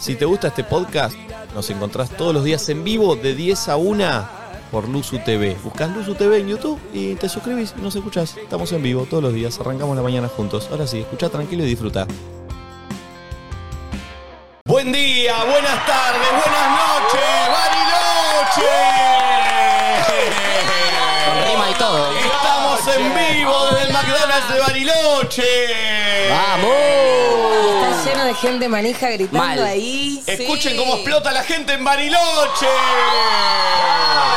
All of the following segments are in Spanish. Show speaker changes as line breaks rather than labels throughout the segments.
Si te gusta este podcast, nos encontrás todos los días en vivo de 10 a 1 por Luzu TV. Buscás Luzu TV en YouTube y te suscribís y nos escuchás. Estamos en vivo todos los días, arrancamos la mañana juntos. Ahora sí, escucha tranquilo y disfruta. Buen día, buenas tardes, buenas noches, Bariloche.
Rima y todo.
Estamos en vivo desde el McDonald's de Bariloche.
¡Vamos!
Está lleno de gente manija gritando
Mal.
ahí.
Escuchen
Sí.
cómo explota la gente en Bariloche.
Ah.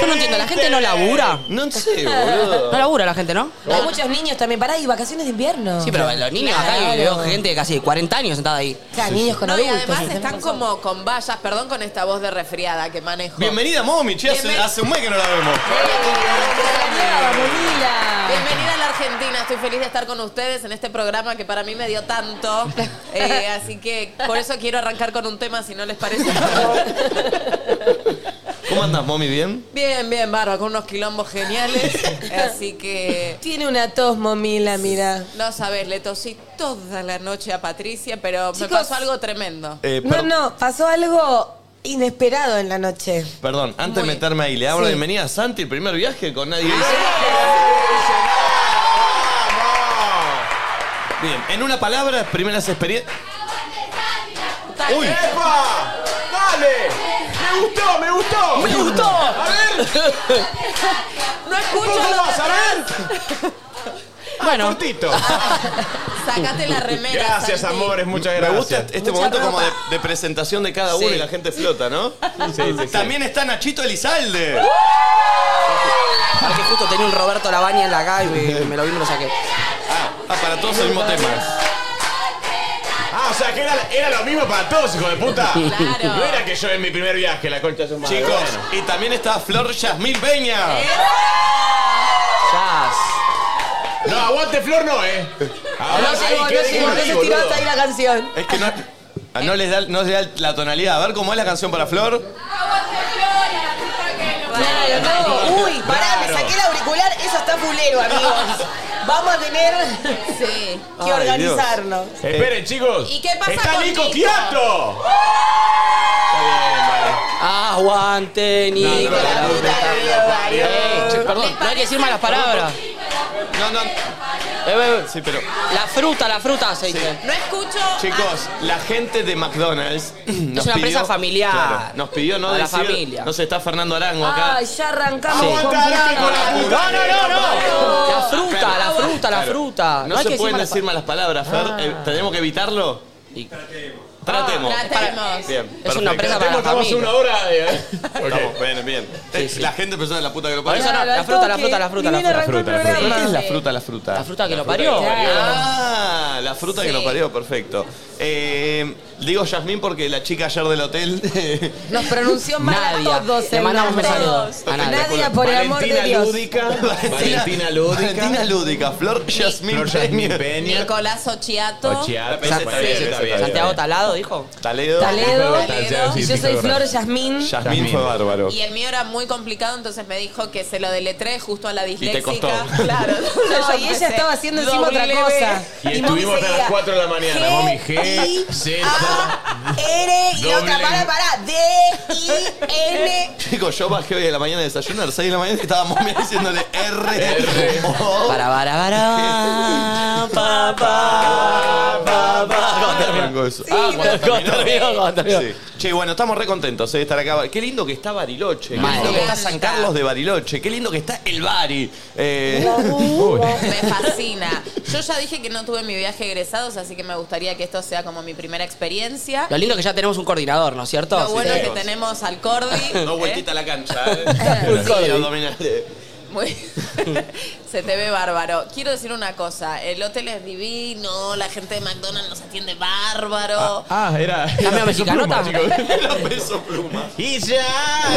Yo no entiendo, ¿la gente no labura?
No sé, boludo.
No labura la gente, ¿no?
Hay muchos niños también. Pará, y vacaciones de invierno.
Sí, pero los niños acá y
Claro.
veo gente de casi 40 años sentada ahí.
O sea, niños con
No, y
adultos.
además
tenés
están
razón.
como con vallas, perdón con esta voz de resfriada que manejo.
Bienvenida, Momi. che, hace,
Bienven-
hace un mes que no la vemos.
¡Brava, Momila!
Bienvenida a la Argentina, estoy feliz de estar con ustedes en este programa que para mí me dio tanto. Eh, así que por eso quiero arrancar con un tema, si no les parece.
¿Cómo andas, Momi? ¿Bien?
bien, bien, barba, con unos quilombos geniales. Así que
Tiene una tos, Momila, mira.
no sabes, le tosí toda la noche a Patricia, pero me
Chicos.
pasó algo tremendo.
Eh,
No,
per-
no, pasó algo inesperado en la noche.
Perdón, antes de meterme ahí, le damos la bienvenida a Santi, el primer viaje con nadie. dice. Bien, en una palabra, primeras experiencias. ¡Uy!
¡Epa! ¡Dale! ¡Me gustó, me gustó!
¡Me gustó!
No escucho
¿Cómo
lo de
vas a ver?
atrás.
Bueno,
Cortito.
Sacate la remera.
Gracias,
Santi.
amores, muchas
Me
gracias.
gusta este momento como de, de presentación de cada uno
Sí.
y la gente flota, ¿no? También está Nachito Elizalde.
porque justo tenía un Roberto Labaña en la acá y me, me lo vi y me lo saqué.
Ah, para todos el mismo tema.
Ah, o sea, que era, era lo mismo para todos, hijo de puta.
Claro.
No era que yo en mi primer viaje, la concha de su madre.
Chicos,
Bueno.
y también está Flor Yasmín Peña.
Jazz.
No, aguante flor no, eh. Ahora
No
ahí,
llegó, no
quedé
llegó,
con
no
el
se
boludo.
tiró hasta ahí la canción.
Es que no, ah, no les da, no les da la tonalidad. A ver cómo es la canción para Flor.
Claro, no. Uy, pará, me
Claro.
saqué el auricular. Eso está fulero, amigos. Vamos a tener
Sí.
que
Ay, Dios.
organizarnos.
Eh,
Esperen, chicos.
¿Y qué pasa
¡Está
con
Nico
Nico?
Quiato!
Aguante, Nico. la
La
puta.
puta que Dios parió.
Eh, che, Perdón, no hay que decir malas palabras.
No, no.
Eh, eh, eh.
Sí, pero.
La fruta, la fruta se dice.
No escucho.
Chicos, la gente de McDonald's. nos
una
pidió-
empresa familiar.
Claro, nos pidió no
Para la
decir.
familia.
No se está Fernando Arango acá.
Ay, ya arrancamos
Sí.
con
¡Aguanta Nico, la
puta.
No,
puta!
no, no, no. La fruta, la fruta, la
Claro.
fruta.
No,
hay
se
que Ah.
pueden
malas
decir malas palabras, Fer. Eh, ¿Tenemos que evitarlo?
Ah,
Tratemos.
Tratemos.
eh,
Bien,
Ah, Es una
perfecto.
empresa para la
Estamos
familia.
una hora. eh.
Estamos, bien, bien. La gente pensó en la puta que lo
Por
parió.
eso no,
Claro,
la
al
fruta, la
toque.
fruta, la fruta, la
Divino
fruta.
arrancó el
fruta, la fruta.
¿Pero ¿Qué es
programa.
la fruta, la fruta?
La fruta que lo parió.
Ah, la fruta que lo parió, perfecto. Eh, digo Yasmín porque la chica ayer del hotel.
Nos pronunció mal
Nadia.
a todos.
Le
el
mandamos un
nombre.
saludo a Nadia.
Nadia, por el amor de Dios.
Lúdica. Valentina Lúdica.
Valentina Lúdica, Flor Yasmín
Flor Jasmine
Peña.
Peña.
Nicolás Ochiato.
Ochiato.
Esa está bien,
Sí,
esa está bien.
Santiago Talado dijo.
Taledo.
Toledo.
Toledo.
Y yo soy Flor Yasmín.
Yasmín fue bárbaro.
Y el mío era muy complicado, entonces me dijo que se lo deletré justo a la disléxica.
costó.
Claro.
No, y ella estaba haciendo encima otra cosa.
Y estuvimos hasta las 4 de la mañana. Momi
I,
G, Z.
A, R y
Doble.
otra, pará, pará, D, I, N.
Chicos, yo bajé hoy a la mañana a desayunar, 6 de la mañana, y estaba momia diciéndole R. O.
Para, para, para. Pa, pa, pa, pa.
¿Cómo te arrancó eso?
Ah, cuando terminó, cuando terminó.
Sí. Che, bueno, estamos re contentos eh, de estar acá. Qué lindo que está Bariloche. Qué
Mal.
lindo que está
Encanta.
San Carlos de Bariloche. Qué lindo que está el Bari. Eh,
Me fascina. Yo ya dije que no tuve mi viaje de egresados, así que me gustaría que esto sea como mi primera experiencia.
Lo lindo que ya tenemos un coordinador, ¿no es cierto?
Lo bueno
sí,
es que
sí.
tenemos al Cordi.
no
¿eh?
vueltita a la cancha. eh.
Un
Sí,
corte.
abdominales.
Muy- Se te ve bárbaro. Quiero decir una cosa, el hotel es divino, la gente de McDonald's nos atiende bárbaro.
Ah, era.
¿Está medio mexicanota?
Era peso pluma.
Y ya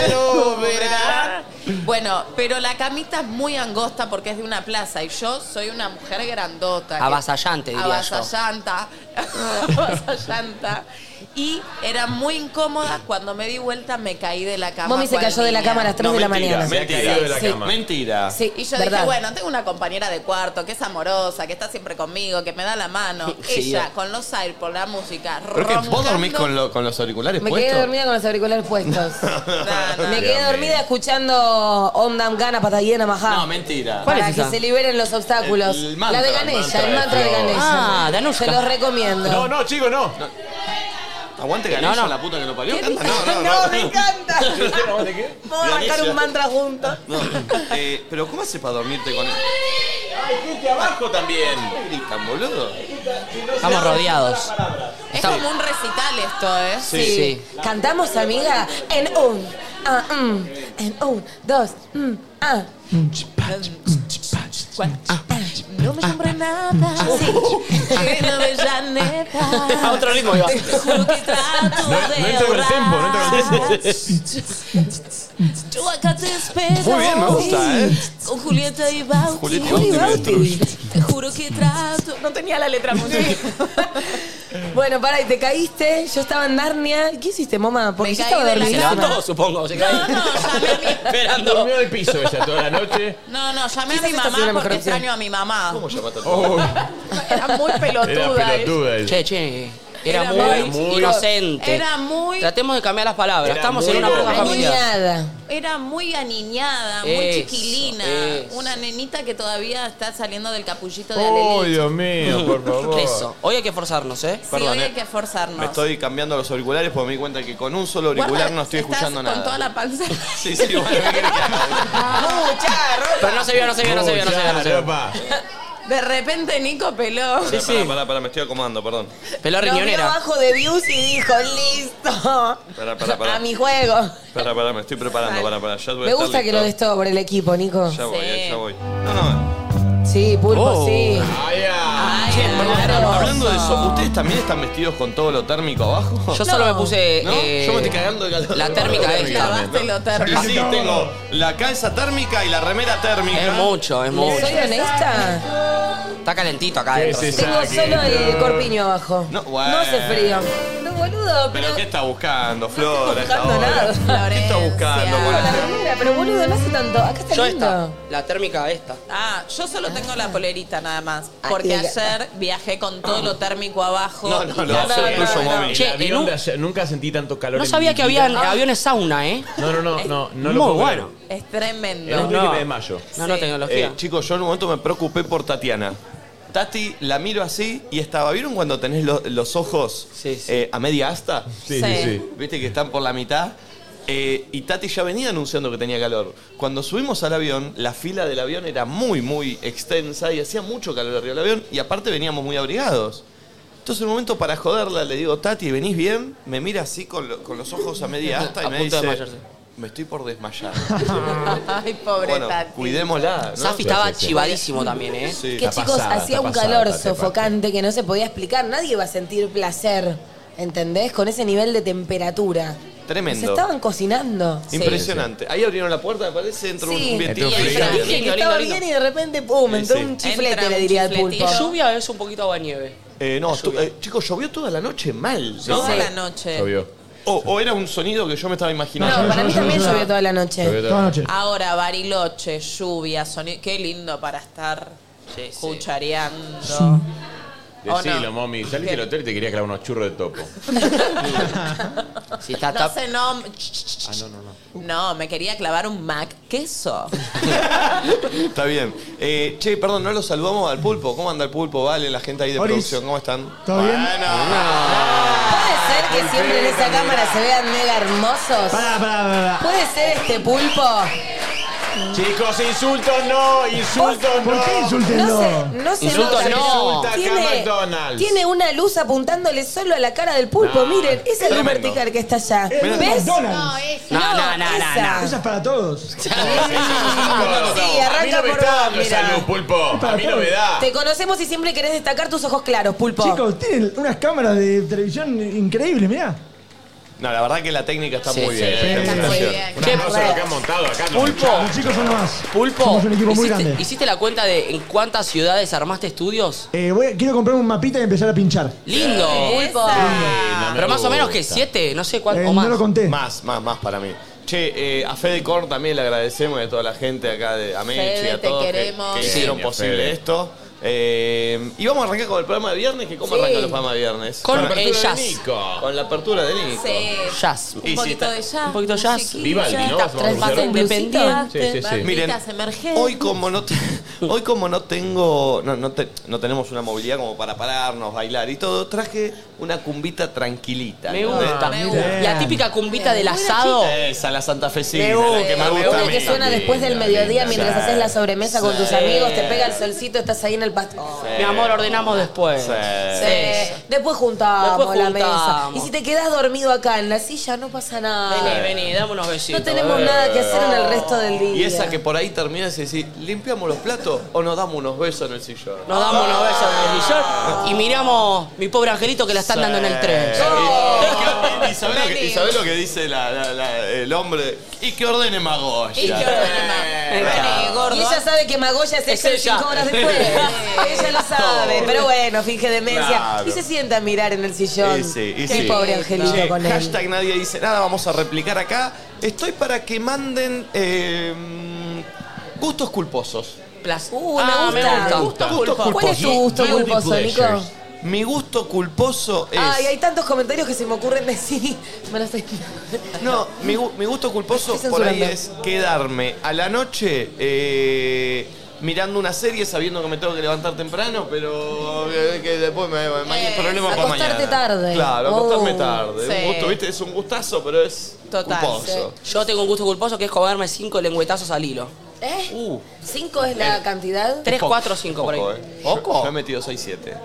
lo verás.
Bueno, pero la camita es muy angosta porque es de una plaza y yo soy una mujer grandota. que-
Avasallante, diría yo.
Avasallanta. Vamos a llanta. Y era muy incómoda. Cuando me di vuelta, me caí de la cama.
Mommy se
cual
cayó de la
niña.
cama a las 3 de la mañana.
Mentira, de la
Sí.
cama.
Mentira.
Sí,
Y yo
verdad.
dije, bueno, tengo una compañera de cuarto que es amorosa, que está siempre conmigo, que me da la mano.
Sí,
Ella,
yo-
con los AirPods, la música,
Creo que vos dormís
roncando.
con, lo- con los auriculares
Me quedé
puestos.
dormida con los auriculares puestos.
No, no.
Me quedé dormida escuchando Om Dam Gana Patayena Majá.
No, mentira.
Para
¿Cuál es
que
esa?
se liberen los obstáculos.
El- el mantra,
la de
el
Ganella,
mantra
el
de
mantra de
Flor.
Ganella.
Ah, Danushka.
Se los recomiendo.
No, no, chicos, no.
Aguante Ganesha,
No, no.
la puta que lo parió.
¿Qué
Canta,
dices?
no, no, no.
encanta. Puedo arrancar un mantra juntos.
No, eh, pero ¿cómo haces para dormirte con él?
Gente abajo también.
¿Qué gritan, boludo?
Estamos rodeados.
Es como un recital esto, ¿eh?
Sí. Cantamos, amiga, en un, ah, mm, en un, dos, mm, ah.
Ah.
No me compré nada. Sí. En Avellaneda.
A otro ritmo iba.
Te juro que trato
No,
de
no entra con el
ahorrar.
tempo, no entra con el tempo.
Yo acá te espero.
Muy bien, me gusta, ¿eh?
Con Julieta y Bauti.
Julieta y Bauti, Bauti.
Te juro que trato. No tenía la letra muy bien.
Bueno, para y te caíste. Yo estaba en Narnia. ¿Qué hiciste, mamá? Porque
Me
yo
caí
estaba
de la
Se
dormida.
cama.
levantó, supongo. Se cae.
No, no, llamé a mi,
Esperando.
Durmió en el piso ella toda la noche.
no, no, llamé a
Quizás
mi
esta sea
mamá
la mejor
porque
opción.
extraño a mi mamá.
¿Cómo llamaste a tu
Oh,
Era muy pelotuda.
era
eh.
pelotuda ella.
Che, che. Era,
Era
muy,
muy-
inocente.
Era muy-
Tratemos de cambiar las palabras.
Era
Estamos
muy
en una
boba.
bronca familiar.
Aniñada.
Era muy aniñada, muy
Eso,
chiquilina.
eso.
Una nenita que todavía está saliendo del capullito de
Oh,
Alelí.
Dios mío, por favor.
Eso. Hoy hay que esforzarnos, ¿eh?
Sí,
Perdón,
hoy hay
eh.
que esforzarnos.
Me estoy cambiando los auriculares porque me di cuenta que con un solo
Guarda,
auricular no estoy
estás
escuchando nada.
Con toda la panza.
Sí, sí, bueno, ¿qué querés que haga?
Ah. Pero no se vio, no se vio, no se vio, no se vio. No se vio. Oh.
Ropa.
De repente Nico peló.
Pará, pará, pará, pará, me estoy acomodando, perdón.
Peló
Lo vio
riñonera.
abajo de views y dijo, listo.
Pará, pará, pará.
A mi juego.
Pará, pará, me estoy preparando, pará, pará. Ya voy a
Me
estar
gusta que
listo.
lo des todo por el equipo, Nico.
Ya voy, eh,
Sí.
ya voy. No, no,
Sí, pulpo,
Oh.
sí.
Ay, ay.
Ay,
claro.
hablando de eso, ¿ustedes también están vestidos con todo lo térmico abajo?
Yo solo me puse.
¿No?
eh,
Yo me estoy cagando de calor.
La térmica esta.
Lavaste lo
Y
térmico.
sí, tengo la calza térmica y la remera térmica.
Es mucho, es mucho.
¿Soy honesta?
Está calentito acá
¿Qué
adentro.
es eso?
Tengo solo el corpiño abajo.
No, bueno.
No hace frío. No, boludo, pero...
¿Pero qué está buscando, Flor? a esta
buscando
hora?
nada.
¿Qué está buscando?
Florencia.
con
La
esto?
remera, pero boludo, no hace tanto. Acá está
Yo
lindo.
esta. La térmica esta.
Ah, yo solo tengo la polerita nada más.
Ah,
Porque
y-
ayer viajé con todo lo térmico abajo.
No, no,
y
no,
casi-
eso es tuyo,
El
mami.
Che, en
avión
un-
de ayer- nunca sentí tanto calor.
No
en
sabía
mi
que
vida.
había
Ah.
aviones sauna, ¿eh?
No, no, no, no, no
Muy
lo puedo creer.
bueno.
Es
El
tremendo.
otro día
No.
que me desmayo.
No, no,
Sí.
tecnología.
Eh, chicos, yo en un momento me preocupé por Tatiana. Tati la miro así y estaba. ¿Vieron cuando tenés lo- los ojos
Sí, sí.
eh, a media asta?
Sí,
Sí.
sí, sí.
Viste que están por la mitad. Eh, y Tati ya venía anunciando que tenía calor. Cuando subimos al avión, la fila del avión era muy, muy extensa y hacía mucho calor arriba del avión. Y aparte veníamos muy abrigados. Entonces, en un momento para joderla, le digo, Tati, ¿venís bien? Me mira así con, lo- con los ojos a media asta y
A
me
punto de
dice,
desmayarse.
me estoy por desmayar.
Ay, pobre
bueno,
Tati.
cuidémosla. ¿no?
Safi estaba
Sí, sí, sí.
chivadísimo también, ¿eh?
Sí.
Que
Está
chicos,
pasada,
hacía
está
un
pasada,
calor
está
sofocante que no se podía explicar. Nadie iba a sentir placer, ¿entendés? Con ese nivel de temperatura.
Tremendo.
Se estaban cocinando.
Impresionante. Ahí abrieron la puerta, me parece, entró
Sí.
un
Entró
vientito.
un
Sí,
frío.
Dije que
Lindo, lindo,
estaba
lindo.
bien y de repente, pum, entró
Sí.
un chiflete,
Entra un
le diría al pulpo.
chifletillo.
La lluvia es un poquito bañeve.
Eh, no, estu- eh, chicos, llovió toda la noche mal, ¿no?
Toda la noche.
Llovió.
O, o era un sonido que yo me estaba
No,
imaginando.
para mí también llovió toda la
Llovió
noche.
toda la noche.
Ahora, Bariloche, lluvia, sonido. Qué lindo para estar
Sí, sí.
cuchareando. ¿O
Decilo,
no?
mami. Saliste del hotel y te querías clavar unos churros de topo.
Si está,
No
está-
sé, no.
Ah,
no, no, no. No, me quería clavar un mac queso.
Está bien. Eh, che, perdón, no lo saludamos al pulpo. ¿Cómo anda el pulpo? Vale, la gente ahí de
Olis.
producción, ¿cómo están?
¿Todo bien?
¿Puede ser que siempre en esa cámara se vean mega hermosos?
Pará, pará, pará.
¿Puede ser este pulpo?
Chicos, insultos no, insultos no.
¿Por qué insultes
No
no?
se, no se
Insulto
nota,
no.
pero
Insulta acá
Tiene,
McDonald's.
tiene una luz apuntándole solo a la cara del pulpo.
No,
Miren, esa luz
tremendo.
vertical que está allá.
Es
¿Ves?
McDonald's.
No, no, no,
esa.
Esa es para todos.
No, no,
Sí,
no. A mí no
arranca
me
por
está
vos,
dando esa
mira.
luz, pulpo. A mí no me da.
Te conocemos y siempre querés destacar tus ojos claros, pulpo.
Chicos, tienen unas cámaras de televisión increíbles, mirá.
No, la verdad que la técnica está
Sí,
muy
sí.
bien. eh,
Sí,
la
está muy
presentación.
bien.
Un aplauso a lo que han montado acá. no,
Pulpo.
Los chicos son lo más.
Pulpo.
Somos un equipo muy
¿hiciste,
grande.
¿Hiciste la cuenta de en cuántas ciudades armaste estudios?
Eh, voy- quiero comprar un mapita y empezar a pinchar.
Lindo.
Pulpo.
Ah.
no me
Pero más o menos
gusta.
que siete, no sé cuánto
Eh,
o más.
no lo conté.
Más, más, más para mí. Che, eh, a Fede Corn también le agradecemos y a toda la gente acá, de, a Mechi,
Fede,
a
te
todos que-
queremos.
que, hicieron
Genio,
posible
Fede.
esto. Eh, y vamos a arrancar con el programa de viernes, que cómo
Sí.
arranca el programa de viernes.
Con
La apertura
eh,
de
jazz.
Nico.
Con la apertura de Nico.
Sí.
Jazz.
Y
Un poquito
si
de
está-
jazz.
un poquito de jazz.
musiquilla,
Vivaldi, ¿no? Vamos a
Tres
usar
bandas
un
blusito.
independientes.
Sí, sí, sí.
Miren,
banditas emergentes.
hoy como no, te- hoy como no tengo, no, no te- no tenemos una movilidad como para pararnos, bailar y todo, traje una cumbita tranquilita.
Me
¿no? De
gusta.
esta-
Me
gusta.
La típica cumbita del asado.
Esa, la Santa Fecina,
Me
la que
gusta,
me
me
gusta a
Una
mí.
que suena después del mediodía mientras haces la sobremesa con tus
Sí.
amigos, te pega el solcito, estás ahí en el pasto.
Mi amor, ordenamos después.
Sí.
Sí. Después juntamos
Después
la mesa.
juntamos.
Y si te quedas dormido acá en la silla, no pasa nada.
Vení, vení, dame unos besitos.
No tenemos
bebé.
nada que hacer en el resto del día.
Y esa que por ahí termina y se dice, ¿limpiamos los platos o nos damos unos besos en el sillón?
Nos damos unos besos en el sillón y miramos mi pobre angelito que la están dando en el tren.
Sí. Eh, ¿Y, sabés lo que, y sabés lo que dice la- la- la- el hombre? Y que ordene Magoya.
Y que ordene Magoya.
Eh,
Ah. Y ella sabe que Magoya se
Es
echa en
ella.
cinco horas después. ella lo sabe, pero bueno, finge demencia.
Claro.
Y se sienta a mirar en el sillón.
Y sí, y sí.
Qué pobre angelito
Che,
con él.
Hashtag nadie dice nada, vamos a replicar acá. Estoy para que manden eh, gustos culposos.
Plas-
Uh, me
Ah,
gusta.
Me gusta.
Me gusta.
Gusto
¿Cuál es tu gusto
Guilty
culposo, Nico?
pleasures.
Mi gusto culposo es...
Ay, hay tantos comentarios que se me ocurren decir. Me lo estoy...
No, mi, gu- mi gusto culposo
Estoy
por ahí es
censurando.
quedarme a la noche eh, mirando una serie sabiendo que me tengo que levantar temprano, pero eh, que después me, me, me-
Eh,
problemas para mañana.
acostarte tarde.
Claro, acostarme
Oh,
tarde.
sí.
Un gusto, ¿viste? Es un gustazo, pero es
Total,
culposo.
Yo tengo un gusto culposo que es comerme cinco lengüetazos al hilo.
¿Eh?
Uh,
¿Cinco es la cantidad?
Tres,
poco,
cuatro, cinco por ahí.
poco, eh.
¿Poco?
Yo Me he metido 6-7.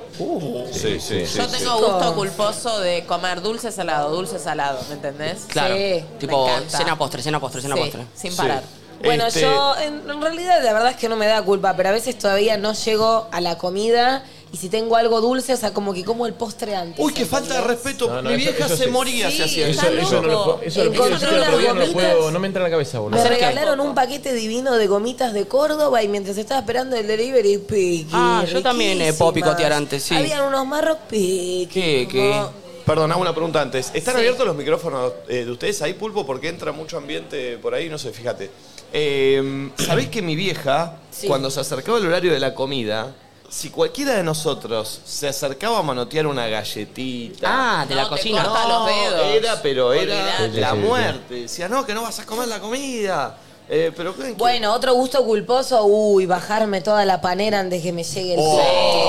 sí, sí, sí.
Yo tengo gusto culposo de comer dulce salado, dulce salado, ¿me entendés?
Claro.
Sí.
Tipo,
Me encanta.
cena postre, cena postre, cena
Sí,
postre.
sin parar.
Bueno,
Este-
yo en, en realidad la verdad es que no me da culpa, pero a veces todavía no llego a la comida y si tengo algo dulce, o sea, como que como el postre antes.
Uy, qué falta de respeto.
No, no,
mi
eso-
vieja
eso
se
sí.
moría si
Sí,
hacía
está
Eso, eso no lo
loco.
puedo. Eso lo quiero decir
Encontré
el otro día,
unas
no lo
gomitas.
puedo. No me entra en la cabeza,
Me
boludo.
Acerca.
regalaron un paquete divino de gomitas de Córdoba y mientras estaba esperando el delivery, piqui.
Ah, yo también, eh, puedo
riquísimas.
picotear antes, sí.
Habían unos marros piqui.
¿Qué, qué?
Perdón, hago una pregunta antes. ¿Están abiertos los micrófonos eh, de ustedes ahí, Pulpo? Porque entra mucho ambiente por ahí, no sé, fíjate. Eh, ¿Sabés que mi vieja, cuando se acercaba el horario de la comida, si cualquiera de nosotros se acercaba a manotear una galletita...
Ah, de la
No, te
cocina.
corta. hasta los dedos.
Era, pero era
Olvidate.
la
Sí, sí, sí.
muerte. Decía, no, que no vas a comer la comida. Eh, pero ¿qué- qué-
Bueno, otro gusto culposo, uy, bajarme toda la panera antes que me llegue el
Oh.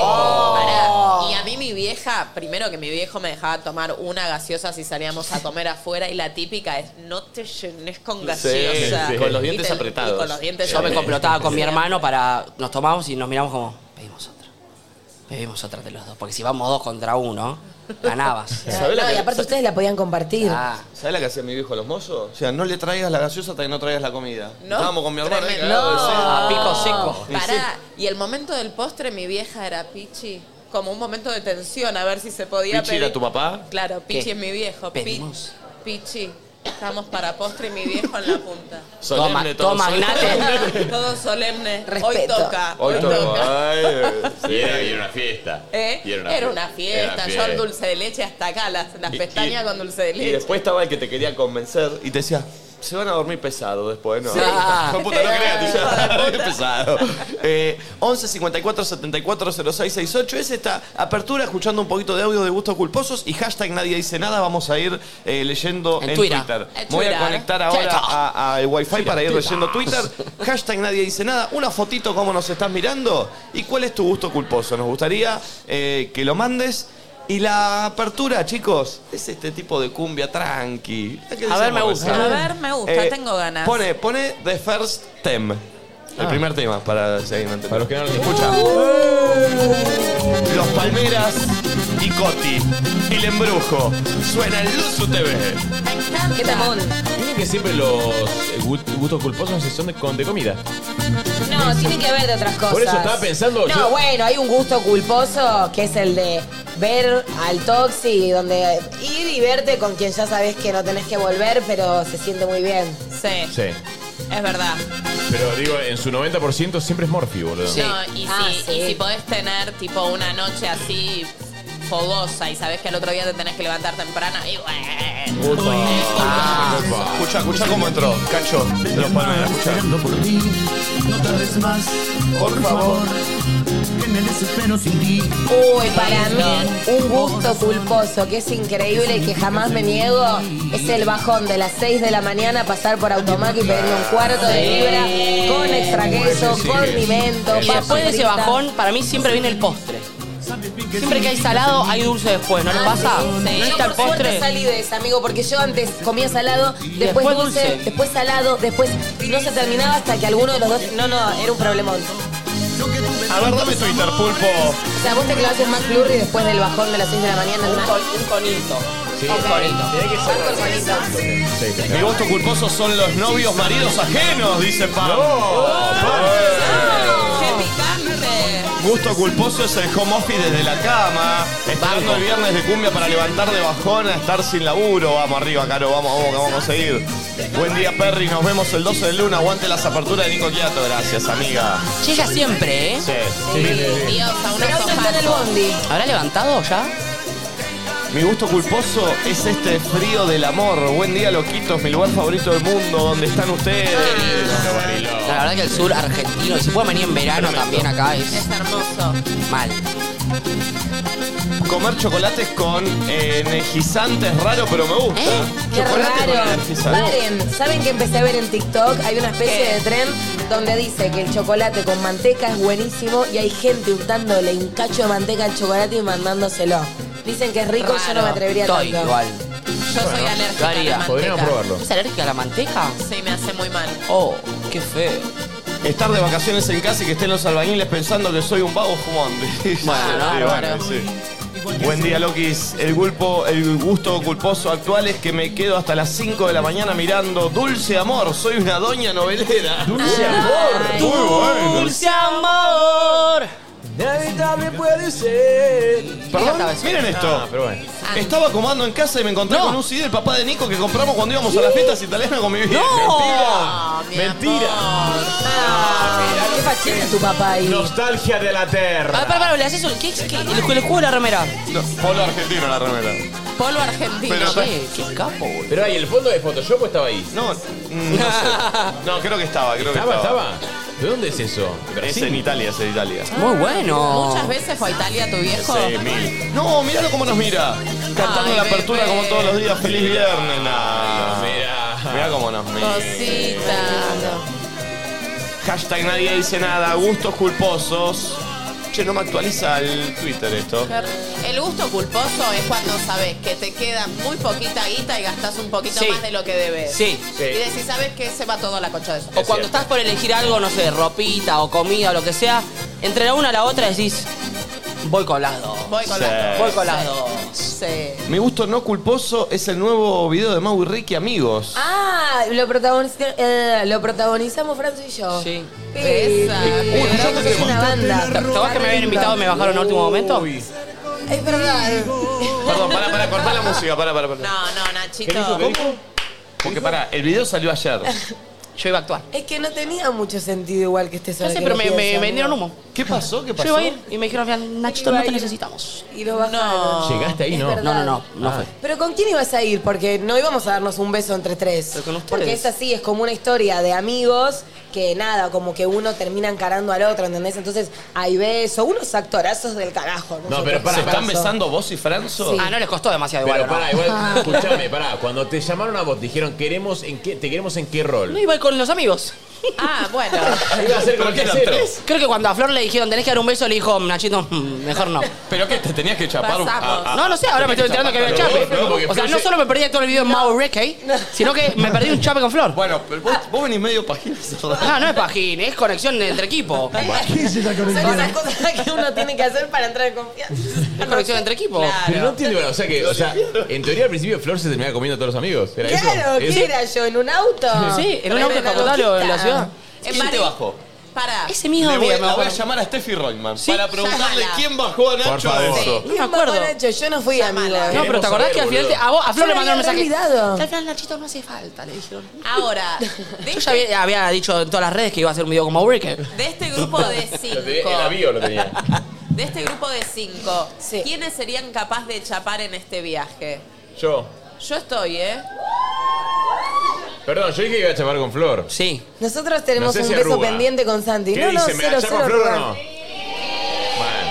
Oh.
Pará. Y a mí mi vieja, primero que mi viejo me dejaba tomar una gaseosa si salíamos a comer afuera y la típica es no te llenes con gaseosa.
sí. Con los
Y
dientes
te-
apretados.
y con los dientes
Yo me complotaba con mi
Sí.
hermano para. Nos tomamos y nos miramos como. Pedimos otra. Pedimos otra de los dos. Porque si vamos dos contra uno, ganabas.
¿Sabés la
No, y
que-
aparte ustedes la podían compartir.
Ah,
¿Sabes la que hacía mi viejo a los mozos? O sea, no le traigas la gaseosa hasta que no traigas la comida.
¿No?
Estábamos con mi ¿eh? hermano. ahí
Tremendo.
cagados de sed.
a pico seco.
Pará. Y el momento del postre, mi vieja era Pichi. Como un momento de tensión, a ver si se podía
¿Pichi era tu papá?
Claro, Pichi
¿Qué?
es mi viejo. Pi-
Pedimos.
Pichi, estamos para postre y mi viejo en la punta.
Toma,
Solemne, todo
toma,
solemne.
Nate.
Todo solemne. Hoy
Respeto.
toca.
Hoy toca. Ay, eh,
Y era, y era una fiesta.
¿Eh?
Y
Era, una fiesta.
Era
Yo al dulce de leche hasta acá, las, las
Y- y-
pestañas con dulce de
Y
leche.
después estaba el que te quería convencer y te decía, se van a dormir pesado después, ¿no?
Sí.
Ah, hijo de puta, no creas,
Hijo
te
de
decía,
puta.
"Bien pesado. Eh, 11 54 74 06 68 es esta apertura, escuchando un poquito de audio de gustos culposos y hashtag nadie dice nada, vamos a ir eh, leyendo en,
En Twitter.
En
Voy a
Twitter.
conectar
Twitter.
ahora a- al wifi para ir leyendo Twitter. Hashtag nadie dice nada, una fotito cómo nos estás mirando y cuál es tu gusto culposo. Nos gustaría eh, que lo mandes. Y la apertura, chicos, es este tipo de cumbia tranqui. La que
A ver,
decíamos
me gusta.
recién.
A ver, me gusta,
Eh,
tengo ganas.
Pone, pone The First Theme. El primer tema para seguir manteniendo.
Ah. Para los que no lo
escucha. Los Palmeras y Coti. El embrujo. Suena en Luzu TV.
Qué tamón.
Miren que siempre los eh, gu- gustos culposos son de, con- de comida.
No, tiene que haber de otras cosas.
Por eso estaba pensando,
No,
yo-
bueno, hay un gusto culposo que es el de ver al Toxi, donde ir y verte con quien ya sabes que no tenés que volver, pero se siente muy bien.
Sí,
Sí.
es verdad.
Pero digo, en su 90% siempre es Morphy, boludo.
No, y,
Ah,
si,
sí.
y si podés tener tipo una noche así fogosa y sabés que al otro día te tenés que levantar temprano y bueno.
Escucha, escucha cómo entró. Cacho, de los palmeras, escucha.
por ti, no tardes más, por favor, que me desespero sin ti.
Uy, para mí, un gusto culposo que es increíble y que jamás me niego es el bajón de las 6 de la mañana pasar por Automac y pedirme un cuarto de libra con extra queso, condimento,
Y después de ese
paprika.
bajón, para mí siempre viene el postre. Siempre que hay salado, hay dulce después, ¿no le pasa?
Ah, Yo
¿No está el
por suerte
postre?
salí de esa, amigo, porque yo antes comía salado, después,
después
dulce,
dulce.
después salado, después y no se terminaba hasta que alguno de los dos. No, no, era un problemón.
A ver, dame Twitter, pulpo.
O sea, vos te clavas un McFlurry después del bajón de las 6 de la mañana.
Un,
¿no?
con- un conito. Un conito.
Mi gusto culposo son los novios maridos ajenos, dice Pam.
¡Qué picante!
Gusto culposo es el home office desde la cama, esperando el viernes de cumbia para levantar de bajona, estar sin laburo. Vamos arriba, Caro, vamos, vamos, que vamos a conseguir. Buen día, Perry, nos vemos el 12 de luna. Aguante las aperturas de Nico Quiato, gracias, amiga.
Llega siempre, ¿eh?
Sí.
Diosa, una
Pero ahora está en el
soja.
bondi.
¿Habrá levantado ya?
Mi gusto culposo es este frío del amor. Buen día, loquitos, mi lugar favorito del mundo. ¿Dónde están ustedes?
Ah. La verdad que el sur argentino, y si puede venir en verano también acá, es
Es hermoso.
mal.
Comer chocolates con eh, energizante es raro, pero me gusta.
¿Eh? Qué
Chocolate con
raro.
energizante.
Paren, ¿saben que empecé a ver en TikTok? Hay una especie
¿Qué?
de tren donde dice que el chocolate con manteca es buenísimo y hay gente untándole un cacho de manteca al chocolate y mandándoselo. Dicen que es rico y yo no me
Raro.
atrevería
Estoy
tanto.
igual.
Yo soy
yo
alérgica a
haría.
la
Podríamos
manteca.
probarlo.
¿Es alérgica a la manteca?
Sí, me hace muy mal.
Oh, qué feo.
Estar de vacaciones en casa y que estén los albañiles pensando que soy un vago fumón.
Bueno,
bárbaro.
sí. Buen día, Lokis. El, gulpo, el gusto culposo actual es que me quedo hasta las 5 de la mañana mirando Dulce Amor. Soy una doña novelera.
Dulce amor. Muy bueno.
Dulce amor.
Inevitable puede ser.
Perdón, miren esto.
Ah, pero bueno.
Estaba comando en casa y me encontré
No.
con un CD del papá de Nico que compramos cuando íbamos a las fiestas italianas con mi vieja.
Oh, mi
Mentira.
amor.
Ah, qué fachero tu papá ahí.
Nostalgia de la
A
Terra.
ver, para, para, le haces un- ¿Qué, qué, Ah, el, el cubo de la remera.
No, polo argentino la remera.
Polvo argentino.
Che, qué capo, boludo.
Pero ahí, el fondo de Photoshop estaba ahí.
No, mm, no sé. No, creo que estaba, creo que
¿Estaba,
estaba.
estaba? ¿De dónde es eso? ¿De
Es
Brasil?
en Italia, es en Italia.
Muy bueno.
¿Muchas veces fue a Italia tu viejo?
No, miralo cómo nos mira. Cantando
Ay,
la apertura
bebé.
como todos los días. Feliz viernes. Nah.
Mirá.
Mirá cómo nos mira.
Cosita.
Hashtag nadie dice nada. Gustos culposos. Che, no me actualiza el Twitter esto.
El gusto culposo es cuando sabes que te queda muy poquita guita y gastas un poquito
Sí.
más de lo que debes.
Sí.
Y decís, ¿sabes qué? Se va todo a la concha de eso.
O cuando estás por elegir algo, no sé, ropita o comida o lo que sea, entre la una a la otra decís, voy con las dos.
Voy con
Sí.
la
Voy con las dos.
Sí.
Mi gusto no culposo es el nuevo video de Mau y Ricky Amigos.
Ah, lo, protagoniz- eh, lo protagonizamos Franzo y yo.
Sí.
Esa.
Uy, Franzo es una
¿Te
banda.
acordás que me habían invitado y me bajaron a último momento?
Es verdad.
Perdón, para, para, cortá la música, para, para, para.
No, no, Nachito.
Porque para, el video salió ayer.
Yo iba a actuar.
Es que no tenía mucho sentido igual que estés
Ya sé, pero me, me vendieron humo.
¿Qué pasó? ¿Qué
Yo
pasó?
iba a ir y me dijeron, Nachito, no te necesitamos.
Y lo bajaron.
Llegaste ahí,
Es
no. Ah.
verdad.
No, no, no, no fue.
Pero ¿con quién ibas a ir? Porque no íbamos a darnos un beso entre tres.
Pero con ustedes.
Porque es así, es como una historia de amigos que nada, como que uno termina encarando al otro, ¿entendés? Entonces hay beso, unos actorazos del carajo.
No, pero
¿Se
pará,
están
pará.
besando vos y Franzo?
Ah, no les costó demasiado
Pero
igual. ¿o no?
pará, igual, escúchame, pará. Cuando te llamaron a vos, dijeron, queremos en qué, te queremos en qué
No
rol.
iba a ir con los amigos.
Ah, bueno.
Iba a ser
¿Pero
con
qué
qué
eran
cero.
tres?
Creo que cuando a Flor le dijeron, tenés que dar un beso, le dijo, Nachito, mm, mejor no.
¿Pero qué? ¿Te tenías que chapar? Ah,
Pasamos.
a- a-
No, no sé, ahora me estoy enterando que había
Pero vos, pero
chape.
porque
O sea,
Flor
no
se-
solo me perdí todo el video en Mau Ricky, sino que me perdí un chape con Flor.
Bueno, pero vos, vos venís medio pajero. cerrado.
Ah, no es pajín, es conexión entre equipo.
¿Qué es esa
Son
conexión?
las cosas que uno tiene que hacer para entrar en confianza.
Es conexión entre equipo.
Pero no entiendo, bueno, o sea que, o sea, en teoría al principio Flor se terminaba comiendo a todos los amigos. ¿Era eso?
Claro, ¿qué
Eso.
era yo? ¿En un auto?
Sí, en un
Pero
auto
una
descapotable o en la
boquita.
ciudad.
En
¿Quién te
Bari-
bajó?
Para.
Ese
Le
mismo
voy,
día me
la voy a
acuerdo.
llamar a Steffi Reutemann para preguntarle
llámala.
quién bajó a
Por
Nacho
favor.
de eso.
Sí. No me acuerdo.
Bueno, Nacho, yo no fui amigo.
No, pero ¿te acordás que al final te- a, vos, a Flor
Yo
le
me
mandaron un mensaje?
había olvidado.
Al final Nachito no hace falta, le dijeron.
Ahora,
Yo ya había, había dicho en todas las redes que iba a hacer un video como Breaker.
de este grupo de
Lo tenía-
cinco.
en la bio lo tenía.
De este grupo de cinco, ¿quiénes serían capaz de chapar en este viaje?
Yo.
Yo estoy, ¿eh?
Perdón, yo dije que iba a chapar con Flor.
Sí.
Nosotros tenemos
No sé
un
si
beso
arruga.
pendiente con Santi.
¿Qué
No, no,
dice? ¿Me
cero,
la chapo a
cero.
Flor o
arruga.
no? Bueno.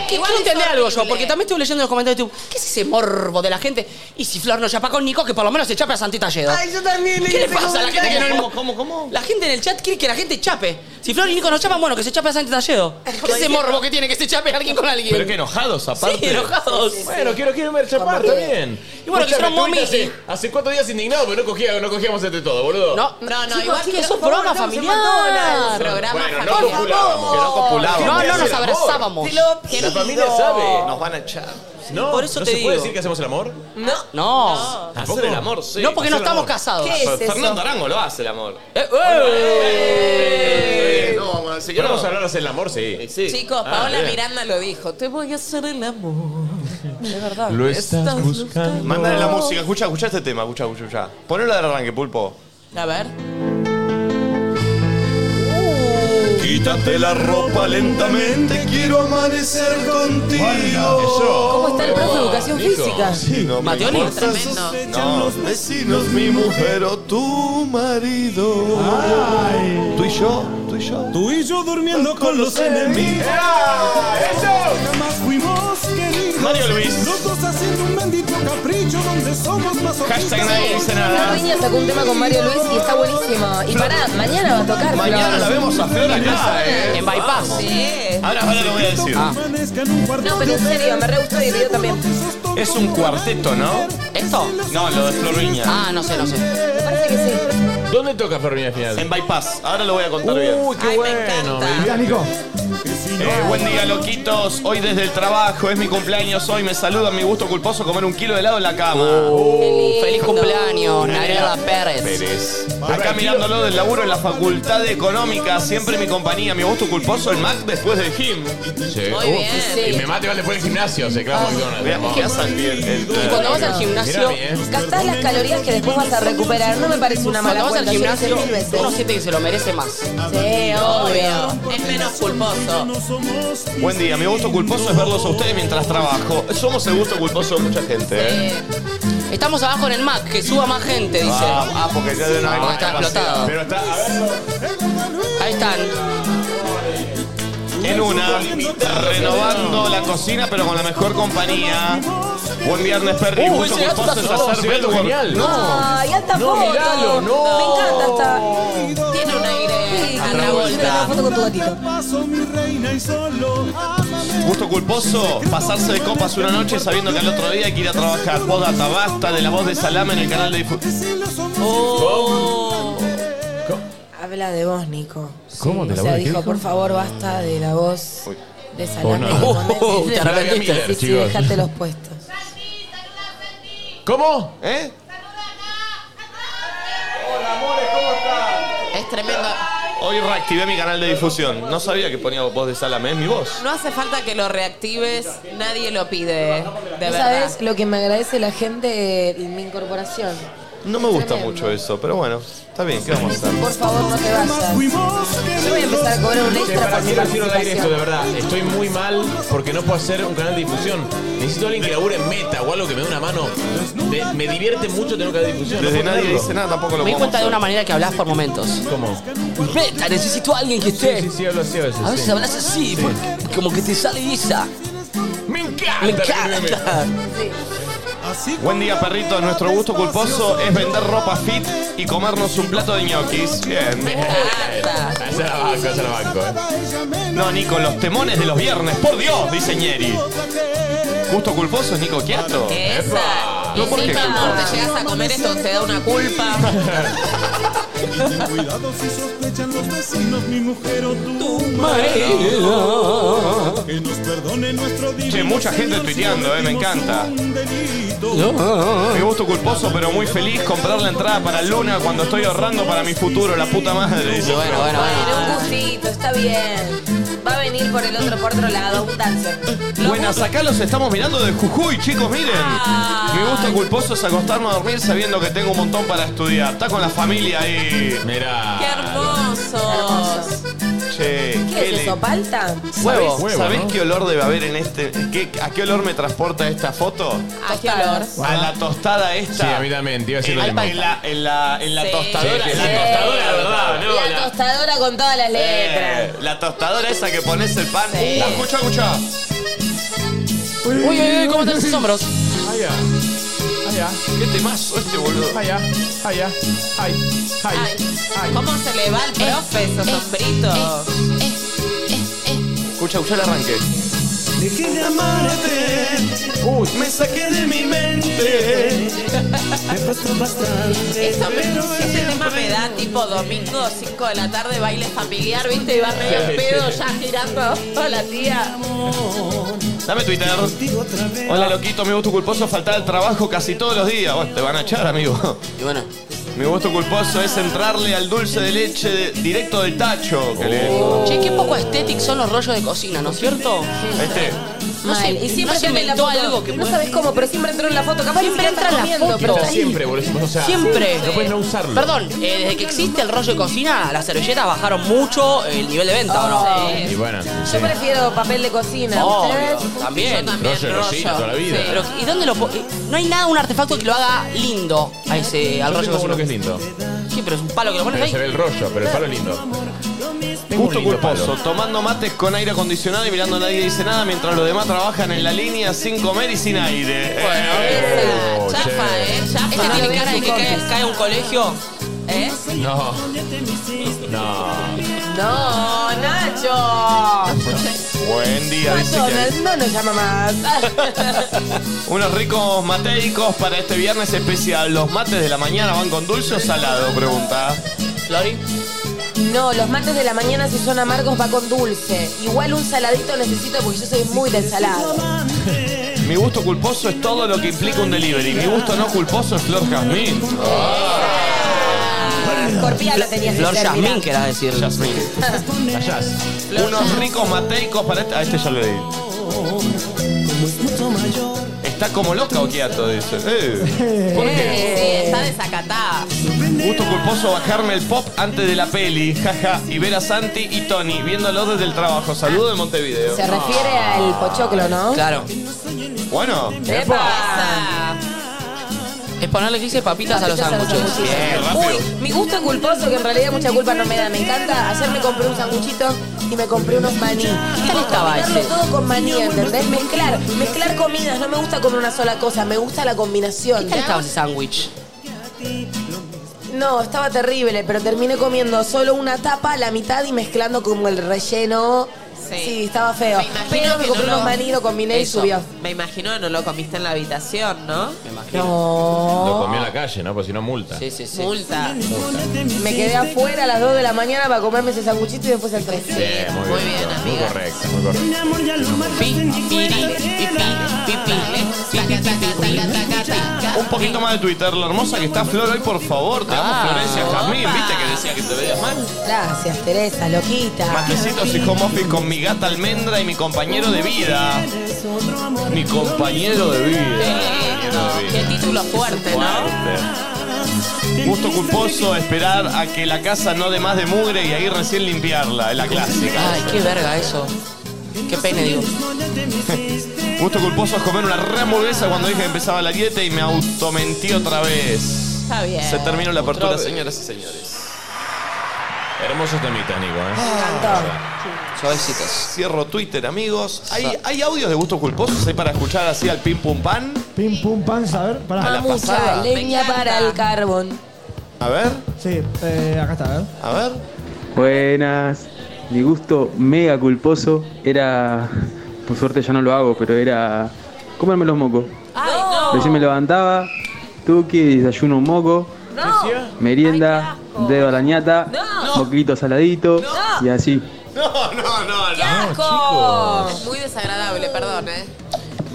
Que quiero entender algo yo, porque también estuve leyendo en los comentarios de YouTube, ¿qué es ese morbo de la gente? Y si Flor no chapa con Nico, que por lo menos se chape a Santi Talledo.
Ay, yo también leí
¿Qué le
ese
pasa a la gente que no
¿Cómo, cómo, cómo?
La gente en el chat quiere que la gente chape. Si Flor y Nico no chapan, bueno, que se chape a Santi Talledo. ¿Qué es ese morbo que tiene que se chape alguien con alguien?
Pero que enojados aparte.
Sí, enojados.
Bueno, quiero, quiero ver chapar, está bien.
Y bueno, que
Escuchame,
hicieron mommy.
estuviste Hace, hace cuatro días indignado, pero no, cogía, no cogíamos entre todo, boludo.
No,
No, no,
Chicos,
igual
chicos,
quiero-
es un programa
estamos en
familiar.
McDonald's.
programa
bueno, no
familiar.
copulábamos.
Que no copulaba.
No, no, nos
Hacer amor.
abrazábamos.
Te lo
La
pido.
familia sabe.
Nos van a echar.
No,
por eso
¿no
te
se puede
digo.
decir que hacemos el amor?
No.
No.
Hacer el amor, sí.
No, porque no
hacer el
estamos
amor.
casados.
¿Qué es
Fernando
eso?
Arango lo hace el amor.
Eh, eh.
No, vamos a decir que
Bueno, vamos a
no.
hablar de hacer el amor, sí.
Eh, Sí.
Chicos,
Ah,
Paola
bien.
Miranda lo dijo. Te voy a hacer el amor. De verdad.
Lo estás buscando.
Mándale la música, escucha, escucha este tema, escucha, escucha, escucha. Ponelo de arranque, pulpo.
A ver.
Quítate la ropa lentamente, quiero amanecer contigo.
¿Cómo está el profe de educación física?
No me
Mateoli.
importan sus
Tremendo.
No, los vecinos, mi mujer o tu marido. Tú y yo, tú y yo.
Tú y yo durmiendo con los enemigos. Jamás fuimos queridos.
Mario Luis.
Los dos haciendo un bendito capricho donde somos más
Hashtag nadie dice
La
nada.
Viña sacó un tema con Mario Luis y está buenísimo. Y pará, mañana va a tocar.
Mañana
Flor. Ah,
la vemos a Flor acá, eh.
En bypass.
Ahora, ahora lo voy a decir.
No, pero en serio, me re gustó y el video también.
Es un cuarteto, ¿no?
¿Esto?
No, lo de Flor Viña.
Ah, no sé, no sé.
Me parece que sí.
¿Dónde toca Flor Viña final?
En Bypass, ahora lo voy a contar bien.
Uy, qué
Ay, me
bueno.
encanta.
Mirá, Nico.
Eh, buen día, loquitos. Hoy desde el trabajo, es mi cumpleaños hoy. Me saluda mi gusto culposo comer un kilo de helado en la cama.
Oh.
Feliz cumpleaños, Nayara Pérez.
Acá mirándolo del laburo en la facultad de económica. Siempre mi compañía, mi gusto culposo, el Mac después del gym.
Sí.
Muy
Uh,
bien.
Y me mate igual después del gimnasio, se clava
Mira,
McDonald's.
mira, Santi, el- el-
Y cuando vas al
Mirá
gimnasio,
a mí, eh.
Gastás las calorías que después vas a recuperar. No me parece una
cuando
mala
vas al
cuenta. Yo lo hice
gimnasio,
mil veces.
uno siente que se lo merece más.
Sí,
Oh.
obvio.
Obvio. Es menos culposo.
Buen día, mi gusto culposo es verlos a ustedes mientras trabajo. Somos el gusto culposo de mucha gente, ¿eh?
Estamos abajo en el Mac, que suba más gente, dice.
Ah, ah, porque ya de una
Ah, está explotado.
Pero está, a verlo.
Ahí están.
En una, renovando la cocina, pero con la mejor compañía. Buen viernes, Perry. Mi
Uh,
gusto
ese gato
culposo
está solo,
es
se
hacer
ve algo
network.
genial.
Ay, alta
No,
foto.
miralo, no.
Me encanta esta.
Tiene un aire a la
Una
vuelta.
foto con tu gatito.
Gusto culposo, pasarse de copas una noche sabiendo que al otro día hay que ir a trabajar. Postdata, basta de la voz de Salame en el canal de difusión.
Habla de vos, Nico.
¿Cómo? ¿De la
O sea,
voz de qué
dijo,
dijo?
por favor, basta de la voz de salame.
Oh, no.
que pones.
Te arrepentiste.
Sí, sí,
chicos.
dejate los puestos.
¿Cómo?
¿Eh?
Es tremendo.
Hoy reactivé mi canal de difusión. No sabía que ponía voz de Salame, es mi voz.
No hace falta que lo reactives. Nadie lo pide. De
¿No
verdad.
sabes lo que me agradece la gente de mi incorporación?
No me gusta
Tremendo.
mucho eso, pero bueno, está bien, ¿qué vamos a hacer?
Por favor, no te vayas. Yo voy a empezar a cobrar un
Che,
extra
pará,
por mi
quiero decir al aire esto, de
participación.
verdad. Estoy muy mal porque no puedo hacer un canal de difusión. Necesito a alguien que labure en meta o algo que me dé una mano. Me, me divierte mucho tener un canal de difusión.
Desde
no puedo
nadie
creerlo.
dice nada, tampoco lo
Me di
podemos
cuenta de
hacer.
una manera que hablas por momentos.
¿Cómo?
Meta, necesito a alguien que esté.
Sí, sí, hablo así a veces.
A veces
sí.
hablas así, porque como que te sale esa.
Me encanta.
Me
que me-
encanta.
Buen día, perritos. Nuestro gusto culposo es vender ropa fit y comernos un plato de ñoquis. Bien.
Esa es la banco, esa es la banco. eh.
No, Nico, los temones de los viernes. Por Dios, dice Ñeri. Gusto culposo es Nico Quiato.
Esa.
Epa.
Y
No, ¿por
sí,
qué?
mi amor, te llegas a comer esto, te da una culpa.
Ten cuidado si sospechan los vecinos, mi mujer o tu,
marido.
Que nos perdone nuestro divino
Che, mucha gente
Señor,
tuiteando, eh, me encanta.
un delito.
Mi gusto culposo, pero muy feliz comprar la entrada para Luna cuando estoy ahorrando para mi futuro, la puta madre. dice.
Bueno, bueno,
Bueno, un gustito, está bien. Va a venir por el otro, por otro lado, un dancer.
Buenas, acá los estamos mirando de Jujuy, chicos, miren. Mi gusto culposo es acostarme a dormir sabiendo que tengo un montón para estudiar. Está con la familia ahí.
Mirá.
¡Qué hermosos!
Che,
¿Qué es
le-
eso, palta?
¿Sabés,
Huevo,
sabés
¿no?
qué olor debe haber en este? qué- ¿A qué olor me transporta esta foto?
Ah,
¿A qué olor?
A la tostada
Sí, a
esta.
mí también, te iba a decir lo
en,
mismo.
en la, en la, en la
Sí.
tostadora.
Sí, sí,
la
sí.
tostadora, la verdad, ¿no?
La
La-
tostadora con todas las
eh,
letras.
la tostadora esa que pones el pan.
Sí.
La escucha, escucha.
Uy, uy, uy, ¿cómo están sus hombros?
Allá, allá,
Qué temazo este, boludo.
allá, allá, ay,
Ay, ¿Cómo se le va al profe esos sombritos?
Escucha, escucha el arranque. Dejé de amarte. me saqué de mi mente.
Eso me, ese tema me da tipo domingo, 5 de la tarde, baile familiar, ¿viste? Y va medio en pedo ya girando toda la tía.
Dame Twitter. Hola, loquito, mi gusto culposo faltar al trabajo casi todos los días. Bueno, te van a echar, amigo.
Y bueno,
Mi gusto culposo es entrarle al dulce de leche de- directo del tacho. Qué lindo.
Oh.
che, qué poco estéticos son los rollos de cocina, ¿no es cierto?
Este.
No sé,
Mal. Y siempre
no se
tiene la
inventó
foto.
algo que
No
pueda-
sabes cómo, pero siempre entró en la foto. Capaz
Siempre
que
entra en la foto.
pero está ahí.
Siempre, boludo. O sea,
Siempre.
No puedes no usarlo.
Perdón, eh, desde que existe el rollo de cocina, las servilletas bajaron mucho el nivel de venta, ¿o no?
Y bueno.
Yo prefiero papel de cocina.
Obvio,
¿Ustedes?
también.
Yo también,
Rollo de cocina toda la vida.
Pero, ¿y dónde lo po- eh, No hay nada, un artefacto que lo haga lindo a ese, al
Yo
rollo de
tengo uno
cocina.
que es lindo.
Sí, pero es un palo que lo pones
Pero se ve
ahí.
el rollo, pero el palo es lindo. Tengo un
Gusto
lindo
culposo,
palo.
tomando mates con aire acondicionado y mirando a nadie dice nada mientras los demás trabajan en la línea sin comer y sin aire. Eh,
Oh,
Esa, chafa,
che.
¿eh? Chafa.
Este tiene cara de que cae, cae a un colegio.
¿Eh?
No. No.
No, Nacho.
Buen día, dice que hay.
eh.
McDonald's no nos llama más.
Unos ricos mateicos para este viernes especial. ¿Los mates de la mañana van con dulce o salado? Pregunta.
Flori.
No, los mates de la mañana si son amargos va con dulce. Igual un saladito necesito porque yo soy muy de ensalada.
Mi gusto culposo es todo lo que implica un delivery. Mi gusto no culposo es Flor Jazmín.
Scorpia Ah. lo tenías que
Flor
hacer, mirá.
Jasmine, querás decir.
Jazmín. Unos ricos mateicos para este. A este ya lo leí. ¿Está como loca o quieto? Dice. Eh, ¿Por qué?
Sí, está desacatada.
Gusto culposo bajarme el pop antes de la peli. Jaja. Y ver a Santi y Tony viéndolo desde el trabajo. Saludos de Montevideo.
Se refiere al pochoclo, ¿no?
Claro.
Bueno.
Esa.
Es ponerle que dice papitas a los
Papitas a los
sándwiches.
sándwiches.
Bien, rápido.
Uy, mi gusto culposo, que en realidad mucha culpa no me da, me encanta. Ayer me compré un sanguchito y me compré unos maní. ¿Qué
tal estaba ese?
todo con maní, ¿entendés? Mezclar, mezclar comidas. No me gusta comer una sola cosa, me gusta la combinación.
¿Qué tal estaba ese sándwich?
No, estaba terrible, pero terminé comiendo solo una tapa, la mitad y mezclando como el relleno. Sí,
Sí.
estaba feo.
Me imagino
Pero me
que
compré
no
unos
lo-
maní, lo combiné
Eso.
y subió.
Me imagino que no lo comiste en la habitación, ¿no?
Me imagino.
Lo
No.
comió en la calle, ¿no? Porque si no, multa.
Sí, sí, sí.
Multa.
Me quedé afuera a las 2 de la mañana para comerme ese sanguchito y después al 3.
Bien,
Muy
muy, bien,
bien,
muy
amiga.
correcto, muy correcto.
Pi, piri, pi, pi, pi, pi, pi, pi, pi, pi.
Un poquito más de Twitter, la hermosa que está Flor hoy, por favor. Te amo,
Ah.
Florencia Jazmín. ¿Viste que decía que te veías mal?
Gracias, Teresa, loquita.
Matecitos y home office con mi gata almendra y mi compañero de vida. Mi compañero de vida.
Qué título fuerte, ¿no?
Fuerte. Gusto culposo esperar a que la casa no dé más de mugre y ahí recién limpiarla, es la clásica.
Ay, qué verga eso. Qué pene, digo.
Gusto culposo es comer una re hamburguesa cuando dije que empezaba la dieta y me automentí otra vez.
Está bien.
Se terminó la apertura,
vez.
señoras y señores.
Hermosos temitas, Nico, ¿eh?
Suavecitos.
Cierro Twitter, amigos. ¿Hay, hay audios de gustos culposos ahí para escuchar así al pim pum pan?
Pim, pum, pan, a ver,
A
pará.
la
Ah, Mucha
pasada.
leña
Me encanta.
para el carbón.
A ver,
Sí, eh, acá está, a ver.
a ver.
Buenas. Mi gusto mega culposo era. Por suerte ya no lo hago, pero era. comerme los mocos.
Ay, no.
Recién me levantaba, tuki, desayuno un moco, merienda, dedo a la ñata, poquito saladito y así.
No, no, no, ¡Qué asco! Muy desagradable, perdón, ¿eh?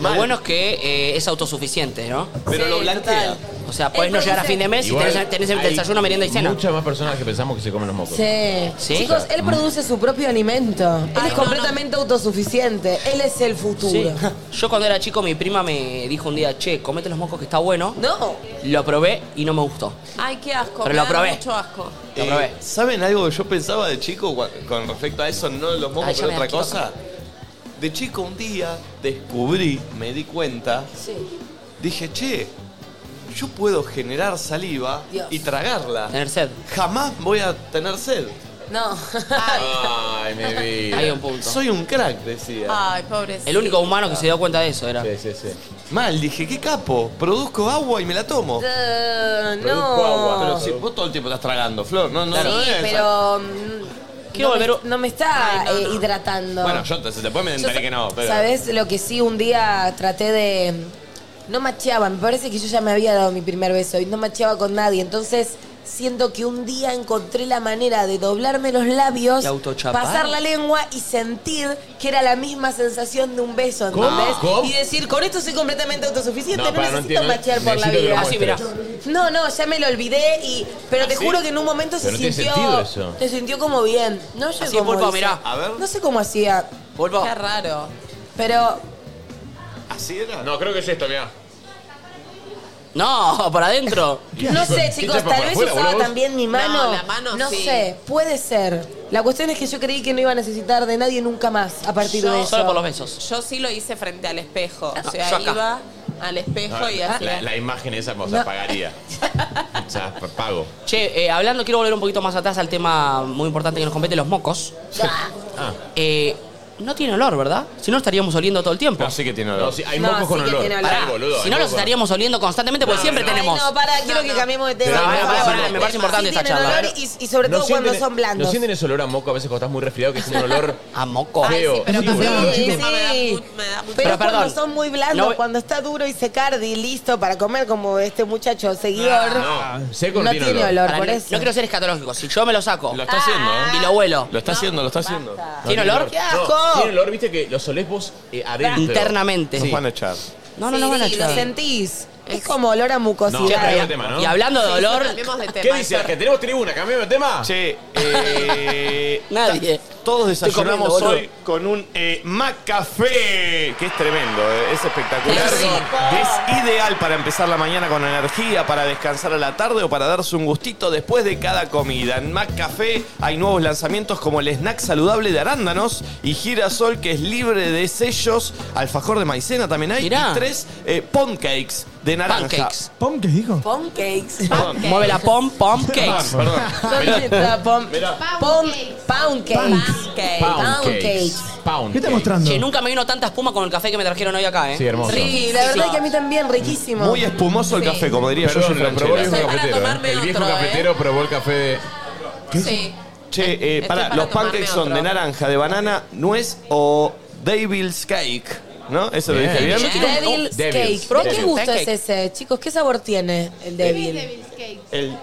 Lo bueno es que eh, es autosuficiente, ¿no?
Pero lo blanquea.
O sea, podés Ah, no llegar a fin de mes y tenés, tenés el
hay
desayuno, merienda y cena.
Muchas más personas que pensamos que se comen los mocos.
Sí. Chicos, él produce su propio alimento. Él es completamente autosuficiente. Él es el
Sí.
futuro.
Yo cuando era chico, mi prima me dijo un día, che, comete los mocos que está bueno.
No.
Lo probé y no me gustó.
Ay, qué asco.
Pero
me
lo
da
probé.
Mucho asco.
Lo probé.
Eh, ¿Saben algo que yo pensaba de chico cua- con respecto a eso? No los mocos,
Ay, ya
pero
me
otra
da asquito.
cosa. De chico un día descubrí, me di cuenta,
Sí.
dije, che, yo puedo generar saliva
Dios.
y tragarla.
Tener sed.
Jamás voy a tener sed.
No.
Ay, mi vida.
Hay un punto. Ah.
Soy un crack, decía.
Ay, pobrecito.
El único humano que se dio cuenta de eso era.
Sí, sí, sí.
Mal, dije, qué capo. Produzco agua y me la tomo.
Eh,
Produzco agua. Pero
no.
si vos todo el tiempo estás tragando, Flor. No, no, no
sí,
es.
pero. mm,
Quiero
no,
volver
me, no me está eh, hidratando.
Bueno, yo te, después me enteré que no. Pero...
¿Sabes lo que sí un día traté de. No macheaba, me parece que yo ya me había dado mi primer beso y no macheaba con nadie. Entonces siento que un día encontré la manera de doblarme los labios,
¿Y autochapar?
pasar la lengua y sentir que era la misma sensación de un beso,
¿Cómo?
¿entendés?
¿Cómo?
Y decir, con esto soy completamente autosuficiente,
No,
no,
para, no
necesito
entiendo.
machear por la
Necesito que lo
vida.
Así, mirá.
No, no, ya me lo olvidé y. Pero te
¿Ah, sí?
juro que en un momento se
Pero no tiene
sintió.
sentido eso.
Se sintió como bien. No sé
Así,
cómo
pulpo,
hice.
mirá. A
ver.
No sé cómo hacía.
Pulpo.
Qué raro.
Pero
¿Así era?
Mm. No, creo que es esto, mirá.
No, para adentro.
No sé, chicos, tal vez usaba también mi mano.
No, la mano
No
sí.
sé, puede ser. La cuestión es que yo creí que no iba a necesitar de nadie nunca más a partir de eso.
besos. Ah,
Yo sí lo hice frente al espejo. o
yo
sea,
acá.
iba al espejo
No,
y
Ah, la,
hacía.
la imagen esa cosa
No.
pagaría. o sea, p- pago.
Che, eh, hablando, quiero volver un poquito más atrás al tema muy importante que nos compete, los mocos.
Ah.
Eh, no tiene olor, ¿verdad? Si no, estaríamos oliendo todo el tiempo.
sí que tiene
No, sí, hay
No,
mocos con
sí que
olor.
tiene olor.
Pará,
Pará,
boludo, hay
si no, los
mocos.
estaríamos oliendo constantemente porque
No,
siempre
no.
tenemos.
Ay, no, para, quiero que cambiemos de tema.
Pero
pará,
no,
pará,
no,
pará,
no,
me parece importante
Sí
esta
tienen
charla.
olor y, y sobre todo
¿No
cuando
sienten-
son
¿No
blandos.
sienten ese olor a moco a veces cuando estás muy resfriado que es como un olor
A moco.
feo?
pero
Sí,
sí,
boludo.
sí. Pero,
Pero
cuando
perdón,
son muy blandos,
no- eh.
cuando está duro y secardi, listo para comer como este muchacho seguidor,
No, seco
no tiene olor,
Pará,
por
no,
eso.
no quiero ser escatológico. Si yo me lo saco
Lo está haciendo, ¿eh?
y lo vuelo,
Lo está haciendo, lo está haciendo.
¿tiene olor?
¡Qué
No,
asco!
tiene olor, viste que los olés vos eh, adentro.
Internamente.
Nos van a echar.
No, no,
Sí,
no van a
sí, lo
echar.
sentís. Es como olor a
No,
Che,
cambiemos
mucosidad.
de tema, ¿no?
Y hablando de olor,
Cambiemos de tema.
¿Qué dices?
Héctor.
¿Que tenemos tribuna? ¿Cambiamos de tema?
Che, eh,
Nadie.
ta- Todos desayunamos
Estoy comiendo,
hoy con un eh, macafé, que es tremendo, eh, es espectacular.
Qué rico.
Es ideal para empezar la mañana con energía, para descansar a la tarde o para darse un gustito después de cada comida. En Macafé hay nuevos lanzamientos como el snack saludable de arándanos y girasol, que es libre de sellos, alfajor de maicena también hay,
Mirá.
y tres eh, pancakes de naranja.
pancakes.
¿Pom qué dijo?
Pancakes.
Perdón,
Mueve la pom, pom,
perdón,
cakes.
perdón.
¿Dónde está pom- pom- Pound cakes.
Pancake.
Pound
Pound
cakes. Pound
¿Qué está
cakes.
mostrando?
eh, Che, nunca me vino tanta espuma con el café que me trajeron hoy acá, ¿eh?
Sí, hermoso.
Sí, la verdad que a mí también, riquísimo.
Muy espumoso el café, como diría yo.
Perdón, lo probó el
Soy
viejo
para
cafetero.
tomarme
¿eh? El viejo
otro, ¿eh?
cafetero probó el café de...
Sí.
Che, eh,
Estoy
pará,
para
los
tomarme
pancakes son
otro.
de naranja, de banana, nuez o devil's cake, ¿no? Eso lo dije
Bien.
bien.
Devil's Cake.
Devil's Cake. ¿De qué
Devil's
gusto es
Cake.
ese, chicos? ¿Qué sabor tiene el Devil?
El-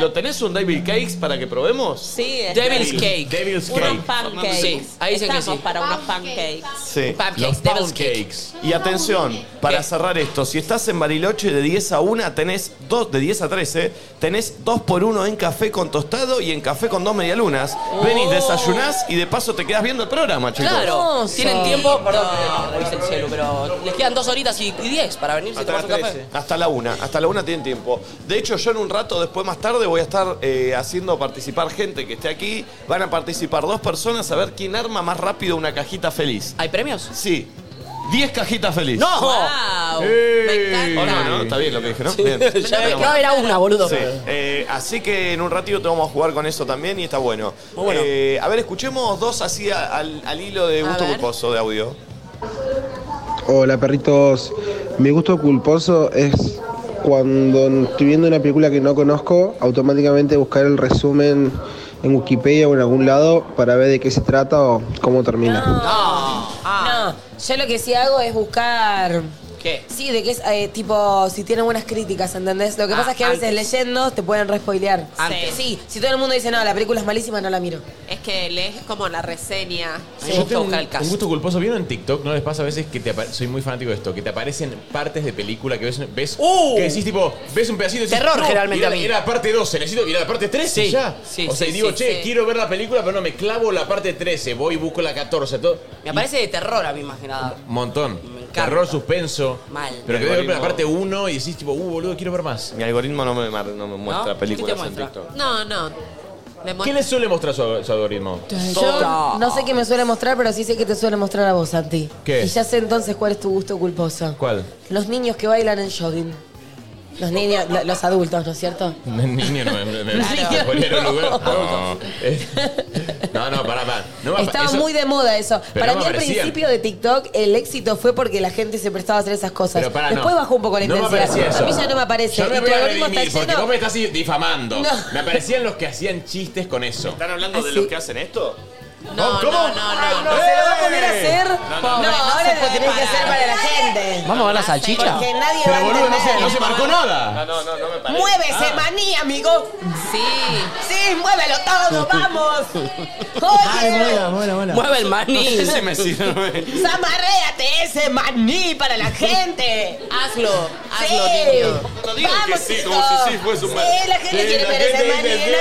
¿Lo tenés un devil's cakes para que probemos?
Sí, es
Devil's cake.
Devil's
unos
Cake.
pancakes.
Sí, ahí dicen que
Estamos
sí.
para unos pancakes.
Sí.
Los
Pancakes, devil's
pound
cake.
cakes.
Y atención, para cerrar esto, si estás en Bariloche de 10 a 1, tenés dos, de 10 a 13, tenés 2 por 1 en café con tostado y en café con dos medialunas. Venís, desayunás y de paso te quedas viendo el programa, chicos.
Claro,
Hermoso.
tienen tiempo, perdón, no, hice el cielo, pero les quedan dos horitas y, y diez para venirse a
Hasta
tomar
las
un café.
13. Hasta la una, hasta la una tienen tiempo. De hecho, yo en un rato, después más tarde, voy a estar eh, haciendo participar gente que esté aquí. Van a participar dos personas a ver quién arma más rápido una cajita feliz.
¿Hay premios?
Sí, 10 cajitas feliz.
¡No!
Wow. Me
Oh,
encanta.
no, no, está bien lo que dije, ¿no?
Sí,
Bien.
ya
Pero
ve-
bueno.
no, era una, boludo.
Sí, eh, así que en un ratito te vamos a jugar con eso también y está bueno.
Muy bueno.
Eh, a ver, escuchemos dos así a- al, al hilo de gusto
ver.
culposo de audio.
Hola perritos, mi gusto culposo es cuando estoy viendo una película que no conozco, automáticamente buscar el resumen en Wikipedia o en algún lado para ver de qué se trata o cómo termina.
No, yo lo que sí hago es buscar
¿Qué?
Sí, de que es eh, tipo, si tienen buenas críticas, ¿entendés? Lo que
Ah,
pasa es que a veces
antes.
leyendo te pueden respoilear.
Antes.
Sí, si todo el mundo dice, no, la película es malísima, no la miro.
Es que lees como la reseña.
Yo tengo un, un gusto culposo. ¿Vieron en TikTok? ¿No les pasa a veces que te apare- soy muy fanático de esto? Que te aparecen partes de película que ves. ves
¡Uh!
Que decís, tipo, ves un pedacito y decís,
Terror,
"No,
generalmente
Era,
a mí".
era la parte 12, necesito ir a la parte 13
Sí,
ya.
sí,
o sea,
sí,
y digo,
sí,
che,
sí.
quiero ver la película, pero no, me clavo la parte 13, voy y busco la 14, todo.
Me aparece Ah. de terror a mí, más que nada.
Un montón. Terror, suspenso.
Mal.
Pero que
Mi
veo la
algoritmo-
parte 1 y decís, tipo, uh, boludo, quiero ver más.
Mi algoritmo no me, mar- no me muestra
¿No?
películas
¿Qué te
en
muestra?
TikTok.
No, no. Le
¿Qué
muestro.
le suele mostrar su, su algoritmo?
Yo no sé qué me suele mostrar, pero sí sé que te suele mostrar a vos, Santi.
¿Qué?
Y ya sé entonces cuál es tu gusto culposo.
¿Cuál?
Los niños que bailan en jogging. Los niños, lo- los adultos, ¿no es cierto?
Niño, no me, me, me-
Claro.
me ponía en un lugar. No,
Adulto.
Eh, no, no, pará, pará. No me apa-
Estaba
eso-
muy de moda eso.
Pero
para
no
mí
me
al
aparecían.
principio de TikTok el éxito fue porque la gente se prestaba a hacer esas cosas.
Pero pará, no.
Después bajó un poco la
No me
intensidad.
aparecía eso.
A mí ya no me aparece.
Yo me voy
Y tu
a
algoritmo
redimir
está
porque
lleno-
vos me estás difamando.
No. Ah,
Me aparecían los que hacían chistes con eso.
¿Están hablando de
Así.
los que hacen esto?
No,
¿Cómo?
no, no, no.
¡Eh!
No, se lo va a poner a hacer.
No,
No,
no, no.
ahora lo tenés que hacer para la gente.
¿Vamos a ver la salchicha?
Porque nadie
Pero
va a
boludo, no se,
entender.
no se marcó nada.
No, no, no
Ah.
me parece.
Muévese, maní, amigo.
Sí.
Sí, muévelo
Ah.
todo, vamos. Oye,
Bueno, bueno.
Mueve el maní.
Ese me sirve.
zamarréate ese maní para la gente.
Hazlo,
Sí.
hazlo, niño.
No digo que sí, como
chicos.
si sí fuese un mal.
Sí, la gente quiere ver ese maní en
Pará,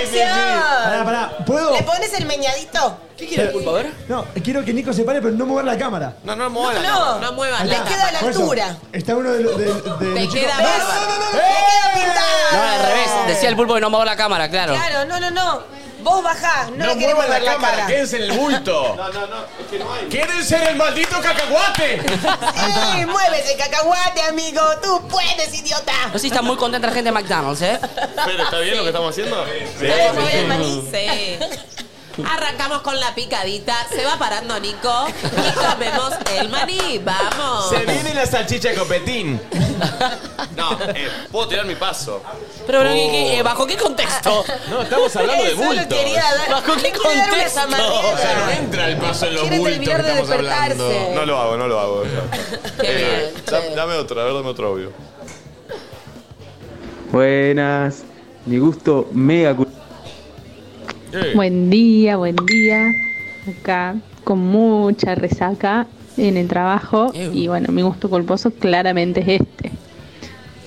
acción.
pará, ¿puedo?
¿Le pones el meñadito?
¿Qué quiere el pulpo? A ver.
No, quiero que Nico se pare, pero no mover la cámara.
No, no, mueva la
No,
No muevas
Ahí
la
le
está.
queda a la
Por eso,
altura.
Está uno de los. De, de
Te
los chicos-
queda
¡No,
bárbaro.
no, no,
¡Eh!
no!
Le queda pintada.
No, al revés. Decía el pulpo que no muevo la cámara, claro.
Claro, no, no, no. Vos bajás, no,
No
le queremos
muevan la
ver la,
cámara,
cara.
quédense en el bulto.
No, no, no, es que no hay.
Quédense en el maldito cacahuate.
Sí, muévese, cacahuate, amigo. Tú puedes, idiota.
No sé si está muy contenta la gente de McDonald's, ¿eh?
Pero, ¿está bien lo que estamos haciendo?
Dale, mueve el maní. Sí. Arrancamos con la picadita. Se va parando Nico. Y comemos el maní. Vamos.
Se viene la salchicha de copetín.
No, eh, puedo tirar mi paso.
Pero, pero, ¿qué- qué- eh, ¿bajo qué contexto?
Oh. No, estamos hablando de
Eso lo
bultos.
quería dar.
¿Bajo qué
Le quiere dar una
contexto?
zamarrera.
O sea, no entra el paso en los
Quiere
bultos que
terminar de
estamos hablando.
despertarse.
No lo hago, no lo hago.
Qué
Eh,
bien.
da- dame otro, a ver, dame otro audio.
Buenas, mi gusto mega culposo.
Buen día, buen día. Acá con mucha resaca en el trabajo y bueno, mi gusto culposo claramente es este.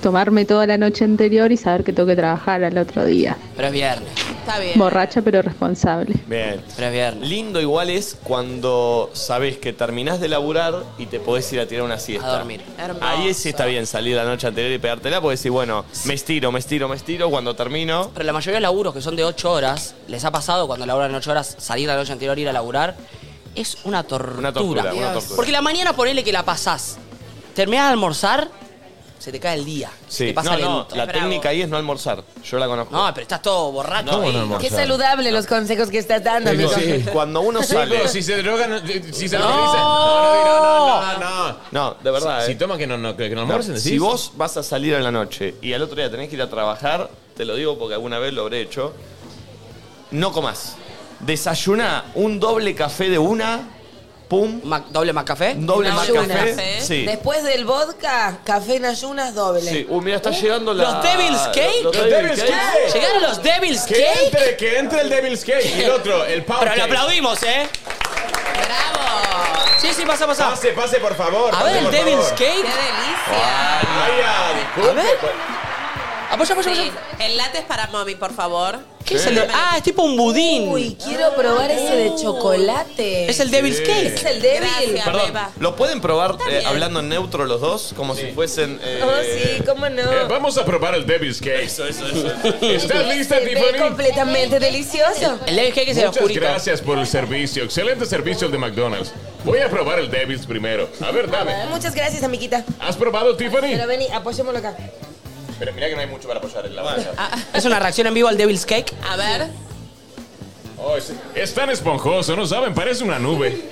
Tomarme toda la noche anterior y saber que tengo que trabajar al otro día.
Pero es viernes.
Está bien.
Borracha pero responsable.
Bien.
Pero es viernes.
Lindo igual es cuando sabes que terminás de laburar y te podés ir a tirar una siesta.
A dormir.
Hermoso.
Ahí sí está bien salir la noche anterior y pegártela porque decís, bueno, me estiro, me estiro, me estiro, cuando termino.
Pero la mayoría de laburos que son de 8 horas, les ha pasado cuando laburan 8 horas, salir la noche anterior, ir a laburar, es una tortura.
Una tortura, una tortura.
Porque la mañana ponele que la pasás. Terminás de almorzar, se te cae el día. Se
Sí,
te pasa
no, no,
lento.
la técnica ahí es no almorzar. Yo la conozco.
No, pero estás todo borracho.
¿Cómo
ahí.
no almorzar?
Qué saludable los consejos que estás dando,
Sí,
amigo.
sí.
Cuando uno sale.
Chicos, si se drogan, no- si se
No.
alcoholizan. No, no, no, no, no.
No, de verdad.
Si,
eh.
si toman que no, no, que no
No,
almorcen,
si
decís.
vos vas a salir a la noche y al otro día tenés que ir a trabajar, te lo digo porque alguna vez lo habré hecho, no comás. Desayuná un doble café de una, pum,
Mac- ¿Doble más café?
un doble
En
más
ayunas,
café.
¿eh?
Sí.
Después del vodka, café en ayunas doble. Uh,
sí. Uy, mira, está llegando la.
¿Los Devil's Cake?
Los,
Los
Devil's
Devil's Ah.
Cake.
¿Llegaron los Devil's
Que
Cake?
entre, que entre el Devil's Cake y el otro, el Pound
Pero le
Cake.
aplaudimos, ¿eh?
¡Bravo!
Sí, sí, pasa, pasa.
Pase, pase, por favor.
A ver
pase,
el
por
Devil's
favor.
¡Qué
Cake.
delicia!
Vaya, disculpe.
A ver. Apoya, apoya,
Sí,
apoya.
el latte es para mommy, por favor.
¿Qué es el de- Ah, es tipo un budín.
Uy, quiero probar ese de chocolate.
Es el Devil's Cake.
Es el débil.
Gracias,
Perdón,
Beba.
¿lo pueden probar eh,
bien.
hablando en neutro los dos? Como si fuesen. eh,
Oh, sí, cómo no.
Eh, vamos a probar el Devil's Cake.
Eso, eso, eso.
¿Estás lista,
Se Este, ve
Tiffany?
completamente delicioso.
El Devil's Cake es el
Muchas
oscurito.
gracias por el servicio. Excelente servicio el de McDonald's. Voy a probar el Devil's primero. A ver, dame.
Muchas gracias, amiguita.
¿Has probado, Tiffany?
Pero vení, apoyémoslo acá.
Pero mira que no hay mucho para apoyar en la mano.
Es una reacción en vivo al Devil's Cake.
A ver.
Oh, es, es tan esponjoso, ¿no saben? Parece una nube.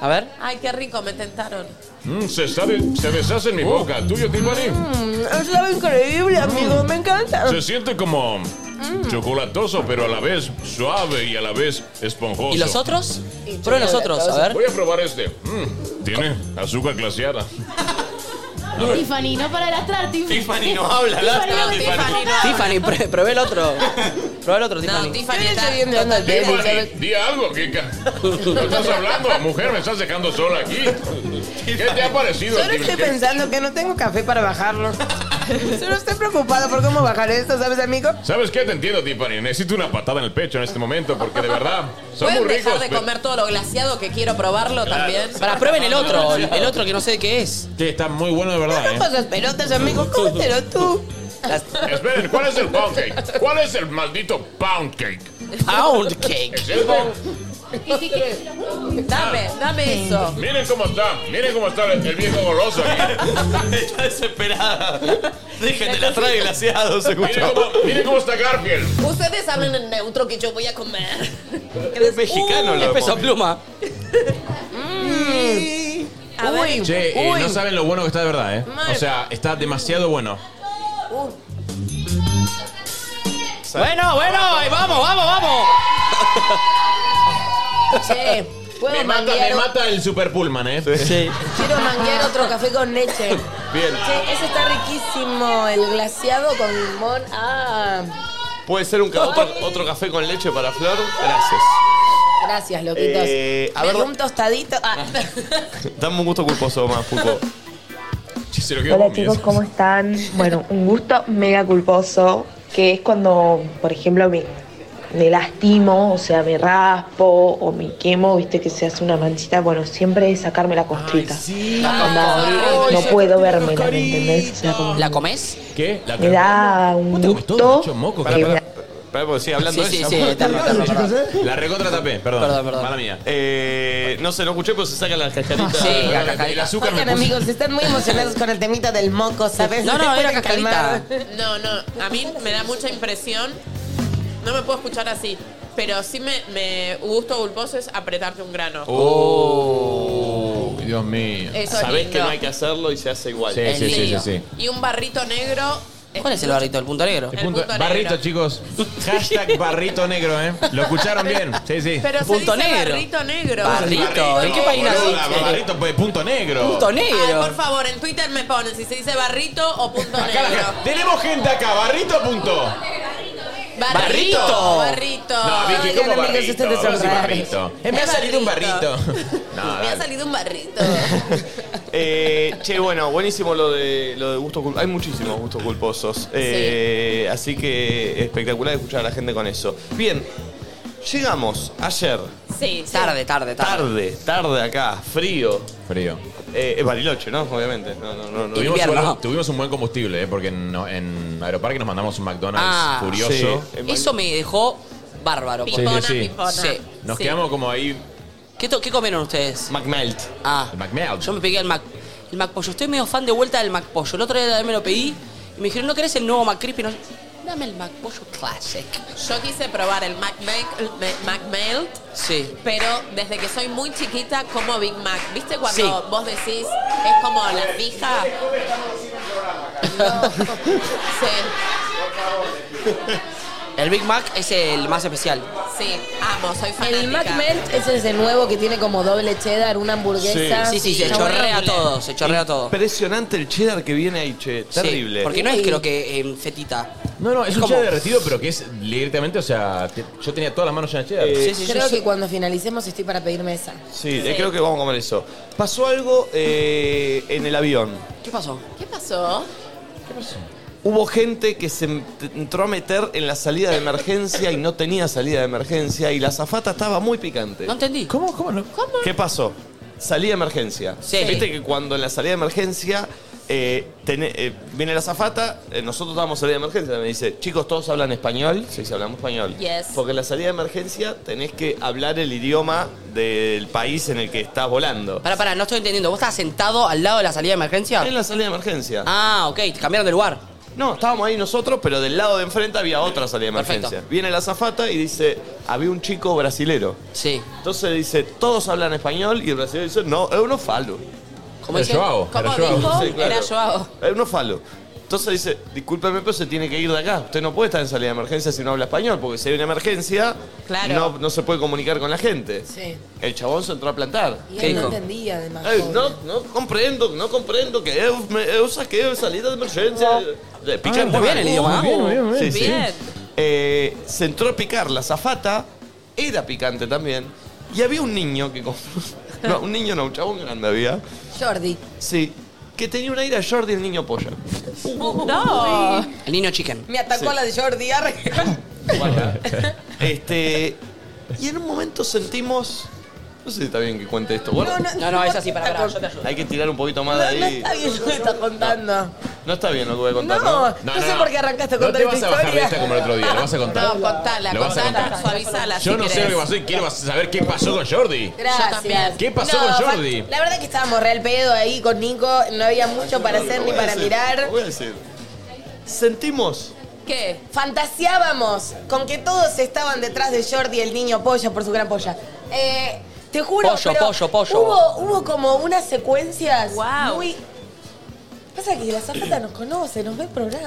A ver.
Ay, qué rico, me tentaron.
Mm, se, está de- se deshace
Uh.
en mi boca. ¿Tuyo, Tiffany?
Mm, Es algo increíble, amigo. Me encanta.
Se siente como
Mm.
chocolatoso, pero a la vez suave y a la vez esponjoso.
¿Y los otros? Prueben los otros, a ver.
Voy a probar este. Mm, tiene azúcar glaseada.
Tiffany, no para lastrar, Tiffany.
Tiffany no habla, lastra,
no,
Tiffany.
Tiffany, pre- probé el otro. Probé el otro, Tiffany.
Tiffany está...
Tiffany, di algo, Kika. ¿No estás hablando? Mujer, me estás dejando sola aquí. ¿Qué te ha parecido?
Solo estoy pensando que no tengo café para bajarlo. Solo estoy preocupado por cómo bajar esto, ¿sabes, amigo?
¿Sabes qué? Te entiendo, Tiffany. Necesito una patada en el pecho en este momento porque de verdad son muy
¿Pueden
ricos.
dejar de
pero-
comer todo lo glaciado que quiero probarlo también?
Para, prueben el otro, el, el otro que no sé qué es.
Sí, está muy bueno de verdad, ¿eh?
Esas pelotas, amigo, cómetelo tú.
Esperen, ¿cuál es el pound cake? ¿Cuál es el maldito pound cake?
Pound cake.
¿Es este?
Dame, dame eso.
Miren cómo está, miren cómo está el el viejo goloso aquí.
Está desesperada. Déjenme la trae glaseado, se escuchó.
Miren cómo está Garfield.
Ustedes hablan en neutro que yo voy a comer.
Es mexicano,
Uh,
lo
es peso
pluma.
Mm.
A ver.
Che, eh,
Uy.
no saben lo bueno que está de verdad, ¿eh?
Mal.
O sea, está demasiado bueno.
Uh. Bueno, bueno, ahí vamos, vamos, vamos.
Che, puedo
Me mata,
manguear
me
un-
mata el Super Pullman, ¿eh?
Sí.
Quiero manguear otro café con leche.
Bien.
Che, ese está riquísimo, el glaciado con limón. Ah,
¿Puede ser un ca- otro, otro café con leche para Flor? Gracias.
gracias, loquitos.
Eh, a
Me
ver,
hago un tostadito. Ah.
Dame un gusto culposo más, Pulpo.
se lo
Hola chicos, ¿cómo están? Bueno, un gusto mega culposo, que es cuando, por ejemplo, me, me lastimo, o sea, me raspo o me quemo, viste que se hace una manchita, bueno, siempre es sacarme la costrita. Onda,
Ah.
Ay,
no
sacate
puedo
la
vermela, ¿me entendés? O sea, como
¿La comes?
¿Qué? ¿La
me da un gusto.
Pará,
que-
pará, pará, porque sigue hablando
Sí, sí,
ella.
sí, está bien, está bien,
La recontra tapé, perdón.
Perdón,
perdón. Mala mía.
Eh, no sé, no escuché, pero se sacan las cajaritas.
Sí, la
El
cascarita.
azúcar me
Oigan,
puso-
amigos, están muy emocionados con el temita del moco, ¿sabes?
No, no,
Se
era
pueden
cascarita.
calmar.
No, no, a mí me da mucha impresión. No me puedo escuchar así. Pero sí me, me gusto bulboso es apretarte un grano.
Oh, Dios mío.
Eso es
Sabés
lindo.
que no hay que hacerlo y se hace igual.
Sí, sí, sí, sí, sí.
Y un barrito negro.
¿Cuál es el barrito? ¿El punto negro?
El punto negro.
barrito, chicos. Hashtag barrito negro, ¿eh? Lo escucharon bien. Sí, sí.
Pero se dice barrito negro.
Barrito.
¿En qué país
boluda,
naciste?
Barrito, pues, punto negro.
Ay, por favor, en Twitter me ponen si se dice barrito o punto
Acá la
negro.
gente- Tenemos gente acá, barrito punto.
Barrito. Barrito.
No, Vicky,
Oigan,
¿cómo
amigos,
barrito?
ustedes son
¿Cómo así
raros.
barrito? Eh, me ha salido un barrito.
No,
Me ha
dale.
salido un barrito.
Eh, che, bueno, buenísimo lo de, lo de gusto culposo. Hay muchísimos gustos culposos. Eh, Así que espectacular escuchar a la gente con eso. Bien, llegamos ayer,
Sí.
Tarde, tarde, tarde.
tarde, tarde acá, frío.
Frío.
Eh, es Bariloche, ¿no? Obviamente. No, no, no, no.
Tuvimos, un, tuvimos un buen combustible, ¿eh? porque en, en Aeroparque nos mandamos un McDonald's
Ah,
furioso. Eh,
sí. Eso me dejó bárbaro.
Sí,
porque-
sí, sí.
Sí,
Nos
sí.
quedamos como ahí.
¿Qué, to- qué comieron ustedes?
McMelt.
Ah.
El McMelt.
Yo me pegué al Mac. El McPollo. Estoy medio fan de vuelta del McPollo. El otro día también me lo pedí y me dijeron, ¿no querés el nuevo McCrispy? No, dame el McPollo Classic.
Yo quise probar el Mac, Mac- el Me- Mac Melt,
Sí.
pero desde que soy muy chiquita como Big Mac. ¿Viste cuando
Sí.
vos decís es como la fija?
El Big Mac es el más especial.
Sí, amo, soy fanática.
El Mac Melt es ese nuevo que tiene como doble cheddar, una hamburguesa.
Sí, sí, se
Está
chorrea
horrible.
todo, se chorrea todo.
Impresionante el cheddar que viene ahí, che.
Sí,
Terrible.
porque no es creo que eh, fetita.
No, no, es, un
como-
cheddar derretido, pero que es directamente, o sea, te- yo tenía todas las manos llenas de cheddar.
Eh, Creo que cuando finalicemos estoy para pedir mesa.
Sí, eh, creo que vamos a comer eso. Pasó algo eh, en el avión.
¿Qué pasó?
¿Qué pasó? ¿Qué pasó?
Hubo gente que se en- entró a meter en la salida de emergencia y no tenía salida de emergencia y la zafata estaba muy picante.
No entendí.
¿Cómo? ¿Cómo no?
¿Qué pasó? Salida de emergencia.
Sí.
Viste que cuando en la salida de emergencia eh, tené- eh, viene la zafata, nosotros damos salida de emergencia, me dice, chicos, todos hablan español. Sí, sí, hablamos español.
Yes.
Porque en la salida de emergencia tenés que hablar el idioma del país en el que estás volando.
Pará, pará, no estoy entendiendo. ¿Vos estabas sentado al lado de la salida de emergencia?
En la salida de emergencia.
Ah, ok, te cambiaron de lugar.
No, estábamos ahí nosotros, pero del lado de enfrente había otra salida de emergencia.
Perfecto.
Viene la azafata y dice, había un chico brasilero.
Sí.
Entonces dice, todos hablan español y el brasilero dice, no, yo no falo.
¿Cómo Era dice? Joao, ¿Cómo era Joao. dijo? Era Joao.
Yo no falo. Entonces dice, discúlpeme, pero se tiene que ir de acá. Usted no puede estar en salida de emergencia si no habla español, porque si hay una emergencia,
Claro.
no, no se puede comunicar con la gente.
Sí.
El chabón se entró a plantar.
Y él no entendía, además.
Ey,
pobre.
no, no comprendo, no comprendo que eu, me, eu saqué de salida de emergencia. De picar
está bien el idioma. Ah, Muy bien, muy bien, muy bien.
Sí, sí.
Bien.
Eh, se entró a picar la zafata, era picante también, y había un niño que compró... No, un niño no, un chabón grande había.
Jordi.
Sí, que tenía un aire a Jordi el niño polla.
No.
El niño chicken.
Me atacó
Sí.
la de Jordi. arre.
Este, y en un momento sentimos... No sé si está bien que cuente esto. Bueno,
es así para para.
Hay que tirar un poquito más
No,
de
no
ahí.
está bien lo que estás contando.
No está bien lo que voy a contar.
No,
No,
no No, no, sé no. por qué arrancaste a No contar te esta vas a bajar de historia. esta como el otro día, lo vas a contar.
No, contala,
Lo vas a
contala,
contar.
suavizala.
Yo
si
no sé
querés.
lo que pasó y quiero saber qué pasó con Jordi.
Gracias.
¿Qué pasó con
fa-
Jordi?
La verdad que estábamos re al pedo ahí con Nico, no había mucho para hacer ni para mirar.
Voy a decir. Sentimos
¿Qué? Fantaseábamos con que todos estaban detrás de Jordi, el niño polla, por su gran polla. Eh, te juro,
Pollo,
pero
pollo, pollo.
Hubo, hubo como unas secuencias muy... Pasa que la zapata nos conoce, nos ve el programa.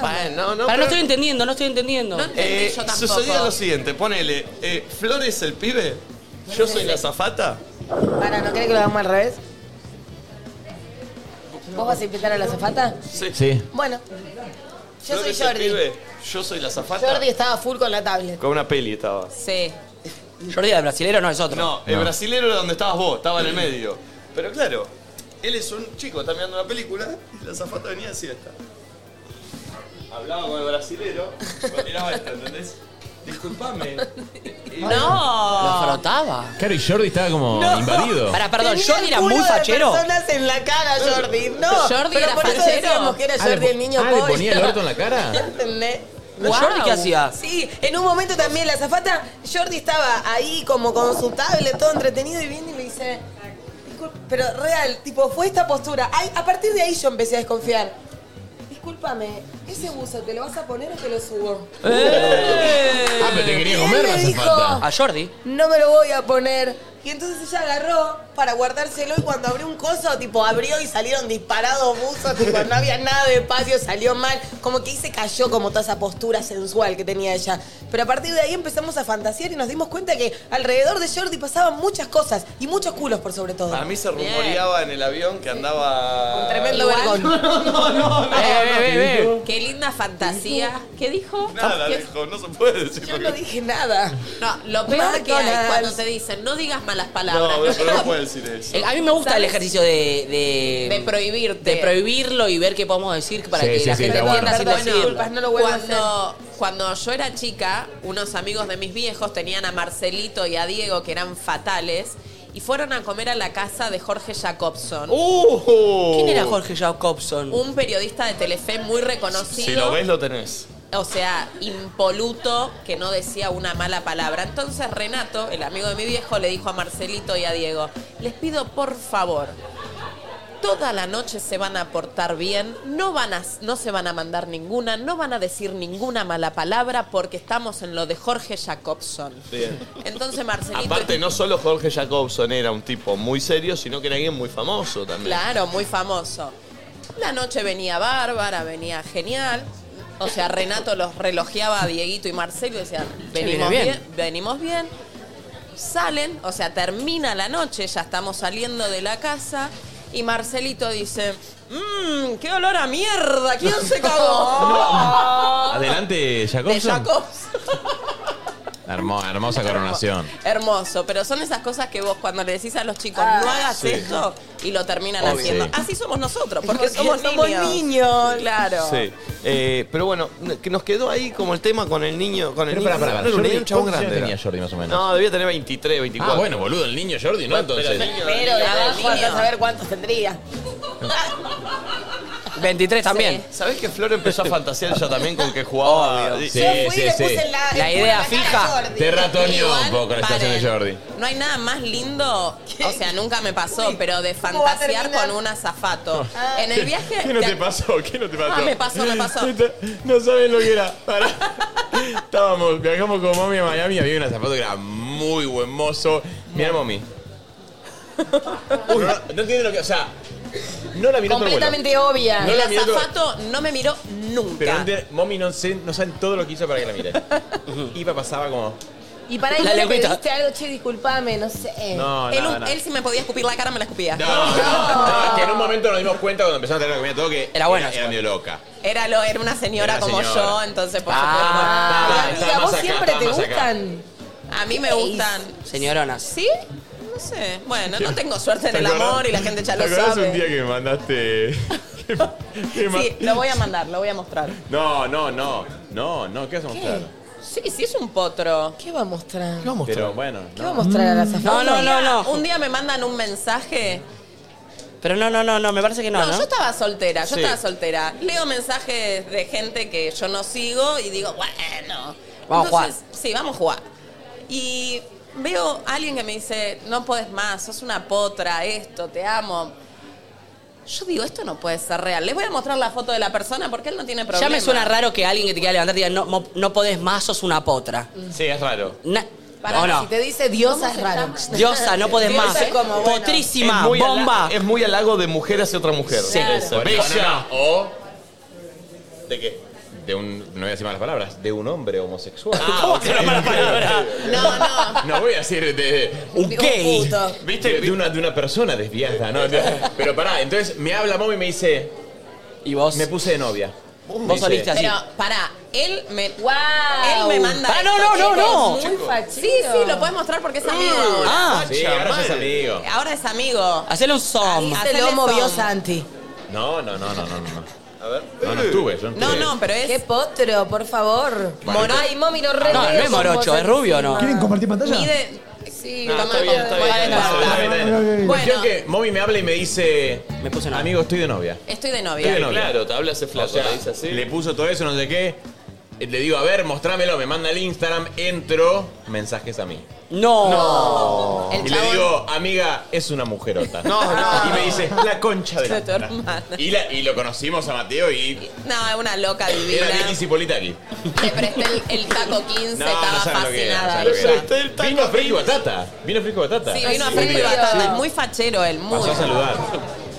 Para,
Bueno, no,
no
pero-
estoy entendiendo, no estoy entendiendo.
Eh, sucedía lo siguiente, ponele, eh, Flores el pibe, yo soy la zafata.
Para, ¿no crees que lo hagamos al revés? ¿Vos vas a invitar a la zafata?
Sí.
Bueno, yo soy
Flores el
Jordi.
pibe, yo soy la zafata.
Jordi estaba full con la tablet.
Con una peli estaba.
Sí.
Jordi el brasilero no es otro.
No, el brasilero era donde estabas vos, estaba en el medio. Pero claro, él es un chico, está mirando una película y la zafata venía así esta. Hablaba con el brasilero, me tiraba esta, ¿entendés? Disculpame.
No.
¿La frotaba?
Claro, y Jordi estaba como invadido.
Para, perdón,
Tenía
Jordi
el
era
culo
muy
de
fachero.
personas en la cara, Jordi. No,
Jordi
pero
era
por eso
fachero.
decíamos que era
Ah,
Jordi
le-
el niño
ah, ¿le
polla.
ponía el orto en la cara?
¿Entendés?
¿No, Jordi qué hacía?
Sí, en un momento también la zafata, Jordi estaba ahí como con su tablet, todo entretenido y viene y me dice, "Disculpa", pero real, tipo, fue esta postura. Ay, a partir de ahí yo empecé a desconfiar. Discúlpame, ese buzo, ¿te lo vas a poner o te lo subo?
Ah, pero te quería
Y
comer
él
la
me dijo-
zafata.
A Jordi.
no me lo voy a poner. Y entonces ella agarró para guardárselo y cuando abrió un coso, tipo, abrió y salieron disparados buzos, tipo, no había nada de espacio, salió mal. Como que ahí se cayó como toda esa postura sensual que tenía ella. Pero a partir de ahí empezamos a fantasear y nos dimos cuenta que alrededor de Jordi pasaban muchas cosas y muchos culos por sobre todo.
A mí se rumoreaba en el avión que andaba.
Un tremendo vergón.
No, no, no,
Eh,
no. no.
Qué linda fantasía. ¿Qué dijo?
Nada, dijo, no se puede decir.
Yo no dije nada.
No, lo peor que hay
McDonald's.
cuando te dicen no digas malas palabras.
No, pero no puede decir eso.
Eh, A mí me gusta el
¿Sabes?
ejercicio de, de,
De prohibirte.
de prohibirlo y ver qué podemos decir para
Sí,
que
sí,
la
sí,
gente
está bueno.
entienda sin
Perdón,
decirlo.
disculpas, no lo vuelvo
cuando,
a
Cuando yo era chica, unos amigos de mis viejos tenían a Marcelito y a Diego que eran fatales y fueron a comer a la casa de Jorge Jacobson.
Uh.
Uh.
Uh.
¿Quién era Jorge Jacobson?
Un periodista de Telefe muy reconocido.
Si lo ves, lo tenés.
O sea, impoluto, que no decía una mala palabra. Entonces Renato, el amigo de mi viejo, le dijo a Marcelito y a Diego, les pido por favor, toda la noche se van a portar bien, no, van a, no se van a mandar ninguna, no van a decir ninguna mala palabra porque estamos en lo de Jorge Jacobson.
Bien.
Entonces Marcelito...
Aparte, no solo Jorge Jacobson era un tipo muy serio, sino que era alguien muy famoso también.
Claro, muy famoso. La noche venía bárbara, venía genial. O sea, Renato los relojeaba a Dieguito y Marcelo y decían, venimos
viene
bien.
bien.
venimos bien. Salen, o sea, termina la noche, ya estamos saliendo de la casa y Marcelito dice, mmm, qué olor a mierda, ¿quién se cagó?
Adelante,
De
Jacobson.
Jacobs.
Hermo- hermosa coronación.
Hermoso, pero son esas cosas que vos cuando le decís a los chicos,
Ah.
no hagas
Sí.
eso, y lo terminan
Obvio.
haciendo.
Sí.
Así somos nosotros, porque somos,
somos, somos
niños.
niños.
Claro.
Sí. Eh, pero bueno, que nos quedó ahí como el tema con el niño. Con el
Pero
niño.
pará, pará, pará.
Era un
Jordi,
niño, un chabón
¿cuántos años
grande. era.
tenía Jordi, más o menos?
No, debía tener 23, 24.
Ah, bueno, boludo, el niño Jordi, ¿no?
Bueno, pero
Entonces.
el niño-
Pero de abajo
niño.
andás a saber cuántos tendría.
23 también.
¿Sabés que Flor empezó a fantasear ya también con que jugaba?
Obvio.
Sí,
Yo fui y sí, le sí. puse
la-
La idea fija.
Te ratoneó un poco la
Igual,
situación de Jordi.
No hay nada más lindo, o sea, nunca me pasó, pero de
¿Cómo va a
fantasear
terminar? Ah.
con un azafato. En el viaje.
¿Qué no
¿te
te pasó? ¿Qué no te pasó?
Ah, me pasó, me pasó.
No saben lo que era. Pará. Estábamos, viajamos con mami a
Miami
Miami.
había un zapato que era muy buen mozo. Mira, mami. No, no entiendo lo que. O sea, No la miró tu abuela.
Completamente obvia.
No
el
la miró tu-
azafato no me miró nunca.
Pero no entiende- Mommy no, sé- no saben todo lo que hizo para que la mire. Iba pasaba como.
Y para él
La
¿no le
lengüita.
pediste algo, che, disculpame, no sé.
No,
él,
no,
un-
no.
él si me podía escupir la cara, me la escupía.
Ah, que en un momento nos dimos cuenta cuando empezamos a tener la comida todo que era bueno, era, medio loca.
Era, lo, era una señora
Era
como
señora.
yo, entonces por
Ah,
supuesto.
está Amiga, más ¿vos acá, siempre está te más acá.
gustan? A mí me gustan.
Señoronas.
¿Sí? No sé. Bueno, no tengo suerte en el amor y la gente ya lo
¿Te acordás
sabe.
un día que me mandaste. que ma-
Sí, lo voy a mandar, lo voy a mostrar.
No, no, no. No, no, ¿qué vas a mostrar?
Sí, sí es un potro. ¿Qué va a mostrar? ¿Qué va a
Pero bueno.
¿Qué
no.
va a mostrar a la
No, no, no, no.
Un día me mandan un mensaje.
Pero no, no, no, no, me parece que
No,
no, ¿no?
yo estaba soltera, yo
Sí.
estaba soltera. Leo mensajes de gente que yo no sigo y digo, bueno.
Vamos a jugar.
Entonces, Sí, vamos a jugar. Y veo a alguien que me dice, no podés más, sos una potra, esto, te amo. Yo digo, esto no puede ser real. Les voy a mostrar la foto de la persona porque él no tiene problema.
Ya me suena raro que alguien que te quiera levantar te diga, no, mo- no podés más, sos una potra.
Sí, es raro.
Na-
Pará,
¿O no?
Si te dice diosa es raro.
Diosa, no podés
Diosa
más. ¿eh?
es como, bueno.
Potrísima,
Es muy ala-
bomba.
Es muy halago de mujer hacia otra mujer.
Sí.
Esa,
Bueno,
Bella.
O. ¿De qué? De un. No voy a decir malas palabras. De un hombre homosexual.
¿Cómo que una mala
palabra?
No, no.
Ah, No voy a decir de.
Un gay. puto.
¿Viste? De, de una, de una persona desviada, ¿no? De- Pero pará, entonces me habla Mommy y me dice.
¿Y vos?
Me puse de novia. Me dice,
Pero, pará, él me.
Guau.
Él me manda.
Ah, no,
esto,
no, no,
chicos.
no. Muy fachero.
Sí, sí, lo puedes mostrar porque es amigo
Uh.
ahora.
Ah,
Sí, ahora es amigo.
Mm.
Ahora es amigo.
Hacele un som.
Se
Hacele
lo movió
som.
Santi.
No, no, no, no, no, no. A ver. No, no estuve, yo no estuve.
pero es.
Qué potro, por favor.
Bueno.
Moro- Ay, mami, lo re.
No, no es morocho, es rubio, ¿no?
¿Quieren compartir pantalla?
Mide. Sí,
No,
toma
está bien, está bien.
Vale,
está bien, está bien, está
Bueno.
bien. Cuestión que Mommy me habla y me dice. Me puse Amigo, estoy de novia.
Estoy de novia.
Estoy de novia.
Claro, te habla ese flaco,
O sea,
te dice así.
Le puso todo eso, no sé qué. Eh, Le digo, a ver, mostrámelo, me manda el Instagram, entro, mensajes a mí.
No.
Y le digo, amiga, es una mujerota. Y me dice, la concha de
De tu
la lora".
hermana.
y, la- y lo conocimos a Mateo y
No, es una loca divina.
era Lili Cipolitaki.
Le presté el, el taco 15,
No,
estaba
no saben lo que era. no
fascinada.
saben lo que era.
ella.
Vino fresco y batata. Vino fresco y batata.
Sí, vino a
Un
Freddy
día.
Batata. Muy fachero él, muy.
Pasó a saludar.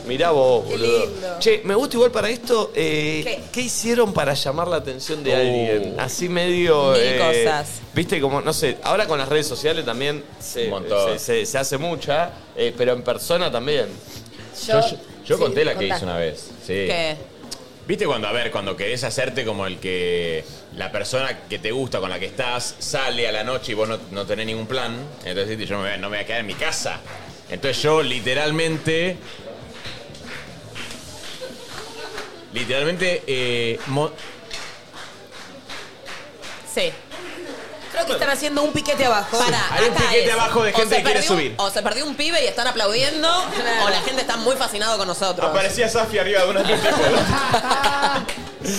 Mirá vos,
Qué
boludo.
lindo.
Che, me gusta igual para esto. eh,
¿Qué?
¿Qué? hicieron para llamar la atención
Uh.
de alguien? Así medio.
Mil
eh,
cosas.
Viste, como, no sé, ahora con las redes sociales también se,
montón.
se- se- se hace mucha, eh, pero en persona también.
Yo, yo,
sí,
conté la que
contá.
hice una vez. Sí.
¿Qué?
¿Viste cuando, a ver, cuando querés hacerte como el que la persona que te gusta, con la que estás, sale a la noche y vos no, no tenés ningún plan? Entonces ¿viste? yo no me, voy a- no me voy a quedar en mi casa. Entonces yo literalmente... Literalmente... eh, mo-
Sí.
Creo que están haciendo un piquete abajo.
Pará,
Hay un
Ah, acá
piquete
es.
abajo de
O
gente
se
que quiere
perdió un-
subir.
O se perdió un pibe y están aplaudiendo, o la gente está muy fascinado con nosotros.
Aparecía Safi arriba de una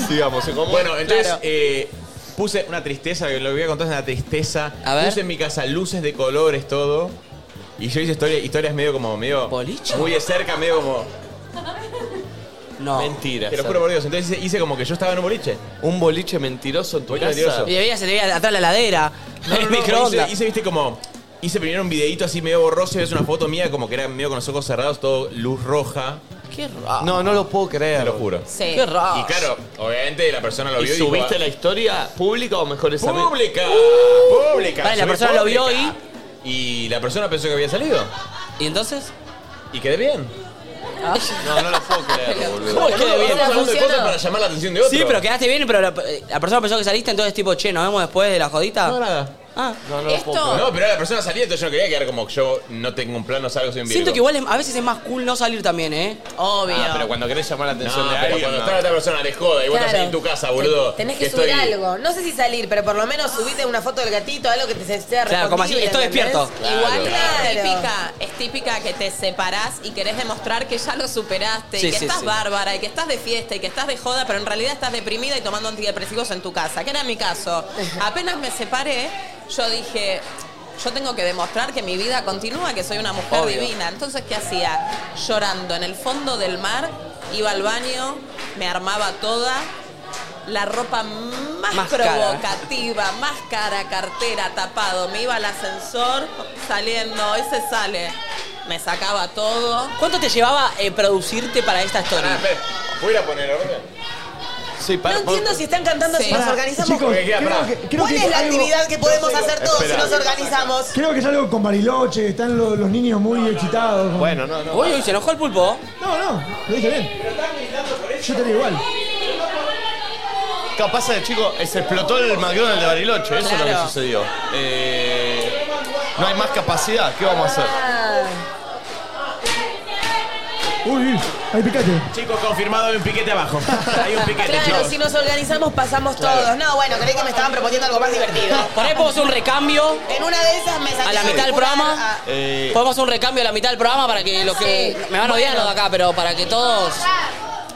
Digamos, Bueno, entonces eh, puse una tristeza, que lo que voy a contar es una tristeza. Puse en mi casa luces de colores, todo. Y yo hice historia- historias medio como, medio. Muy de cerca, medio como.
No.
Mentira.
Te lo juro por Dios. Entonces hice, hice como que yo estaba en un boliche.
Un boliche mentiroso en tu
Boliche
casa.
mentiroso.
Y veía, se te veía atrás la heladera,
No, no,
el
no,
microondas.
Hice, hice, viste, como. Hice primero un videito así medio borroso y es una foto mía como que era medio con los ojos cerrados, todo luz roja.
Qué raro.
No, no lo puedo creer.
Te lo juro.
Sí.
Qué raro.
Y claro, obviamente la persona lo
¿Y
vio y, dijo,
subiste
"Ah,
la historia pública o mejores amigos?
¡Pública! ¡Pública!
Uh. Vale, la
Subí
persona lo vio
pública. Y la persona pensó que había salido.
¿Y entonces?
Y quedé bien.
Ah, No, no lo puedo creer,
¿Cómo es que de bien?
Estamos hablando de cosas para llamar la atención de otro.
Sí, pero quedaste bien, pero la, eh, la persona pensó que saliste, entonces tipo, che, nos vemos después de la jodita.
No, nada.
Ah.
No,
lo Esto- puedo creer.
No, pero la persona salía, entonces yo no quería quedar como que yo no tengo un plano, salgo, soy un
Siento que igual es- a veces es más cool no salir también, ¿eh?
Obvio.
Ah, pero
cuando querés llamar la
atención
No,
de
pero
alguien. Cuando
cuando
está
está
otra persona, les joda. Y vos estás ahí en tu casa, boludo.
Tenés que, subir algo. No sé si salir, pero por lo menos subite una foto del gatito, algo que te sea
Claro, como así,
reconocible,
estoy
¿entendés?
despierto.
Igual
Claro.
es típica, es típica que te separás y querés demostrar que ya lo superaste,
Sí,
y que
sí,
estás
sí.
bárbara, y que estás de fiesta, y que estás de joda, pero en realidad estás deprimida y tomando antidepresivos en tu casa, que era mi caso. Apenas me separé, yo dije, yo tengo que demostrar que mi vida continúa, que soy una mujer
Obvio.
divina. Entonces, ¿qué hacía? Llorando en el fondo del mar, iba al baño, me armaba toda. La ropa más,
Más cara.
provocativa, más cara, cartera, tapado. Me iba al ascensor saliendo, hoy se sale. me sacaba todo.
¿Cuánto te llevaba eh, producirte para esta historia?
Voy a poner ahora.
Sí, para,
No entiendo si están cantando si
Pará,
nos organizamos.
chicos, Porque queda, creo pará. que- creo
¿Cuál
que
es la
algo-
actividad que podemos
Yo sé-
hacer todos si
espera.
nos organizamos?
Creo que es algo con Bariloche, están lo- los, niños muy excitados.
Bueno, no, no.
Uy, uy, se enojó el pulpo.
No, no, lo dije bien. Yo te digo igual.
Claro, pasa que, eh, chico, se explotó el McDonald's de Bariloche, eso es lo
Claro.
que sucedió. Eh, no hay más capacidad, ¿qué vamos a hacer?
Uy, uy, ahí picate.
Chicos, confirmado hay un piquete abajo. Hay un piquete,
Claro,
chicos.
si nos organizamos pasamos todos. No, bueno, creí que me estaban proponiendo algo más divertido.
Por ahí podemos hacer un recambio.
En una de esas me saqué
A la mitad del
celular,
programa.
a-
Eh,
Podemos hacer un recambio a la mitad del programa para que los que.
Sí.
Me van a odiar
Bueno.
los de acá, pero para que todos.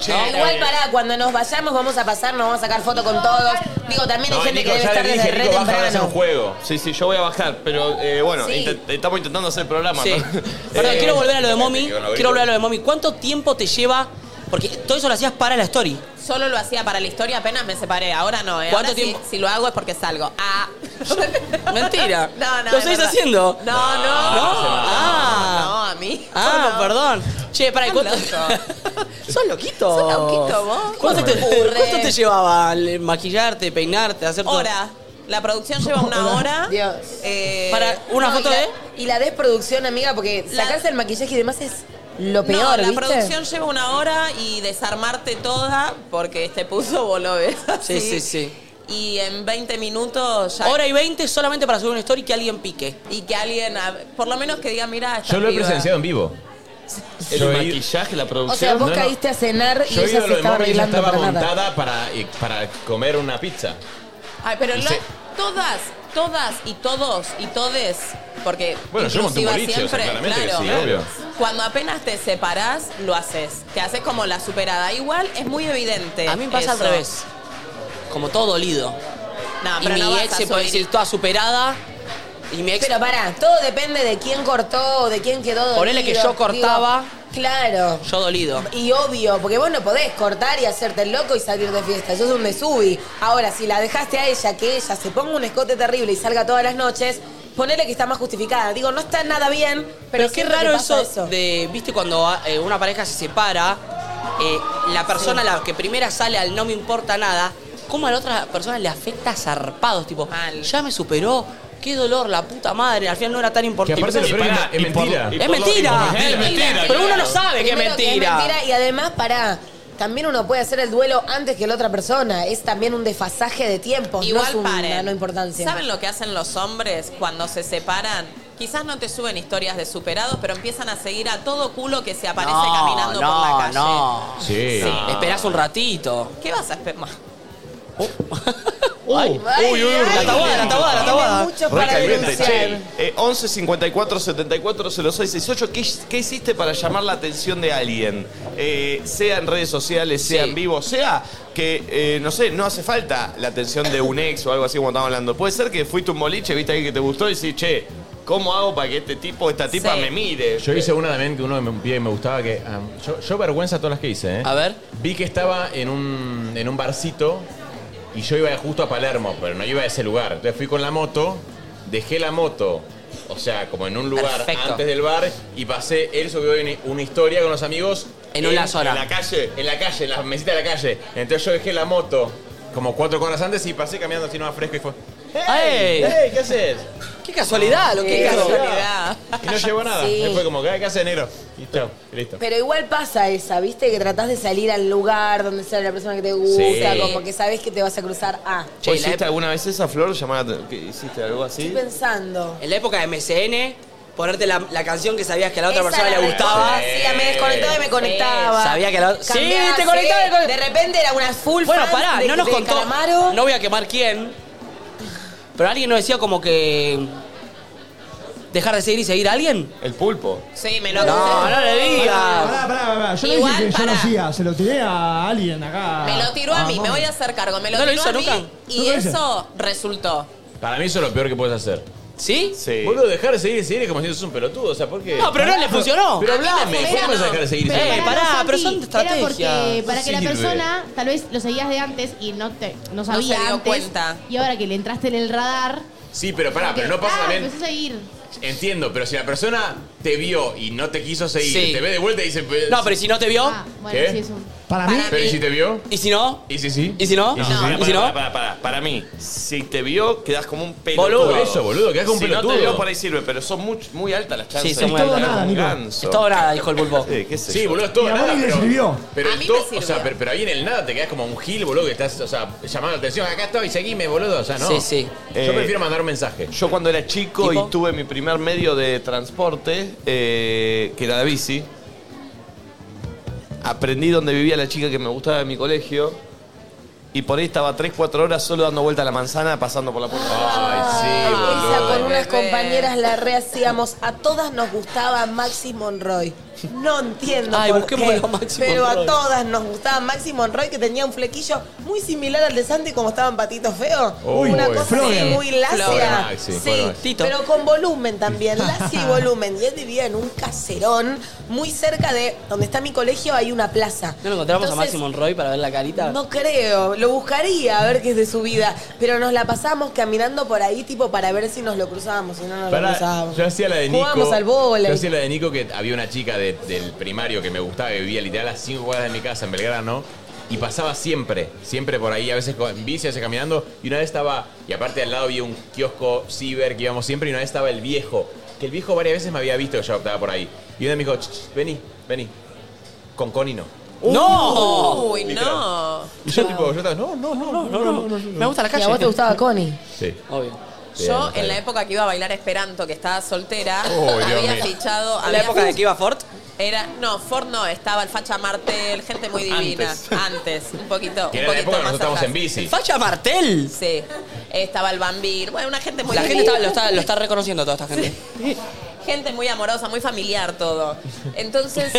No,
eh.
Igual pará, cuando nos vayamos vamos a pasar, nos vamos a sacar foto con todos. Digo, también hay
No,
gente
Nico,
que
ya le
debe estar desde
dije,
re
Nico, baja a hacer un
temprano.
juego.
Sí, sí, yo voy a bajar, pero eh, bueno,
Sí.
intent- estamos intentando hacer el programa.
Sí.
¿no?
Perdón,
Eh,
quiero volver a lo de Momi.
con abrigo.
Quiero volver a lo de Momi. ¿Cuánto tiempo te lleva? Porque todo eso lo hacías para la story.
Solo lo hacía para la historia, apenas me separé. Ahora no, ¿eh?
¿Cuánto
Ahora sí,
tiempo?
Si, lo hago es porque salgo. Ah.
Mentira.
No, no.
¿Lo
es
seguís
verdad.
haciendo?
No, no.
No. Ah.
No, a mí.
Ah,
No.
perdón. Che, para ¿cuánto? Sos loquito. Sos
loquito, vos.
¿Cuánto te,
¿Cómo te ocurre?
cuánto te llevaba el maquillarte, peinarte, hacer todo?
Hora. La producción lleva una hora.
Dios.
Eh,
Para una
No,
foto
y la-
de.
Y la desproducción, amiga, porque sacarse el maquillaje y demás es lo peor,
no, la
¿viste?
producción lleva una hora y desarmarte toda porque este puso vos lo ves
Sí,
así.
sí, sí.
Y en 20 minutos ya.
Hora y 20 solamente para subir una story que alguien pique.
Y que alguien, a- por lo menos que diga, mira, esta
Yo lo he
piba".
presenciado en vivo.
El
Yo he ido-
maquillaje, la
O
producción.
sea, vos
No, no.
caíste a cenar y
Yo he
ella
ido a
se
lo de
estaba
Momi y ya
arreglando
estaba
para nada.
montada para, y- para comer una pizza.
Ay, pero
Y
lo-
se-
todas, todas y todos y todes, porque
Bueno, yo monté un
inclusiva
boliche, o sea, claramente que sí, obvio.
Cuando apenas te separás, lo haces. Te haces como la superada. Igual es muy evidente.
A mí me pasa
eso.
al revés. Como todo dolido.
No,
y
pero
mi
no vas
ex
a
se puede
subir.
decir toda superada. Y mi ex.
Pero pará, todo depende de quién cortó, de quién quedó dolido.
Ponele que yo cortaba.
Digo, claro.
Yo dolido.
Y obvio, porque vos no podés cortar y hacerte el loco y salir de fiesta. Yo soy un desubi. Ahora, si la dejaste a ella, que ella se ponga un escote terrible y salga todas las noches, ponele que está más justificada. Digo, no está nada bien, pero,
Pero, qué
siempre
raro
te pasa
eso, de, viste, cuando eh, una pareja se separa, eh, la persona a la que primera sale al no me importa nada, ¿cómo a la otra persona le afecta zarpados? Tipo, ya me superó, qué dolor, la puta madre, al final no era tan importante.
Que aparte lo
Y
peor es
pará,
que es
y por-
mentira.
y
Y
Es
por lo-
mentira.
y por- es mentira,
Pero uno
claro.
no sabe que es
Primero que
mentira.
y además, pará, también uno puede hacer el duelo antes que la otra persona. Es también un desfasaje de tiempos, no es
Igual
una
paren.
no importancia.
¿Saben lo que hacen los hombres cuando se separan? Quizás no te suben historias de superados, pero empiezan a seguir a todo culo que se aparece
No,
caminando por la
no,
calle.
no.
Sí.
No. Esperás un ratito.
¿Qué vas a esperar?
Ay,
uy, uy,
la tabuada, la tabuada, la tabuada.
Recaliente, che. Eh, 11 54 74 06 68. ¿Qué, qué hiciste para llamar la atención de alguien? Eh, sea en redes sociales, sea en vivo, sea que, eh, no sé, no hace falta la atención de un ex o algo así como estamos hablando. Puede ser que fuiste un boliche, viste alguien que te gustó y decís, che, ¿cómo hago para que este tipo, esta tipa
Sí.
me mire?
Eh,
Yo hice una también que uno me, un pibe me gustaba que. ah, yo, yo vergüenza todas las que hice, ¿eh?
A ver.
Vi que estaba en un, en un barcito y yo iba justo a Palermo, pero no iba a ese lugar. Entonces fui con la moto, dejé la moto. O sea, como en un lugar
Perfecto.
antes del bar y pasé, él subió una, una historia con los amigos.
En una zona.
En la calle, en la calle, en la mesita de la calle. Entonces yo dejé la moto como cuatro cuadras antes y pasé caminando así nomás fresco y fue.
¡Ey!
¡Ey! ¿Qué haces?
¡Qué casualidad! Lo
Qué
que
casualidad. Y no llevó nada.
Sí.
Después como, ¿qué hace negro? Y chao, y listo.
Pero igual pasa esa, ¿viste? Que tratás de salir al lugar donde sale la persona que te gusta,
Sí.
como que sabés que te vas a cruzar Ah, a.
¿Vos hiciste alguna vez esa flor? Llamar la aten- ¿qué, ¿Hiciste algo así?
pensando.
En la época de MCN, ponerte la, la canción que sabías que a la otra
Esa
persona
era
le
la
gustaba.
mejor. Sí, me desconectaba y me conectaba.
Sabía que la- Sí,
Cambiaba,
te
Ah,
conectaba y Este con-
De repente era una full
Bueno,
fan
pará,
de-
no nos
de
contó.
Calamar.
No voy a quemar quién. Pero alguien nos decía como que. ¿Dejar de seguir y seguir a alguien?
El pulpo.
Sí, me
lo No, no le digas.
Pará, pará, pará. Yo le dije
Igual,
que yo lo
pará.
hacía, se lo tiré a alguien acá.
Me lo tiró a mí, me voy a hacer cargo. Me lo
¿No lo
tiró
hizo
a mí
nunca?
y
¿No lo hizo?
eso resultó.
Para mí eso es lo peor que puedes hacer.
¿Sí?
Sí.
Boludo, dejar de seguir y seguir es como si sos un pelotudo, o sea, ¿por qué?
No, pero no le funcionó.
Pero
A mí me
hablame,
funcionó.
¿por qué me vas a dejar de seguir y
Pero
seguir?
pará,
Santi,
pero son estrategias.
Era porque para
No
que la
sirve.
persona, tal vez lo seguías de antes y no te no sabía
se dio
antes,
cuenta.
Y ahora que le entraste en el radar,
Sí, pero pará,
como
pero
que,
no pasa
ah, pues,
también.
empezó a seguir.
Entiendo, pero si la persona te vio y no te quiso seguir,
Sí.
te ve de vuelta y dice. pues,
No, pero si no te vio.
Ah,
bueno, ¿Qué? sí, es
Para
mí- Pero ¿y si te vio?
¿Y si no?
¿Y si sí?
¿Y si no?
No,
¿Y si
para,
no?
para, para, para mí, si te vio, quedás como un pelotudo.
Boludo. Eso, boludo, quedás como un
si
pelotudo.
no te vio, por ahí sirve, pero son muy, muy altas las chances.
Sí, son muy Es todo altas. nada, Nico. Es todo nada, dijo el pulpo.
Sí, qué sé
Sí,
yo.
boludo, es todo nada.
le
pero-
sirvió.
Pero,
A
el
mí
to-
me
o
sirvió.
sea, pero, pero ahí en el nada te quedas como un gil, boludo, que estás o sea, llamando la atención. Acá estoy, seguime, boludo. O sea, no.
Sí, sí.
Yo
Eh,
prefiero mandar un mensaje.
Yo cuando era chico y tuve mi primer medio de transporte, eh, que era la bici, aprendí donde vivía la chica que me gustaba de mi colegio. Y por ahí estaba 3, 4 horas solo dando vuelta a la manzana, pasando por la puerta. Ay, sí,
Esa con unas compañeras la re hacíamos. A todas nos gustaba Maxi Monroy. No entiendo
Ay,
por
busquémoslo
qué,
a Maxi
pero
Monroy.
a todas nos gustaba Maxi Monroy que tenía un flequillo muy similar al de Santi como estaban patitos feos.
Uy,
Una
uy.
cosa
Flor.
así muy
Flor
lacia.
Maxi, Flor
sí,
Maxi.
Tito.
pero con volumen también, lacia y volumen. Y él vivía en un caserón muy cerca de donde está mi colegio, hay una plaza.
¿No lo encontramos a
Entonces,
Maxi Monroy para ver la carita?
no creo, lo buscaría a ver qué es de su vida, pero nos la pasamos caminando por ahí tipo para ver si nos lo cruzábamos, si no nos lo
Pará,
cruzábamos.
yo hacía la de Nico.
Jugábamos al vóley.
Yo hacía la de Nico que había una chica de- del primario que me gustaba, que vivía literal a 5 cuadras de mi casa en Belgrano. Y pasaba siempre, siempre por ahí, a veces con- en bici, a veces caminando. Y una vez estaba, y aparte al lado había un kiosco ciber que íbamos siempre. Y una vez estaba el viejo, que el viejo varias veces me había visto que yo estaba por ahí. Y una vez me dijo, "Ch, ch, vení, vení. Con Connie no.
¡No!
Uy, no.
Y
Ah.
yo, tipo, yo estaba, no, no, no, no, no, no, no, no".
Me gusta la
¿Y
calle.
a vos te gustaba Connie?
Sí.
Obvio.
Yo, en la época que iba a bailar Esperanto, que estaba soltera,
Oh, Dios
había
mío.
fichado.
¿En la
había
época de que iba Ford?
Era, no, Ford no, estaba el Facha Martel, gente muy divina.
Antes.
Antes, un poquito.
Que
un
era la
poquito
época que
más
nosotros estábamos
atrás.
en bici.
¡Facha Martel!
Sí. Estaba el Bambir. Bueno, una gente muy
La gente
divina.
está- lo, está, lo está reconociendo toda esta gente.
Gente muy amorosa, muy familiar todo. Entonces,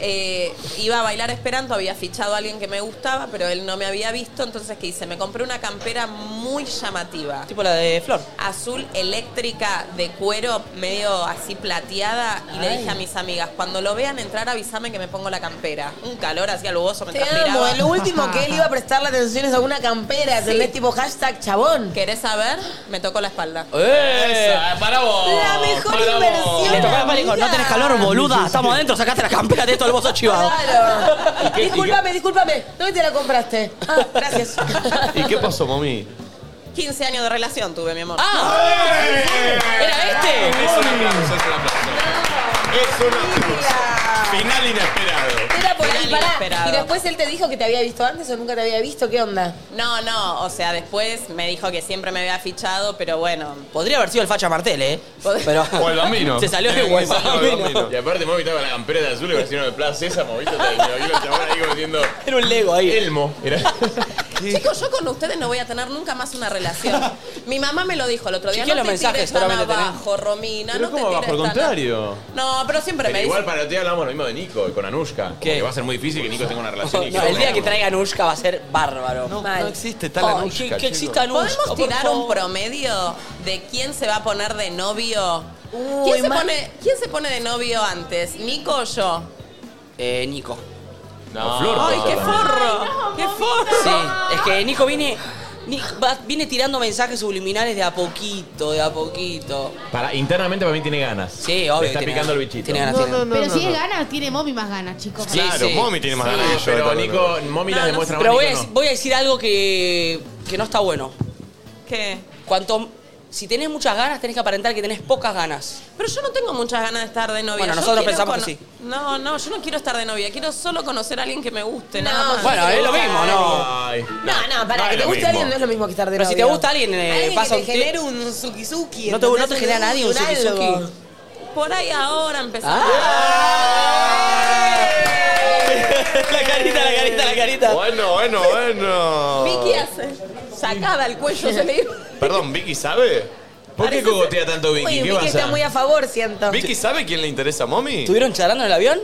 eh, iba a bailar Esperanto, había fichado a alguien que me gustaba, pero él no me había visto. Entonces, ¿qué hice? Me compré una campera muy llamativa.
Tipo la de Flor.
Azul eléctrica de cuero, medio así plateada. Y le
Ay.
dije a mis amigas, cuando lo vean entrar, avísame que me pongo la campera. Un calor así alugoso
Te
mientras
amo,
miraba.
lo último que él iba a prestarle atención es a una campera, ¿entendés? Tipo hashtag chabón.
¿Querés saber? Me tocó la espalda.
¡Eh!
¡Para vos!
La mejor
para vos.
inversión.
Le tocó la pala y dijo, no tenés calor, boluda. Estamos adentro, sacaste la campera de esto del bozo chivado.
Claro. Disculpame, discúlpame. ¿Dónde te la compraste? Ah, gracias.
¿Y qué pasó, mami?
15 años de relación tuve, mi
Ah.
amor.
¡Eh!
¡Era este!
Es un aplauso, es un aplauso. Es un aplauso. Final inesperado.
Era por ahí,
Final
pará.
inesperado.
Y después él te dijo que te había visto antes o nunca te había visto, ¿qué onda?
No, no, o sea, después me dijo que siempre me había fichado, pero bueno.
Podría haber sido el Facha Martel, ¿eh? Pero
O el bambino.
Se salió de
Eh,
huevo.
se salió el bambino. Y aparte, Moby estaba con la campera de azul y vecino de Plaza Sésamo, ¿viste? Y lo vi los chabones ahí como diciendo.
Era un Lego ahí.
Elmo. Era-
Chicos, yo con ustedes no voy a tener nunca más una relación. Mi mamá me lo dijo el otro día.
Chequea
no
los
te tires
mensajes,
tan
seguramente tenés.
abajo, Romina.
Pero
no
¿cómo
te
va?
tires
Por
tan
contrario.
a- No, pero siempre
Pero
me
igual
dice.
para ti hablamos lo mismo de Nico, con Anushka. Como Que va a ser muy difícil que Nico tenga una relación. y
No,
yo
el día
no.
que traiga Anushka va a ser bárbaro.
Mal.
No existe tal
Ay,
Anushka,
que- que
chico.
exista Anushka,
¿Podemos
por
tirar un
favor.
promedio de quién se va a poner de novio?
Uy,
¿Quién se,
mal.
pone, quién se pone de novio antes? ¿Nico o yo?
Eh, Nico.
No, Flor.
¡Ay,
por
qué
favor.
forro! ¡Qué forro!
Sí, es que Nico viene, Ni- va- viene tirando mensajes subliminales de a poquito, de a poquito.
Para, internamente para mí tiene ganas.
Sí, obvio
Le
que
está
tiene ganas.
picando el bichito.
Tiene ganas, tiene ganas.
Pero si es ganas, tiene Momi más ganas, chicos.
Sí,
Claro,
sí.
mommy tiene más ganas que yo.
Pero
tal vez, ¿no?
Nico, Momi las demuestra
Pero
más.
voy a,
Nico
dec- voy a decir algo que, que no está bueno.
¿Qué?
Cuanto, si tenés muchas ganas, tenés que aparentar que tenés pocas ganas.
Pero yo no tengo muchas ganas de estar de novia.
Bueno,
Yo
nosotros
quiero
pensamos que
cono- No, no, yo no quiero estar de novia. Quiero solo conocer a alguien que me guste.
No,
nada más.
Bueno, es lo mismo, ¿no?
no. Ay.
No, Ah, no, para
No es
que te
lo
guste
mismo.
alguien no es lo mismo que estar de
Pero si te
novio.
gusta alguien, eh,
Alguien
pasa
que
un
te
ti-
genere un suki-suki.
No te- no te
¿entendés?
genera nadie un suki-suki.
algo.
Por ahí ahora empezamos.
la carita, la carita, la carita.
Bueno, bueno, bueno.
Vicky hace sacada el cuello, se le iba.
Perdón, ¿Vicky sabe?
¿Por qué cogotea tanto Vicky?
Uy,
¿Qué
Vicky
pasa?
está muy a favor, siento.
¿Vicky sabe quién le interesa a mommy?
¿Estuvieron charlando en el avión?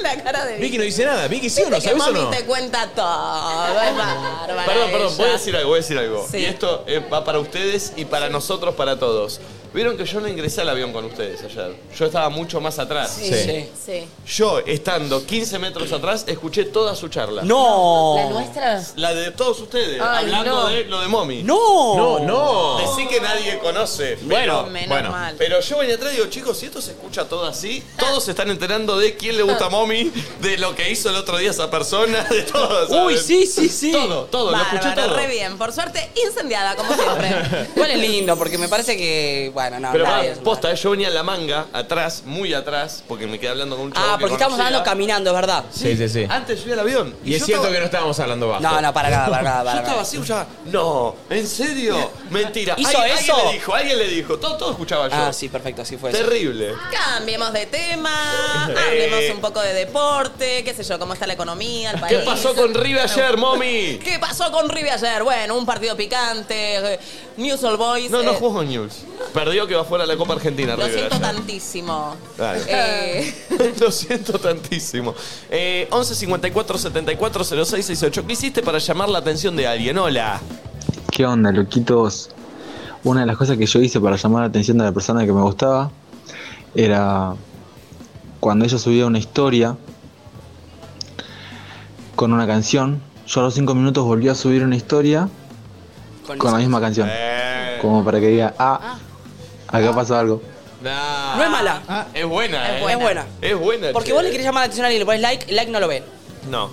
La cara de
Vicky no dice nada. Vicky, ¿sí o no?
Viste
¿Sabes
que
o
mami
no?
te cuenta todo. Es bárbara
Perdón, perdón,
ella.
voy a decir algo, voy a decir algo.
Sí.
Y esto eh, va para ustedes y para nosotros, para todos. Vieron que yo no ingresé al avión con ustedes ayer. Yo estaba mucho más atrás.
Sí.
Yo, estando 15 metros atrás, escuché toda su charla.
¡No! ¿La
nuestra?
La de todos ustedes,
Ay,
hablando
no.
de lo de Mommy.
¡No!
¡No, no! Decí que nadie conoce.
Bueno,
pero-
Menos bueno. mal.
Pero yo venía atrás y digo, chicos, si esto se escucha todo así, todos se están enterando de quién le gusta a Mommy, de lo que hizo el otro día esa persona, de todo.
Uy, sí, sí,
sí. Todo, todo, lo escuché
Bárbara,
todo.
re bien. Por suerte, incendiada, como siempre.
Igual es lindo, porque me parece que. Bueno, no.
Pero
está
va,
bien.
posta, eh, yo venía en la manga, atrás, muy atrás, porque me quedé hablando con un chabón
Ah,
que
porque estamos
conocía.
hablando caminando, es verdad.
Sí, sí, sí.
Antes subí al avión.
Y, es
yo
cierto
estaba-
que no estábamos hablando bajo.
No, no, para nada, para nada, para
Yo estaba así, yo estaba, No, ¿en serio? Mentira.
¿Hizo
alguien,
eso?
Alguien le dijo, alguien le dijo. Todo, todo escuchaba yo.
Ah, sí, perfecto, así fue. eso.
Terrible.
Cambiemos de tema, hablemos un poco de deporte, qué sé yo, cómo está la economía, el país.
¿Qué pasó con River ayer, mommy?
¿Qué pasó con River ayer? Bueno, un partido picante, eh, News All Boys.
No, no
eh,
jugó News. Perdió que va fuera de la Copa Argentina,
Lo
River.
siento
ayer.
tantísimo.
Claro.
Eh,
Lo siento tantísimo. Eh, 11 54 74 06 68. ¿Qué hiciste para llamar la atención de alguien? Hola.
¿Qué onda, loquitos? Una de las cosas que yo hice para llamar la atención de la persona que me gustaba era cuando ella subía una historia con una canción, yo a los 5 minutos volví a subir una historia con, la misma canción. Como para que diga, ah, acá pasó algo.
No es mala.
es
es
buena, eh.
buena. Es buena.
Es buena.
Porque
che.
vos le querés llamar la atención a alguien y le pones like, like no lo ven.
No.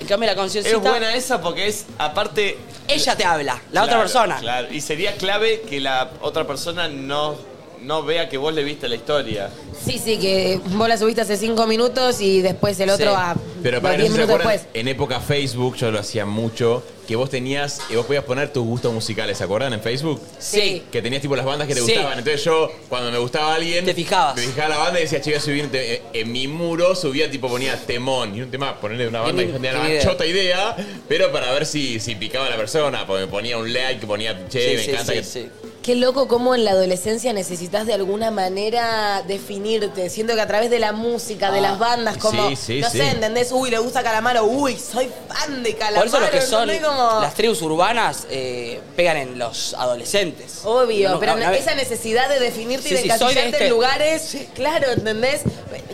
En cambio, la cancioncita.
Es buena esa porque es, aparte.
Ella te habla, la otra
Claro,
persona.
Claro. Y sería clave que la otra persona no, no vea que vos le viste la historia.
Sí, sí, que vos la subiste hace cinco minutos y después el otro a
Pero para que no
10
se
minutos
acuerdan,
después.
en época Facebook yo lo hacía mucho, que vos tenías, y vos podías poner tus gustos musicales, ¿se acuerdan? En Facebook.
Sí.
Que tenías tipo las bandas que te
Sí.
gustaban. Entonces yo, cuando me gustaba alguien. Te fijabas. Me fijaba la banda y decía, che, voy a subir. te- eh, en mi muro subía, tipo, ponía temón. Y un tema, ponerle una banda
Ni-
que tenía
ni
una
idea.
chota idea, pero para ver si, si picaba a la persona. Porque me ponía un like, ponía, che,
Sí,
me
sí,
encanta
sí,
que.
Qué loco cómo en la adolescencia necesitas de alguna manera definirte. Siento que a través de la música, de las bandas, como,
Ah, Sí, sí,
no
sí.
sé, ¿entendés? Uy, le gusta Calamaro, uy, soy fan de Calamaro.
Por eso los que son
¿entendés? Como-
las tribus urbanas eh, pegan en los adolescentes.
Obvio,
No, no,
pero
no, no,
esa necesidad de definirte
Sí,
y de
sí, soy de
encasillarte
este-
en lugares, claro, ¿entendés?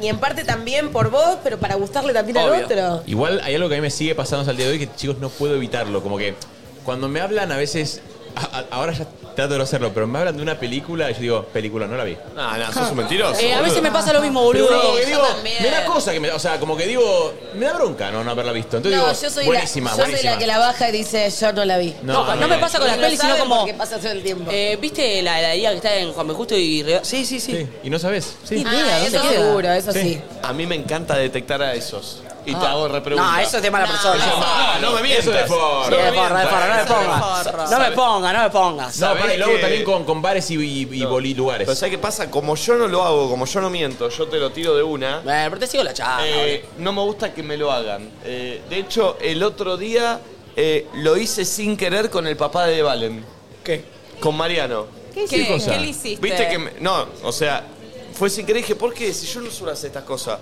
Y en parte también por vos, pero para gustarle también al
Obvio.
otro.
Igual hay algo que a mí me sigue pasando hasta el día de hoy que, chicos, no puedo evitarlo. Como que cuando me hablan a veces. a- a- ahora ya trato de no hacerlo, pero me hablan de una película y yo digo, película, no la vi.
Ah, No, no, sos un mentiroso.
Eh, a veces me pasa lo mismo,
Pero
boludo.
como que
Yo
digo,
también.
me da cosa que me, o sea, como que digo, me da bronca no, no haberla visto. Entonces
no,
digo,
yo soy, la,
buenísima,
yo soy
buenísima.
la que la baja y dice, yo no la vi.
No, No, a mí no
me pasa con las
Y
pelis, sino
saben
como-
porque pasa todo el tiempo.
Eh, ¿Viste la heladería que está en Juan B. Justo y Rivadavia? Sí, sí, sí.
Y no sabes.
Ni
Ah,
idea, ¿dónde
eso
queda?
seguro, eso sí.
A mí me encanta detectar a esos. Y te
Ah.
hago repreguntas.
No, eso es de mala persona.
Eso- No, no me mientas.
Eso es de forro.
Sí, de
No me
forro, de forro, no me
mientas.
pongas.
Forro.
No me pongas, no me pongas.
No, para, y luego también
con...
con, con bares y, y, y boli lugares.
Pero ¿sabes qué pasa? Como yo no lo hago, como yo no miento, yo te lo tiro de una. Eh,
Bueno, pero te sigo la charla.
no me gusta que me lo hagan. Eh, de hecho, el otro día eh, lo hice sin querer con el papá de Valen.
¿Qué?
Con Mariano.
¿Qué, ¿Qué, ¿Qué le hiciste?
Viste que... me- no, o sea, fue sin querer. Dije, ¿por qué? Si yo no suelo hacer estas cosas.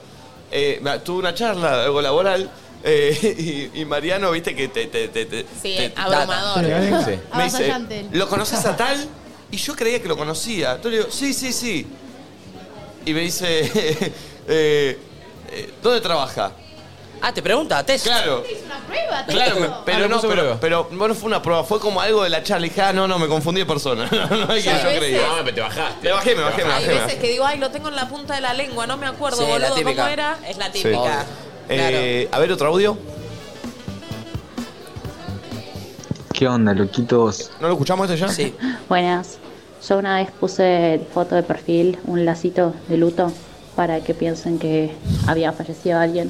Eh, me- tuve una charla algo laboral eh, y, y Mariano, viste que te... te, te, te-
Sí,
te-
abrumador.
data.
Sí.
Me dice,
Avasallante.
¿lo conoces a tal? Y yo creía que lo conocía. Entonces le digo, sí, sí, sí. Y me dice, eh, eh, ¿dónde trabaja?
Ah, te pregunta, test.
Claro. Claro,
Ah,
me- pero no, pero, pero bueno, fue una prueba, fue como algo de la charla. y dije, ah, no, no, me confundí de persona. No, no es que
Hay
yo
veces-
creía.
No,
pero te bajaste.
Me bajé, me bajé, me
Hay
bajé. me
veces
bajé.
que digo, ay, lo tengo en la punta de la lengua, no me acuerdo,
Sí, la
boludo, ¿cómo
típica.
era? Es la
Sí.
típica.
Eh, a ver, otro audio.
¿Qué onda, loquitos?
¿No lo escuchamos este ya? Sí.
Buenas. Yo una vez puse foto de perfil, un lacito de luto, para que piensen que había fallecido alguien.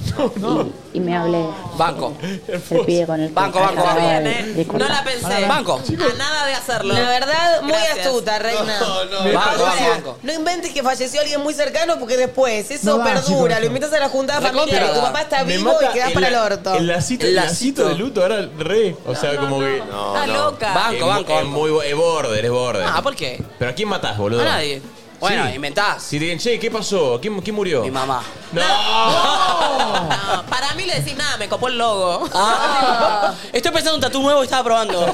Y, y me hablé.
Banco.
El pibe con el que
Banco, banco,
acababa
banco.
de- de
No la
cortar.
pensé.
Banco.
A nada de hacerlo.
La verdad, muy
Gracias.
astuta, Reina.
No, no, Me banco, parece- banco, banco.
No inventes que falleció alguien muy cercano porque después eso
No va, chicos,
perdura.
no.
lo invitas a la juntada
Recontra
familiar y tu
da.
papá está
Me
vivo
mata
y quedas
el
para el
la-
orto.
El lacito, el lacito de luto ahora re. O sea, como que.
Está no. loca. Banco,
Banco, banco. Es muy bo- es border, es border.
Ah, ¿por qué?
¿Pero a quién matás, boludo?
A nadie. Bueno, inventás.
Si te dicen, che, ¿qué pasó? ¿Quién, quién murió? Mi
mamá.
No.
No, para mí le decís nada, me copó el logo.
Ah, Estoy pensando en un tatú nuevo y estaba probando.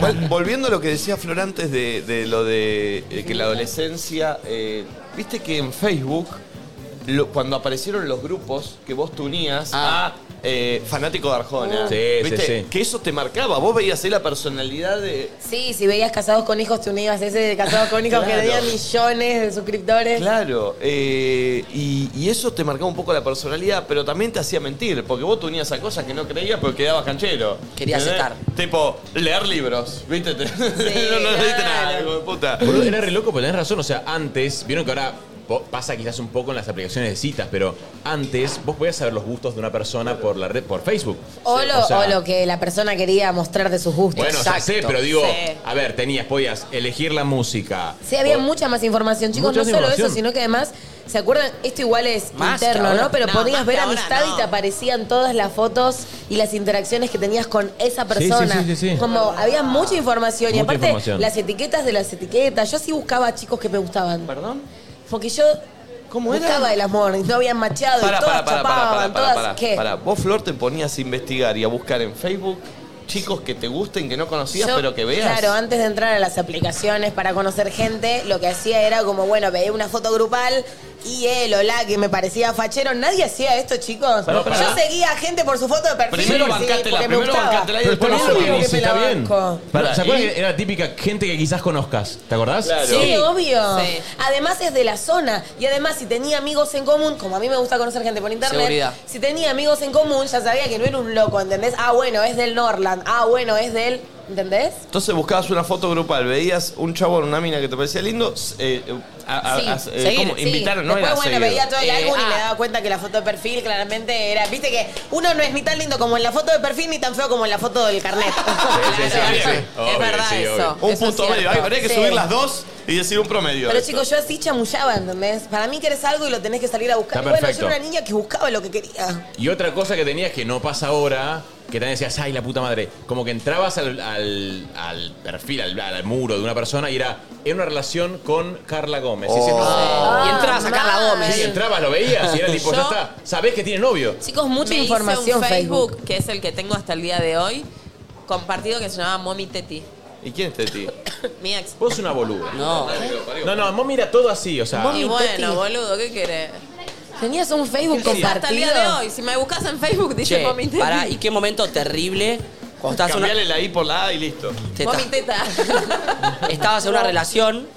Vol- Volviendo a lo que decía Flor antes de, de lo de eh, que la adolescencia, eh, viste que en Facebook, lo- cuando aparecieron los grupos que vos te unías a eh, fanático de Arjona,
Ah. Sí, sí,
¿viste?
sí.
que eso te marcaba, vos veías ahí la personalidad de...
Sí, si veías Casados con Hijos, te unías a ese de Casados con Hijos que
Claro.
tenía millones de suscriptores.
Claro, eh, y, y eso te marcaba un poco la personalidad, pero también te hacía mentir, porque vos te unías a cosas que no creías, pero quedabas canchero.
Querías
¿Entendés? Tipo, leer libros, ¿viste? no, no leíste nada, hijo de puta.
Boludo, era re loco, pero tenés razón. O sea, antes, vieron que ahora po- pasa quizás un poco en las aplicaciones de citas, pero antes vos podías saber los gustos de una persona por la red, por Facebook.
O,
Sí.
lo,
O sea,
o lo que la persona quería mostrar de sus gustos.
Bueno, ya sé, pero digo,
Sí.
a ver, tenías, podías elegir la música.
Sí, había
O-
mucha más información, chicos.
Mucha
no
más
solo eso,
información.
sino que además, ¿se acuerdan? Esto igual es
Más que
interno,
ahora.
¿no? Pero
No,
podías
más
ver
que ahora
amistad y te aparecían todas las fotos y las interacciones que tenías con esa
sí,
persona.
sí, sí, sí.
Como había mucha información y
Mucha
aparte
información.
las etiquetas de las etiquetas. Yo sí buscaba chicos que me gustaban.
¿Perdón?
Porque yo buscaba el amor y no habían machado
Para,
y todas
para, para, para, para,
chapaban,
para,
todas.
para,
¿Qué?
Vos, Flor, te ponías a investigar y a buscar en Facebook chicos que te gusten, que no conocías,
Yo,
pero que veas.
Claro, antes de entrar a las aplicaciones para conocer gente, lo que hacía era como, bueno, veía una foto grupal y él o la que me parecía fachero. Nadie hacía esto, chicos.
Pará, pará.
Yo seguía a gente por su foto de perfil.
Primero
porque
bancátela,
porque me
primero
gustaba.
bancátela y después
Pero
no
está bien,
sé
si
que me
está
la
bien.
banco.
Pará, ¿Se acuerdan
¿y?
que era la típica gente que quizás conozcas? ¿Te acordás?
Sí, obvio. Además es de la zona. Y además, si tenía amigos en común, como a mí me gusta conocer gente por internet,
Seguridad.
si tenía amigos en común, ya sabía que no era un loco, ¿entendés? Ah, bueno, es del Norland. Ah, bueno, es del. ¿Entendés?
Entonces buscabas una foto grupal, veías un chabón, una mina que te parecía lindo, s- eh, eh, a- a-
Sí,
a- eh,
seguir,
¿cómo?
sí.
invitaron, no
Después,
era
bueno,
seguir.
veía todo el
Eh,
álbum y
ah,
me daba cuenta que la foto de perfil claramente era... Viste que uno no es ni tan lindo como en la foto de perfil ni tan feo como en la foto del carnet.
ah,
obvio,
verdad
sí,
eso,
obvio. Un
eso es
punto medio,
cierto.
Ay, habría que
Sí.
subir las dos y decir un promedio.
Pero
de
chicos, yo así chamullaba, ¿entendés? Para mí querés algo y lo tenés que salir a buscar.
Está
Y bueno, yo
perfecto.
era una niña que buscaba lo que quería.
Y otra cosa que tenías que no pasa ahora, que también decías, ay, la puta madre, como que entrabas al, al- al perfil, al, al muro de una persona y era, era una relación con Carla Gómez. Y decías,
Oh.
"No".
Y entrabas a Carla
Sí,
Gómez.
Y entrabas, lo veías y era tipo,
Yo-
ya está, sabés que tiene novio.
Chicos, mucha
Me hice
información,
un
Facebook.
Facebook, que es el que tengo hasta el día de hoy, compartido que se llamaba Mommy Teti.
¿Y quién es Teti?
Mi ex.
Vos sos una boluda.
No.
No, no, mami era todo así, o sea.
y bueno, boludo, ¿qué querés?
Tenías un Facebook
Hasta el
compartido.
día de hoy, si me buscas en Facebook, dice
Che,
Mommy Teti.
pará, ¿y qué momento terrible? Cuando estabas en una-
Cambiale la I por la A y listo.
te-
Mommy Teta.
estabas en una relación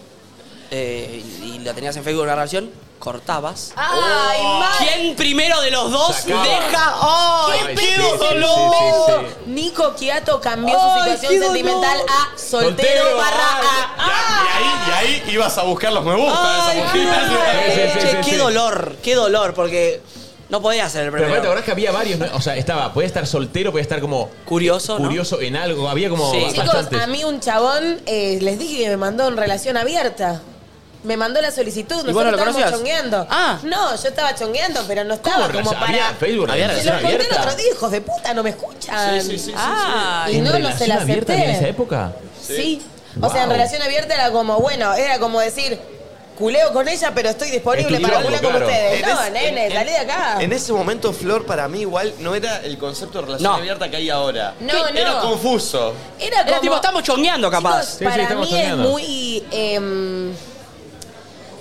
eh, y y la tenías en Facebook en una relación, cortabas.
Ah.
¡Ay,
Oh.
mal!
¿Quién primero de los dos
Sacaba.
deja? ¡Ay,
¡Qué
qué
pedo,
dolor!
dolor! Nico Quiato cambió
Ay,
su
qué
situación
dolor.
sentimental a soltero,
Soltero,
barra A.
Y ahí ibas a buscar los me gusta de esa mujer.
Che,
sí, sí,
qué
sí.
dolor, qué dolor, porque no podía ser el
Pero aparte,
primero.
la verdad que había varios, ¿no? o sea, estaba, podía estar soltero, podía estar como
curioso,
¿no? curioso en algo, había como
Chicos,
bastantes.
a mí un chabón, eh, les dije que me mandó en relación abierta. Me mandó la solicitud, nosotros
vos no lo
estábamos
conocías?
chongueando. Ah. No, yo estaba chongueando, pero no estaba como para.
Había Facebook, había
Se
relación
los conté el
abierta.
otro día, hijos de puta, no me
Sí,
escuchan.
sí, sí, sí, sí.
Ah, y
¿En
no, no se
relación
la
abierta
acepté.
había en esa época?
Sí. O sea, en
Wow.
relación abierta era como, bueno, era como decir, culeo con ella, pero estoy disponible
Es tu
para
quilombo,
culear con
claro.
ustedes.
En
No,
es-
nene,
en-
salí de acá.
En ese momento, Flor, para mí igual no era el concepto de relación abierta que hay ahora.
No,
Era
no.
confuso.
Era como...
Era tipo, estamos chongueando capaz.
Chicos, para mí es muy. em,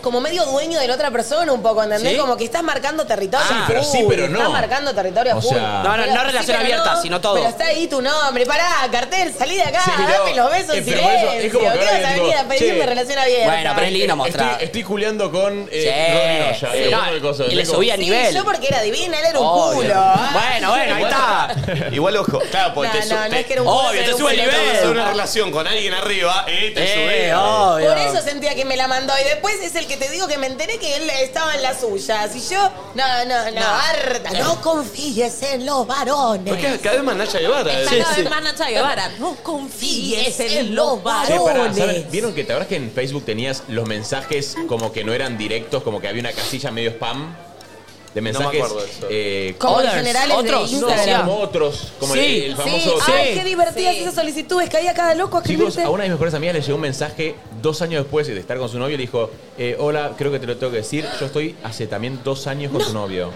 como medio dueño de la otra persona, un poco, ¿entendés?
¿Sí?
Como que estás marcando territorio.
Ah, pero
full,
sí, pero no.
Estás marcando territorio.
O
full.
sea- No, no,
Pero
no
sí,
relación
pero
abierta, sino todo.
Pero está ahí tu nombre. Pará, cartel, salí de acá,
Sí, pero-
dame los besos
eh,
en
pero por
silencio.
eso, es como que
¿Qué
ahora
vas a
digo,
venir a pedirme
che,
relación abierta?
Estoy, estoy culeando con eh,
Sí.
Rodri Noya,
Sí.
eh,
No,
uno de cosas,
y le
tengo-
subí a
Sí, yo porque era divina, él era un
Obvio.
culo.
Bueno, bueno, ahí está.
Igual, ojo, claro, porque
No,
te, su-
no, no
te-
es que era un juego,
Obvio,
era
te
un
sube el
juego.
nivel. de una relación con alguien arriba, eh, te
Eh,
sube.
obvio.
Por eso sentía que me la mandó. Y después es el que te digo que me enteré que él estaba en la suya. Si yo. No, no, no.
No.
harta, no confíes en los varones.
Porque cada vez más Naya Guevara.
Está
eh.
cada vez más Nacha Guevara. No confíes en los
Che, pará,
varones.
¿saben? ¿Vieron que te acuerdas que en Facebook tenías los mensajes como que no eran directos, como que había una casilla medio spam? de mensajes.
acuerdo de eso.
eh,
Como en general es de
otros, no,
Instagram.
decíamos otros, como el-
Sí,
el, famoso.
sí. Ay, qué divertidas esas solicitudes. Caía cada loco a
Chicos,
escribirte.
a una de mis mejores amigas le llegó un mensaje dos años después de estar con su novio y le dijo, eh, hola, creo que te lo tengo que decir, yo estoy hace también dos años con tu novio.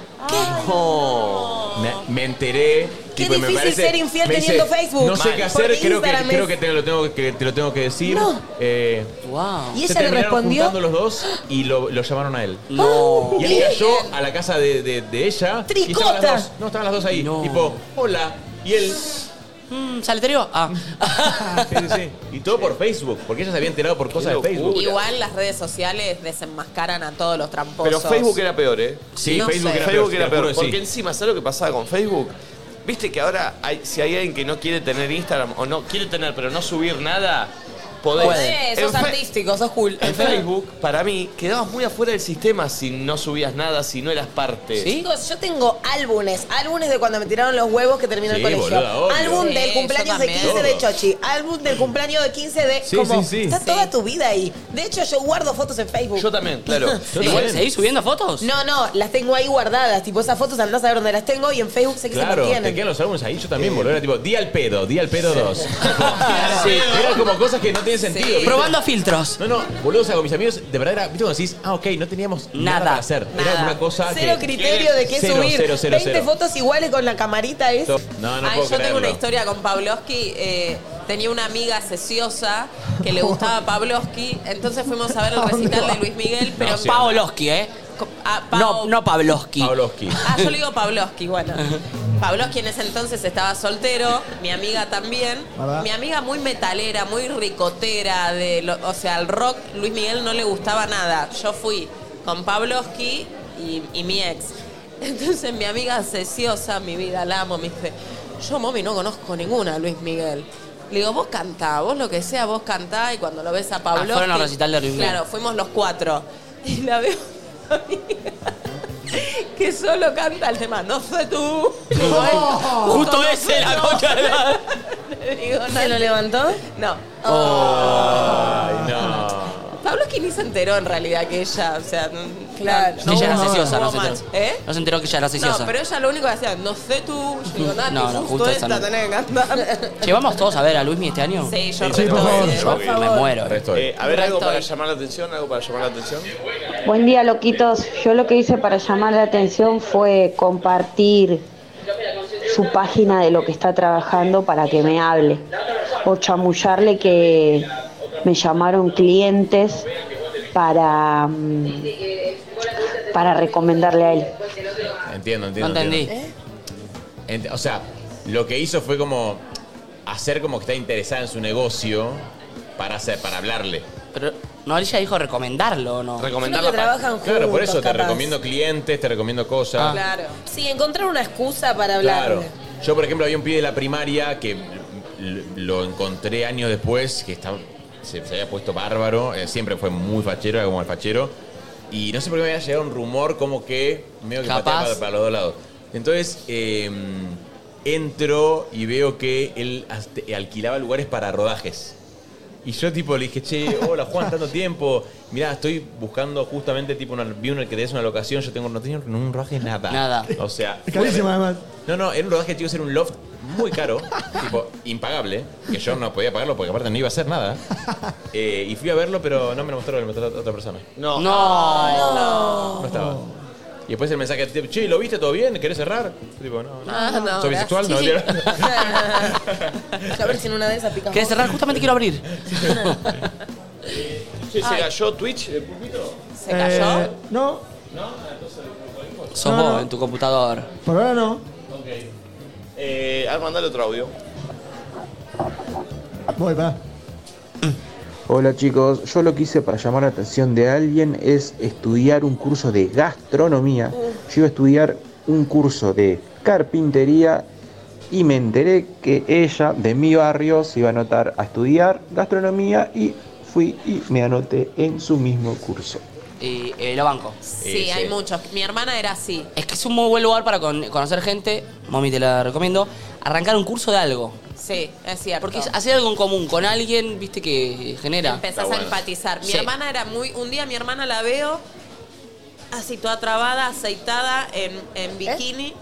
Me, me enteré.
Qué
tipo, y me
difícil
parece-
ser infiel
me
teniendo Facebook.
No sé
Mal.
qué hacer,
Porque
creo que,
Instagram
creo
es-
que te lo tengo que, te lo tengo que decir.
No.
Eh, se
¿Y ella le
terminaron
respondió?
juntando los dos y lo, lo llamaron a él.
No.
Y él cayó a la casa de, de- de ella. Y estaban
¡Tricota!
las dos. No, estaban las dos ahí. Tipo, hola. Y él.
Mm, ¿Salterio? Ah.
Sí, sí, sí. Y todo por Facebook, porque ella se había enterado por cosas de Facebook.
Igual las redes sociales desenmascaran a todos los tramposos.
Pero Facebook era peor, ¿eh?
Sí, No Facebook sé. era
Facebook
peor, te
era
lo
peor.
juro que sí.
Porque encima, ¿sabes lo que pasaba con Facebook? Viste que ahora, hay- si hay alguien que no quiere tener Instagram o no quiere tener, pero no subir nada, podés.
Podés,
En
sos
Fe-
artístico, sos cool.
En Facebook, para mí, quedabas muy afuera del sistema si no subías nada, si no eras parte.
Chicos, yo tengo álbumes, álbumes de cuando me tiraron los huevos que terminó
Sí,
el colegio.
boluda, obvio.
álbum
Sí,
del
yo
cumpleaños de
también.
15 de
Todo.
Chochi, álbum del cumpleaños de 15 de
Sí,
como
sí, sí.
está
Sí.
toda tu vida ahí. De hecho, yo guardo fotos en Facebook.
Yo también, claro.
Yo Igual, también. ¿seguís subiendo fotos?
No, no, las tengo ahí guardadas, tipo esas fotos andás a ver dónde las tengo y en Facebook sé que
Claro,
se
te
mantienen.
quedan los álbumes ahí, yo también, boludo. Era tipo, di al pedo, di al pedo 2. Era como cosas que no tienen sentido. ¿viste?
Probando filtros.
No, no, boludo, o sea, con mis amigos, de verdad era, viste cuando decís, ah, ok, no teníamos nada,
Nada,
para hacer. Era
nada.
una cosa
Cero
que...
criterio de qué
Cero,
subir.
cero, cero,
20
cero.
fotos iguales con la camarita esa.
No, no
Ay,
puedo
yo tengo una
creerlo.
historia con Pavlovsky. eh, tenía una amiga sesiosa que
Oh.
le gustaba Pavlovsky. Entonces fuimos a ver el recital de Luis Miguel, pero
Pero
en Pavo-
Paoloski, ¿eh?
ah,
No, no Pavlovsky.
Pavlovsky.
Ah, yo le digo Pavlovsky, bueno. Pavlovsky en ese entonces estaba soltero, mi amiga también.
¿Verdad?
Mi amiga muy metalera, muy ricotera, de lo- o sea, el rock, Luis Miguel no le gustaba nada. Yo fui con Pavlovsky y, y mi ex. Entonces mi amiga sesiosa, mi vida, la amo, me dice, yo mami no conozco ninguna Luis Miguel. Le digo, vos cantá, vos lo que sea, vos cantá y cuando lo ves a
Ah,
Pavlovsky...
Ah, fueron al recital de Luis Miguel.
Claro, fuimos los cuatro. Y la veo que solo canta el tema No sé tú.
No. Justo ese, la concha de la-
¿Se lo levantó?
No.
Oh.
Ay, no.
Pablo es que ni se enteró en realidad que ella, o sea, no-
Claro.
no
ella era
hubo-
sesiosa,
hubo
no se enteró.
match. ¿Eh?
No se enteró que ella era
No,
sesiosa.
pero ella lo único que hacía, no sé tú, yo digo, Nati,
No, no,
justo,
justo esa
esta
no.
tenés que cantar.
Che, ¿vamos todos a ver a Luismi este año?
Sí, yo
Sí,
reto
por favor.
ese.
Yo
me
Por favor.
muero.
Eh, a ver, algo
Restoy.
para llamar la atención, algo para llamar la atención.
Buen día, loquitos. Yo lo que hice para llamar la atención fue compartir su página de lo que está trabajando para que me hable o chamullarle que me llamaron clientes para mm, para recomendarle a él.
Entiendo, entiendo.
No entendí.
entiendo. Ent- o sea, lo que hizo fue como hacer como que está interesada en su negocio para hacer, para hablarle.
Pero no, ella dijo recomendarlo, ¿o ¿no?
Recomendar la pa- Claro, por eso te recomiendo clientes, te recomiendo cosas.
Ah.
Ah.
Claro. Sí, encontrar una excusa para hablar.
Claro. Yo, por ejemplo, había un pibe de la primaria que l- lo encontré años después, que estaba, se, se había puesto bárbaro, eh, siempre fue muy fachero, era como el fachero. Y no sé por qué me había llegado un rumor como que medio que
Capaz.
pateaba para, para los dos lados. Entonces, eh, entro y veo que él hasta- alquilaba lugares para rodajes. Y yo tipo le dije, che, hola Juan, tanto tiempo. Mirá, estoy buscando justamente tipo una, vi una que tenés una locación, yo tengo, no tenía un rodaje nada. Nada. O sea.
Es carísima, además.
No, no, era un rodaje, chicos, era un loft muy caro, tipo, impagable, que yo no podía pagarlo porque aparte no iba a hacer nada. Eh, y fui a verlo, pero no me lo mostraron, me lo mostró otra persona.
No.
No.
No estaba. Y después el mensaje, tipo, che, ¿lo viste todo bien? ¿Querés cerrar? Yo, Tipo, no. no.
Ah, no,
¿Soy bisexual?
gracias.
No,
Sí, A ver si en una de esas picamos.
¿Querés cerrar? Justamente quiero abrir.
Sí, se cayó Twitch, el pulpito. Ah,
¿Se
Eh, no,
Sos
No,
vos
no.
en tu computador.
por ahora no.
Ok. Eh, a ver, mandale otro audio.
Voy, pará.
Hola chicos, yo lo que hice para llamar la atención de alguien es estudiar un curso de gastronomía. Yo iba a estudiar un curso de carpintería y me enteré que ella de mi barrio se iba a anotar a estudiar gastronomía y fui y me anoté en su mismo curso.
Y eh, lo banco.
Sí, hay muchos. Mi hermana era así.
Es que es un muy buen lugar para con- conocer gente. Mami, te la recomiendo. Arrancar un curso de algo.
Sí, es cierto.
Porque es hacer algo en común con alguien, viste, que genera.
Empezás a empatizar. Mi
Sí.
hermana era muy. Un día mi hermana la veo así toda trabada, aceitada, en, en bikini.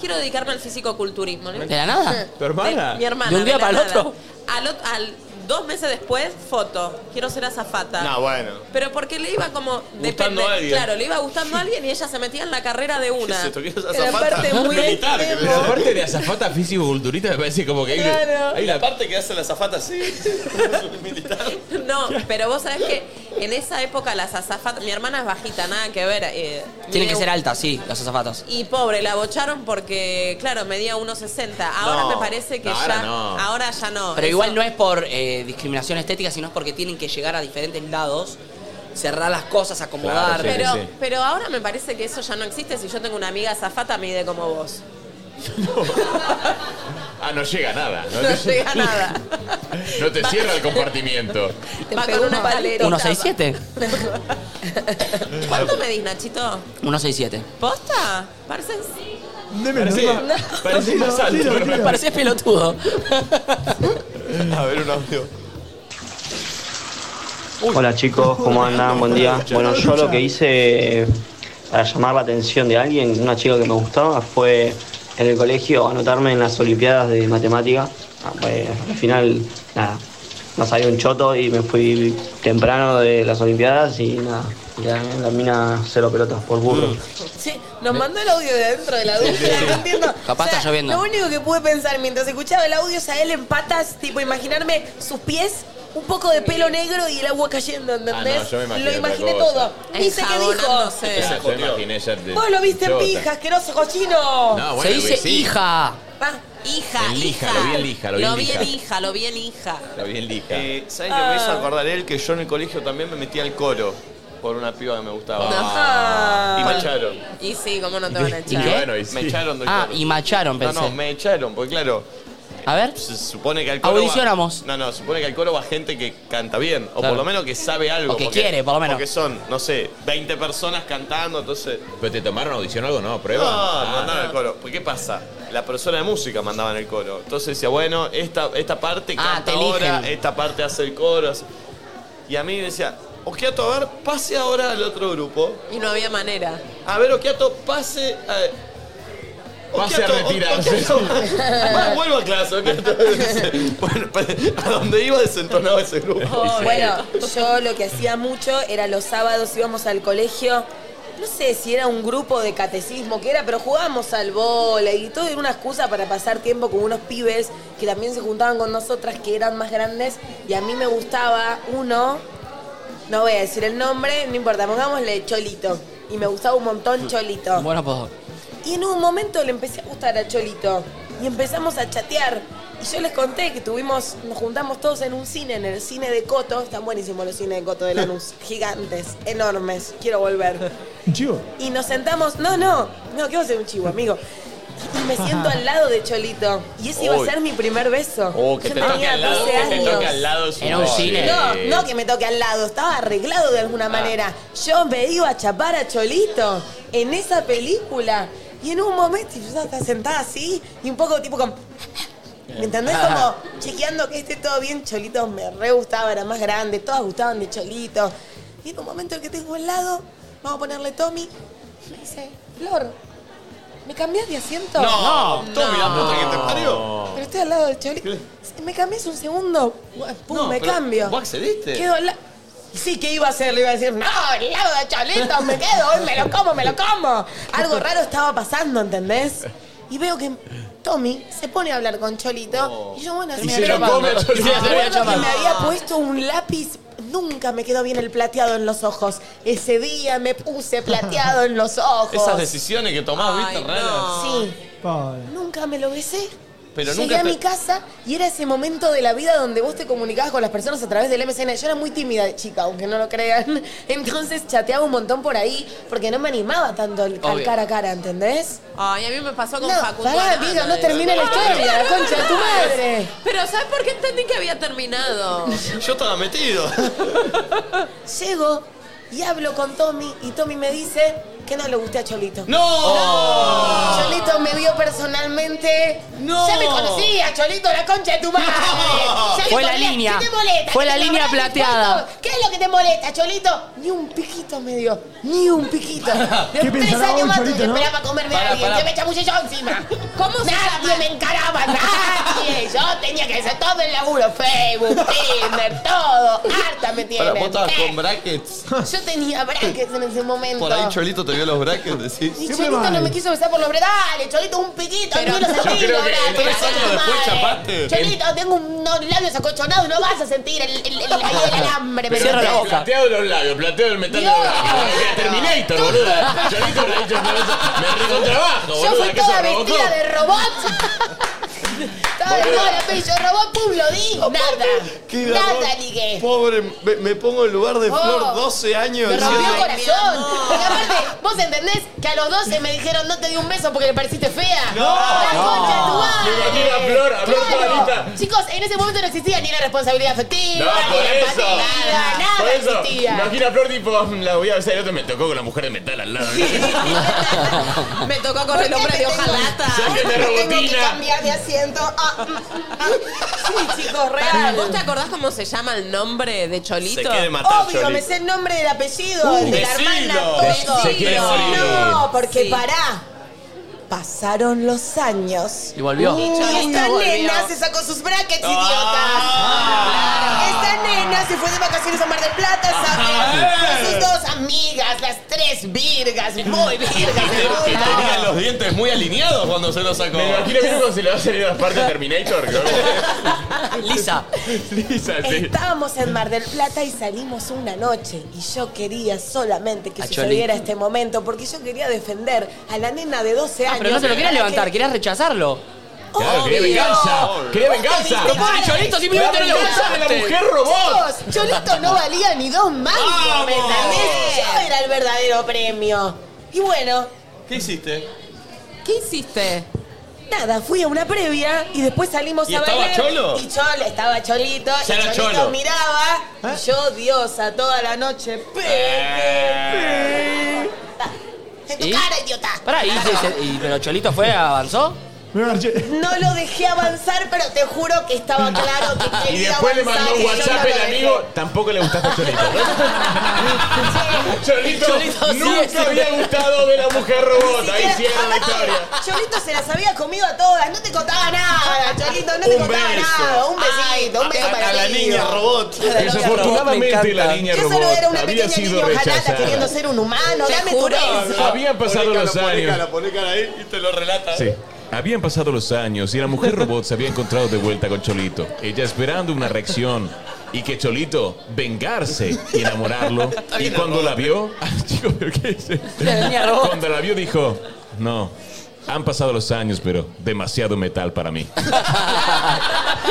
Quiero dedicarme al fisicoculturismo. ¿no?
¿De la nada?
¿Tu hermana?
Mi hermana.
¿De un día
la
para el
nada.
otro?
Al, ot- al- dos meses después, foto. Quiero ser azafata.
No, bueno.
Pero porque le iba como...
Gustando a alguien.
Claro, le iba gustando a alguien y ella se metía en la carrera de
¿Qué
una.
es esto? ¿Quieres
Pero aparte
azafata?
muy
Militar,
extremo.
querés.
La parte de azafata físico-culturista me parece como que hay,
Claro.
hay
la parte que hace la azafata así.
No, pero vos sabés que en esa época las azafatas... Mi hermana es bajita, nada que ver. eh,
Tienen
mide
que ser altas, sí, las azafatas.
Y pobre, la bocharon porque, claro, medía 1,60. Ahora
No,
me parece que
no, ahora
ya.
no.
Ahora ya no.
Pero
Eso-
igual no es por eh, discriminación estética, sino es porque tienen que llegar a diferentes lados, cerrar las cosas, acomodar.
pero, pero ahora me parece que eso ya no existe. Si yo tengo una amiga zafata, mide como vos.
Ah, no llega nada.
No llega nada.
No te cierra el compartimiento.
Va con una paletita.
167.
¿Cuánto medís, Nachito?
167.
¿Posta? ¿Pareces?
Parecés-
No.
parecés
Tiro,
más alto,
tiro,
pero me
tiro.
parecés pelotudo.
A ver un audio.
Hola chicos, ¿cómo andan? Buen día. Bueno, yo lo que hice eh, para llamar la atención de alguien, una chica que me gustaba, fue en el colegio anotarme en las Olimpiadas de Matemática. Ah, pues, al final, nada, no salió un choto y me fui temprano de las Olimpiadas y nada, la, la mina cero pelotas por burro.
Mm.
Sí, nos mandó el audio de adentro de la ducha, no entiendo.
Capaz está lloviendo.
Lo único que pude pensar mientras escuchaba el audio es a él en patas, tipo imaginarme sus pies, un poco de pelo negro y el agua cayendo, ¿entendés?
Ah, no, yo me imaginé
lo imaginé
otra cosa.
todo. Dice que dijo.
Ah, yo imaginé ya de-
Vos lo viste en
chota.
pijas, asqueroso cochino.
No, bueno, Se dice que sí. hija.
Ah, hija,
En lija,
hija.
lo vi en lija, lo vi en lija.
hija, lo vi en hija.
Está bien lija. Ah.
Eh, ¿Saben que me hizo acordar él que yo en el colegio también me metí al coro por una piba que me gustaba?
Ajá.
Ah.
Y me echaron.
Y sí, ¿cómo no te van a
Ah. Y
echar?
bueno, y sí. Me echaron del
Ah,
coro.
y macharon, pensé.
No, no, me echaron, porque claro.
A ver.
Se supone que al coro. va-
Audicionamos.
no, no, se supone que al coro va gente que canta bien, o
Claro.
por lo menos que sabe algo.
O que
porque-
quiere, por lo menos.
Porque son, no sé, 20 personas cantando, entonces.
¿Pero te tomaron audición o algo? No,
No,
prueba. Ah,
mandaron el coro. ¿Por qué pasa? La persona de música mandaba en el coro. Entonces decía, bueno, esta, esta parte
Ah,
canta
te eligen.
ahora, esta parte hace el coro. hace- Y a mí me decía, Okiato, a ver, pase ahora al otro grupo.
Y no había manera.
A ver, Okiato, pase. A...
Pase a
Okiato, o-
retirarse.
Okiato, va, vuelva a clase, Okiato. bueno, pues, a donde iba desentonaba ese grupo.
Oh, Bueno, yo lo que hacía mucho era los sábados íbamos al colegio. No sé si era un grupo de catecismo que era, pero jugábamos al vole y todo era una excusa para pasar tiempo con unos pibes que también se juntaban con nosotras que eran más grandes y a mí me gustaba uno, no voy a decir el nombre, no importa, pongámosle Cholito. Y me gustaba un montón Cholito.
Bueno, pues.
Y en un momento le empecé a gustar a Cholito. Y empezamos a chatear. Y yo les conté que tuvimos, nos juntamos todos en un cine, en el cine de Coto. Están buenísimos los cines de Coto de Lanús. Gigantes, enormes. Quiero volver.
Un chivo.
Y nos sentamos. No, no. No, ¿qué va a ser un chivo, amigo? Y me siento al lado de Cholito. Y ese iba a
Uy.
ser mi primer beso.
Oh, que
Yo
te
tenía
toque al lado,
12
que te toque
años.
al lado. es un
Era un
gol.
cine.
No, no que me toque al lado, estaba arreglado de
Ah.
alguna manera. Yo me iba a chapar a Cholito en esa película y en un momento y yo estaba sentada así y un poco tipo como... ¿Me entendés? Como
Ah.
chequeando que esté todo bien, Cholito me re gustaba, era más grande, todas gustaban de Cholito. Y en un momento el que tengo al lado, vamos a ponerle Tommy, me dice, Flor, ¿me cambiás de asiento?
No, Tommy, la puta que te parió.
Pero estoy al lado del Cholito. Si me cambias un segundo, pum,
No,
me
pero
cambio.
¿Vos accediste?
Quedo al la- Sí, ¿qué iba a hacer? Le iba a decir, no, el lado de Cholito, me quedo, hoy me lo como, me lo como. Algo raro estaba pasando, ¿entendés? Y veo que Tommy se pone a hablar con Cholito. Y yo, bueno,
Y
me
se lo
había-
come a Cholito.
Me
Y se lo había
acuerdo que
chapado.
me había puesto un lápiz. Nunca me quedó bien el plateado en los ojos. Ese día me puse plateado en los ojos.
Esas decisiones que tomás, viste, raras.
Sí. Nunca me lo besé.
Pero
Llegué
nunca
a
te-
mi casa y era ese momento de la vida donde vos te comunicabas con las personas a través del MSN. Yo era muy tímida de chica, aunque no lo crean. Entonces chateaba un montón por ahí porque no me animaba tanto al, al
Obvio.
cara a cara, ¿entendés?
Ay, a mí me pasó con
No,
Facundo.
pará,
Arana,
amiga, no
de-
termina la historia, la concha de tu madre.
Pero ¿sabes por qué entendí que había terminado?
Yo estaba metido.
Llego y hablo con Tommy y Tommy me dice, ¿Qué no le guste a Cholito? Oh.
¡No!
Cholito me vio personalmente.
¡No!
Ya me conocía, Cholito, la concha de tu madre. Ya me
Fue la
conocía.
línea.
¿Qué te molesta?
Fue la
¿Que te
línea
abrace
plateada.
cuerpo? ¿Qué es lo que te molesta, Cholito? Ni un piquito me dio. Ni un piquito. De tres
pensará
años
hoy,
más tuve
Cholito,
que
no?
esperar para comerme a
Pará,
alguien.
pará.
Que me chamulle yo encima. ¿Cómo se Nadie me encaraba, nadie. Yo tenía que hacer todo el laburo. Facebook, Tinder, todo. Harta me
Para, vos
tienen.
estabas
Eh,
con brackets.
Yo tenía brackets en ese momento.
Por ahí Cholito te vio los brackets, decís.
Y Cholito no me quiso besar por los brazos. Dale, Cholito, un piquito.
Yo
Pero
creo que tres años después chapaste.
Cholito, tengo unos labios acolchonados. No vas a sentir el, el, el- ahí el alambre. pero-
Plateado los labios, plateado el metal de los labios. Terminator, boluda. Cholito le ha dicho otra vez, me recontrabajo,
Yo
boluda.
fui
¿qué sos,
toda
Robocop?
vestida de robot. Toda de
Boluda.
robot, la pello robot, pum, lo digo.
Qué
Nada. Nada
garrón.
ligué.
Pobre, me, me pongo en lugar de
Oh.
Flor 12 años.
Me rompió
diciendo,
el corazón. Porque aparte, vos entendés que a los 12 me dijeron no te di un beso porque le pareciste fea.
No.
La concha de tu
No.
madre.
Me imagino a Flor, a Flor toda lista.
Chicos, en ese momento no existía ni la responsabilidad afectiva,
No,
ni
por
la
eso.
empatía, nada
Por eso,
existía.
imagina a Flor tipo, "Mm, la voy a besar y el otro me tocó con la mujer de metal al lado.
Me tocó con el hombre de hojalata.
Sáquenme robotina.
de asiento.
Ah,
sí, chicos, real. ¿Vos te acordás cómo se llama el nombre de Cholito?
Se quiere matar,
Obvio,
Cholito.
me sé el nombre del apellido,
Uh,
el de la
decilo.
hermana,
Dec-
todo.
se quiere morir.
No, porque
Sí.
pará. Pasaron los años.
Y volvió.
Y esta nena se sacó sus brackets, idiotas. Esta nena se fue de vacaciones a Mar del Plata,
Ah.
¿sabes? Con sus dos amigas, las tres virgas, muy virgas.
Que
todas.
tenían los dientes muy alineados cuando se los sacó.
Me imagino que cuando se le va a salir las partes de Terminator.
Lisa.
Lisa, sí.
Estábamos en Mar del Plata y salimos una noche y yo quería solamente que
A
sucediera
Cholito.
este momento porque yo quería defender a la nena de 12 años.
Ah, Pero no te lo querías
a la Ah, que-
levantar, querías rechazarlo.
Claro, quería
Obvio.
venganza. Quería venganza.
Pero pobre Cholito simplemente
La
no le
venganza de la
gustaste.
mujer robot.
Chicos, Cholito no valía ni dos mangos, ¿me
¡Vamos!
entendés? Yo era el verdadero premio. Y bueno,
¿Qué hiciste?
¿qué hiciste? Nada, fui a una previa y después salimos
¿Y
a
estaba
bailar.
Cholo?
Y Cholo, estaba Cholito.
Ya
y
era
Cholito
Cholo. ¿Eh?
miraba. Y yo, diosa, toda la noche. Pe, pe, pe. En tu
¿Y?
cara, idiota.
Pará, y, y- y- pero Cholito fue, avanzó.
No lo dejé avanzar, pero te juro que estaba claro que
Y
quería
después le mandó
avanzar
un
y yo no
WhatsApp
lo
el
dejé.
amigo. Tampoco le gustaste a Cholito. Cholito,
Cholito, sí,
nunca
sí.
había gustado de la mujer robot. Ahí cierra la historia.
Cholito se las había comido a todas, no te contaba nada, Cholito, no te
Un
contaba
beso.
nada. Un besito, un beso
a,
para
a la
ti.
niña robot.
A la niña
Desafortunadamente la niña
Yo
robot
solo era una
había
pequeña
sido
niña ojalata queriendo
rechazada.
ser un humano,
Te
dame tu
juro.
beso.
Habían pasado los años.
ahí y te lo relata.
Sí. Habían pasado los años y la mujer robot se había encontrado de vuelta con Cholito. Ella esperando una reacción y que Cholito vengarse y enamorarlo. Y cuando la vio, Ay, chico, ¿pero qué dice? Cuando la vio dijo, no, han pasado los años, pero demasiado metal para mí.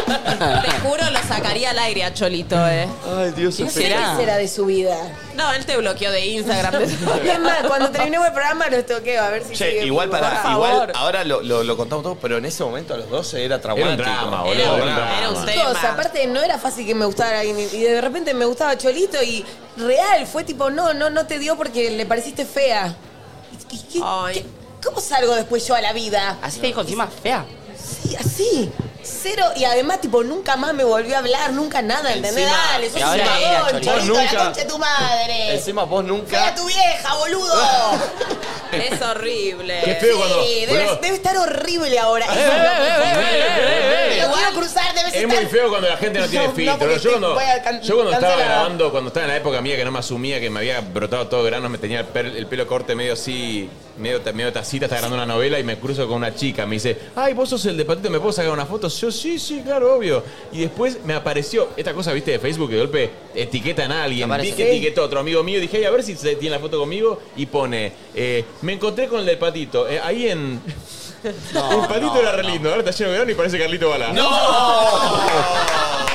Te juro, lo sacaría al aire a Cholito, eh.
Ay, Dios,
¿Qué
es
será?
¿Qué será de su vida?
No, él te bloqueó de Instagram. de todo.
Es más, cuando terminemos el programa los toqueo, a ver si
Che,
sigue
igual
vivo.
para,
Por
igual
favor.
ahora lo, lo- lo contamos todo, pero en ese momento a los 12 era traumático.
drama, boludo, Era un era un drama. drama.
Chicos, aparte no era fácil que me gustara alguien y de repente me gustaba Cholito y real, fue tipo, no, no, no te dio porque le pareciste fea. ¿Y- y qué- qué- ¿Cómo salgo después yo a la vida?
Así te dijo encima, fea.
Sí, así. Cero, y además, tipo, nunca más me volvió a hablar, nunca nada, ¿entendés?
Encima-
Dale, sos
y ahora
un
era,
cagón,
Cholito.
Cholito,
Vos
la
nunca-
concha de tu madre.
Encima vos
Fea
nunca.
tu vieja, boludo.
Es horrible.
Qué feo cuando-
Sí, debe,
boludo.
debe estar horrible ahora. Me lo quiero cruzar, debes
Es
estar...
muy feo cuando la gente no tiene
No, no,
filtro.
porque
yo, cuando,
te voy a can-
yo cuando estaba
cancelar.
grabando, cuando estaba en la época mía que no me asumía, que me había brotado todo granos, me tenía el, pel- el pelo corte medio así, medio, ta- medio tacita, estaba grabando una novela y me cruzo con una chica. Me dice, ay, vos sos el de Patito, ¿me puedo sacar una foto? Yo, sí, sí, claro, obvio. Y después me apareció esta cosa, viste, de Facebook, que de golpe etiquetan a alguien.
Aparece.
Vi que
Sí.
etiquetó a otro amigo mío, dije, ay, a ver si se tiene la foto conmigo. Y pone, eh, me encontré con el del Patito, eh, ahí en... el Patito era re lindo, ahora está lleno de grano y parece Carlito Balá.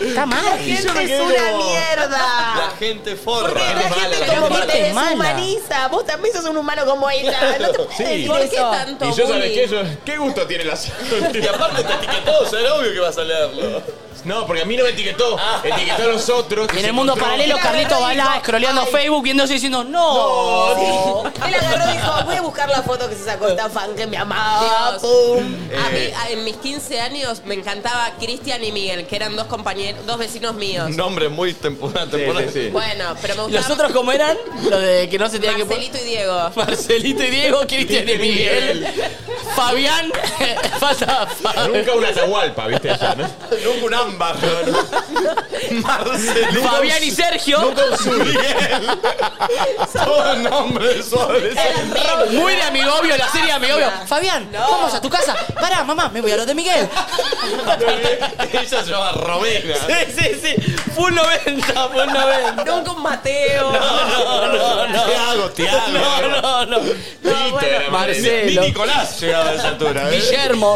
Está
La
mal.
gente es una mierda.
La gente forra.
Porque la gente
gente
como que
mala.
te
es mala.
deshumaniza. Vos también sos un humano como ella. No te puedes
Sí.
decir
¿Por
qué
eso.
tanto
Y yo, ¿sabes
bullying?
qué? Yo- ¿Qué gusto tiene la
Y aparte te etiquetó, o sea, era obvio que vas a leerlo.
No, porque a mí no me etiquetó.
Ah.
Etiquetó a los otros.
Y en el mundo paralelo, Carlito Balá escroleando Facebook, viéndose y diciendo, no.
Él agarró y dijo, voy a buscar la foto que se sacó esta fan que me amaba. Pum.
A
Eh.
mí, a- en mis 15 años, me encantaba Cristian y Miguel, que eran dos compañeros, dos vecinos míos.
Nombre muy temporal, temporal.
Bueno, pero me
¿Y
gustaba
los otros cómo eran? Los de que no se tenían que poner.
Marcelito y Diego.
Marcelito y Diego, Cristian y Miguel. Fabián. Falta Fabián.
Nunca un Atahualpa, ¿viste? Allá, ¿no?
Nunca un ámbar. Marcelo.
Fabián y Sergio.
Nunca un Zuriel. Todos nombres suaves.
Muy de amigovio, la serie de amigovio. Fabián, vamos a tu casa. Pará, mamá, me voy a los de Miguel.
Ella se llama Romina.
Sí, sí, sí. Full 90, full 90.
Nunca un Mateo.
No, no, no. Tiago, Tiago.
No, no, no.
Vito era
Marcelo.
Ni Nicolás llegaba a esa altura. ¿eh?
Guillermo.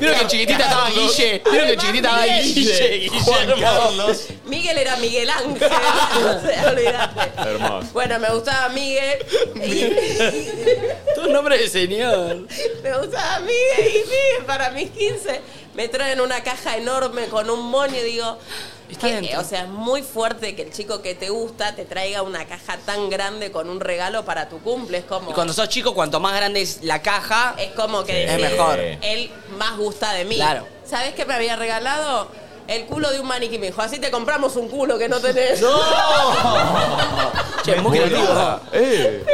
Vieron que chiquitita estaba
Carlos.
Guille. Vieron que chiquitita estaba
Miguel.
Guille.
Juan
Guillermo.
Carlos.
Miguel era Miguel Ángel. O sea, olvidate.
Hermoso.
Bueno, me gustaba Miguel.
Tu nombre de señor.
Me gustaba Miguel y Miguel para mis 15 me traen una caja enorme con un moño y digo, ¿qué? o sea, es muy fuerte que el chico que te gusta te traiga una caja tan grande con un regalo para tu cumple. Es como...
Y cuando sos chico, cuanto más grande es la caja, Eh.
es como que
es
decís,
mejor.
él más gusta de mí.
Claro.
¿Sabes qué me había regalado? El culo de un maniquí. Me dijo, así te compramos un culo que no tenés.
Che, muy creativo.
Eh.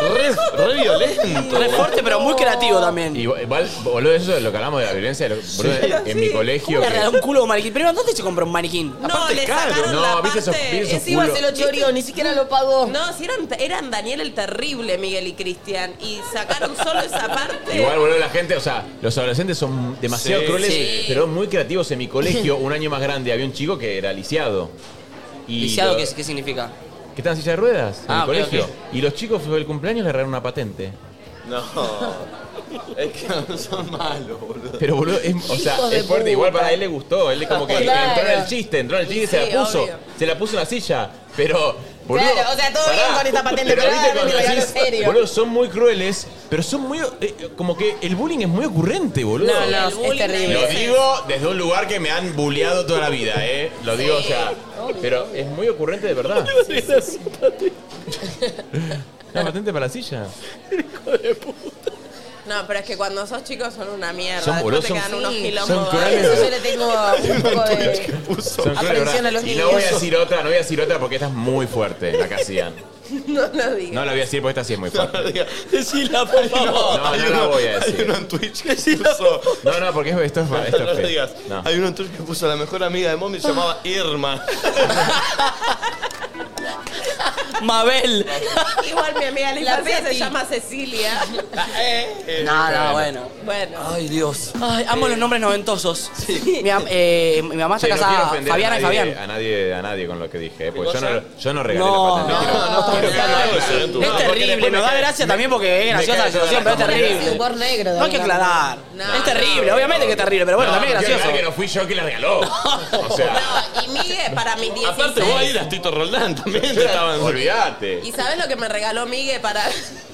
Re, re violento.
Re fuerte, pero muy creativo también.
Igual, boludo, eso es lo que hablamos de la violencia. lo- boludo, en mi colegio.
Le
que-
regaló un culo a un maniquín. Primero, ¿dónde se compró un maniquín?
No, le sacaron
No,
la
¿viste
parte.
esos- viste esos
Encima
culos?
se lo choreó,
ni siquiera lo pagó.
No, si eran, eran Daniel el Terrible, Miguel y Cristian. Y sacaron solo esa parte.
Igual, boludo, la gente, o sea, los adolescentes son demasiado
Sí.
crueles,
Sí.
pero muy creativos. En mi colegio, un año más grande, había un chico que era lisiado. Y
Lisiado,
lo-
¿qué, ¿qué significa?
Que estaba en silla de ruedas en
Ah,
el
ok,
colegio.
ok.
Y los chicos fue el cumpleaños le regalaron una patente.
No. Es que son malos, boludo.
Pero boludo, es, o sea,
Hijos de
es fuerte, igual
puta.
para él le gustó, él como que
Claro.
entró en el chiste, entró en el chiste y se
Sí,
la puso,
obvio.
se la puso en la silla, pero boludo,
Claro, o sea, todo bien con esta patente, pero
viste
ahora
cuando
me regalo
decís,
serio.
boludo, son muy crueles, pero son muy eh, como que el bullying es muy ocurrente, boludo.
No, no, es
Lo
terrible.
digo desde un lugar que me han bulleado toda la vida, eh. Lo digo, o sea, pero es muy ocurrente de verdad. Una patente para la silla.
No, pero es que cuando sos chicos son una mierda.
Son
Después
boludos,
te
son-
quedan unos
sí.
quilombos.
Son crueles. Eso yo
le tengo un poco de...
Son crueles,
Aprensión
¿verdad?
a los
y no voy a
niños.
decir otra, no voy a decir otra porque esta es muy fuerte, la que hacían.
No lo digas.
No la voy a decir porque esta sí es muy fuerte.
Decila, por favor.
No, no la voy a decir. Hay uno en
Twitch
que puso. No, no, porque esto es. Esto
No
es
lo digas. Hay uno en Twitch que puso la mejor amiga de Mommy se llamaba Irma.
Mabel.
Igual mi amiga de la
La
infancia se
Betty.
llama Cecilia.
No, no, bueno.
Bueno.
Ay, Dios. Eh, Ay, eh. amo los nombres noventosos. Mi, am- eh, mi mamá está
Che, no quiero
casada.
ofender
Fabiana
a
y
nadie,
Fabián.
A nadie, a nadie con lo que dije, eh, porque
¿Qué
yo
cosa?
no, yo no regalé la
No.
patente.
No, no, Es terrible, nos da gracia también porque es
me
graciosa la
cae toda la
situación, pero es
familia.
terrible.
humor negro.
No hay que aclarar. es terrible, obviamente que es terrible, pero bueno, también es gracioso.
que no fui yo que la regaló. O sea,
No, y Miguel para mis 16.
Aparte vos ahí eras Tito Roldán también. te estaban-
olvídate.
¿Y sabes lo que me regaló Miguel para.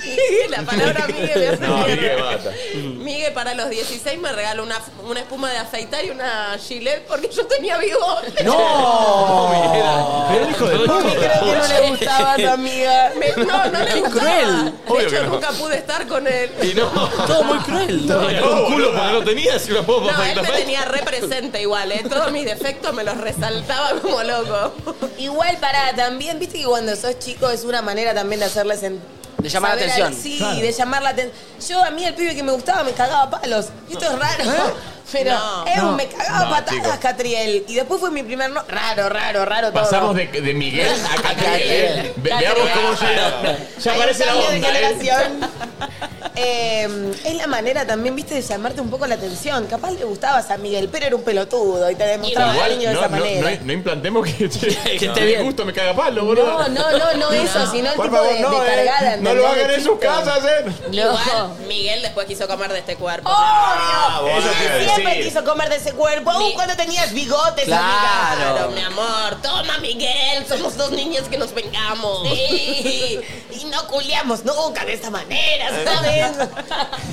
la palabra Miguel me hace.
No, Miguel mata.
Miguel para los 16 me regaló una, una espuma de afeitar y una gilet porque yo tenía bigote.
¡No! Pero el hijo de puta.
que no le gustaba a tu amiga.
Me- no, no le
Qué
gustaba.
cruel.
De
Obvio
hecho,
que no.
nunca pude estar con él.
Y no.
Todo muy cruel.
Te regaló un culo porque no tenías y una puedo
No,
para
él me tenía represente igual, ¿eh? Todos mis defectos me los resaltaba como loco.
Igual para también, viste que cuando sos chico es una manera también de hacerles en-
De llamar la
saber
atención.
al- sí,
Claro.
de llamar la atención. Yo a mí el pibe que me gustaba me cagaba a palos. Y Esto es raro. Pero
No.
Ew,
No.
me cagaba
No,
a patadas,
chicos.
Catriel. Y después fue mi primer no. Raro, raro, raro todo.
Pasamos de, de Miguel a Catriel. eh. Ve-
Catriel.
veamos cómo llega. Ya
Hay un
aparece la
cambio de
onda. eh.
generación. Eh, es la manera también, viste, de llamarte un poco la atención. Capaz le gustabas a Miguel, pero era un pelotudo y te demostraba
Igual,
cariño de
no,
esa
no-
manera.
no- no implantemos que, que,
esté
me
bien.
gusto me caga palo, boludo.
No, no, no, no
Ah.
eso, sino el tipo de- de
eh.
cargada,
No
¿entendés?
lo hagan en sus
Chiste.
casas, eh.
Igual, Miguel después quiso comer de este cuerpo.
¡Obvio!
bueno,
Ah,
Siempre
sí.
quiso comer de ese cuerpo. Uh, cuando tenías bigotes,
Claro.
amiga.
mi amor. amor. Toma, Miguel, somos dos niñas que nos vengamos. Sí. Y no culiamos nunca de esta manera, ¿sabes?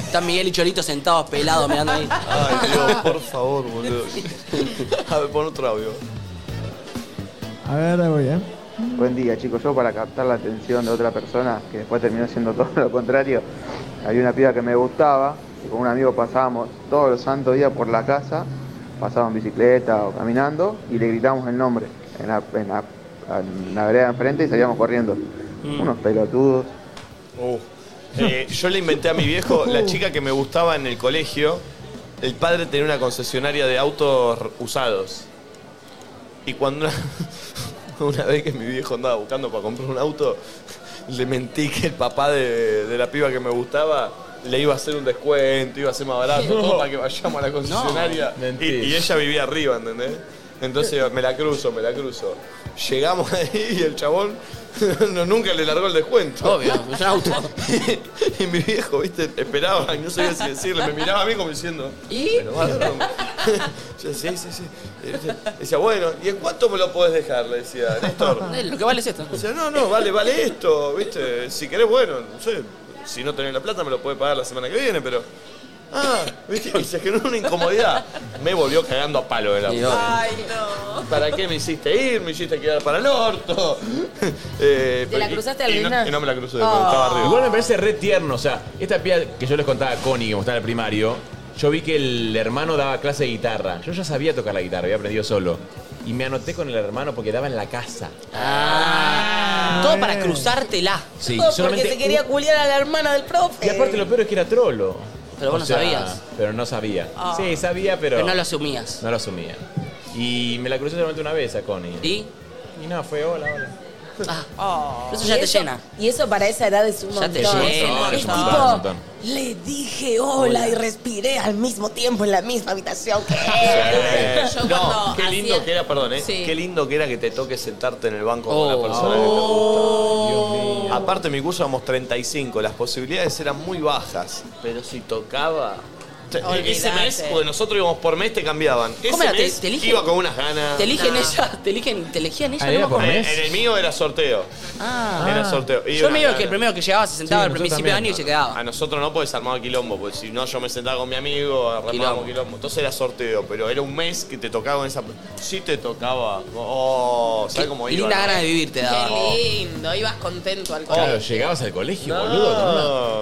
Están Miguel y Cholito sentados pelados mirando ahí.
Ay, Dios, por favor, boludo. A ver, pon otro audio.
A ver, ahí voy, ¿eh?
Buen día, chicos. Yo para captar la atención de otra persona, que después terminó siendo todo lo contrario, había una piba que me gustaba y con un amigo pasábamos todos los santos días por la casa, pasábamos en bicicleta o caminando y le gritábamos el nombre en la, en la, en la vereda de enfrente y salíamos corriendo.
Mm.
Unos pelotudos.
Uh. Eh, yo le inventé a mi viejo, la chica que me gustaba en el colegio, el padre tenía una concesionaria de autos r- usados. Y cuando una, una vez que mi viejo andaba buscando para comprar un auto, le mentí que el papá de, de la piba que me gustaba le iba a hacer un descuento, iba a ser más barato,
No.
todo para que vayamos a la concesionaria. y, y ella vivía arriba, ¿entendés? Entonces me la cruzo, me la cruzo. Llegamos ahí y el chabón no, nunca le largó el descuento.
Obvio, es un auto.
y, mi viejo, viste, esperaba, y no sabía si decirle, me miraba a mí como diciendo.
¿Y?
"Pero, bárbaro". Yo decía, sí, sí, sí. Y, viste, Decía, bueno, ¿y en cuánto me lo podés dejar? Le decía, Néstor.
Eh, Lo que vale es esto.
Decía, no, no, vale, vale esto, viste. Si querés, bueno, no sé. Si no tenés la plata, me lo podés pagar la semana que viene, pero. Ah, viste, y se generó una incomodidad. Me volvió cagando a palo de la
Ay, no.
¿Para qué me hiciste ir? Me hiciste quedar para el orto. Eh,
¿Te la
y-
cruzaste
y
al
no-
final?
Y no me la crucé,
Oh.
porque estaba arriba.
Igual me parece re tierno. O sea, esta piba que yo les contaba a Connie, que me gustaba en el primario, yo vi que el hermano daba clase de guitarra. Yo ya sabía tocar la guitarra, había aprendido solo. Y me anoté con el hermano porque daba en la casa.
Ah.
Ah.
Todo para cruzártela.
Sí,
porque
solamente
se quería culiar a la hermana del profe.
Y aparte lo peor es que era trolo.
Pero vos
O
no
sea,
sabías.
Pero no sabía.
Ah.
Sí, sabía, pero...
Pero no lo asumías.
No lo asumía. Y me la crucé solamente una vez a Connie.
¿Y?
Y no, fue hola, hola.
Ah,
Eso
Y
ya te llena.
Y eso para esa edad es un
Ya te
montón.
llena.
Es
Es un montón,
tipo, le dije hola y respiré al mismo tiempo en la misma habitación que
Eh,
él.
no, qué lindo que era, perdón, ¿eh?
Sí.
Qué lindo que era que te toque sentarte en el banco con
Oh.
una persona que te
Oh.
gusta. Aparte, en mi curso éramos 35, las posibilidades eran muy bajas, pero si tocaba. te- eh,
Olvidate.
Ese mes, porque nosotros íbamos por mes, te cambiaban. Ese
¿Cómo era? ¿Te-
mes
te eligen?
iba con unas ganas.
Te eligen ella, te eligen, te elegían ella,
Ah,
no me
era por
acuerdo.
mes. En el mío era sorteo.
Ah.
Era sorteo. Iba
Yo me
una
digo que
gana.
el primero que llegaba se sentaba
Sí,
al
nosotros
principio de año
también.
y se quedaba.
A nosotros no, porque se armaba quilombo, porque si no yo me sentaba con mi amigo,
Quilombo.
armábamos quilombo. Entonces era sorteo, pero era un mes que te tocaba en esa... Sí te tocaba. Oh, ¿sabes cómo iba? no?
Qué lindo, ibas contento al colegio.
Claro, llegabas al colegio,
No.
Ah,
boludo.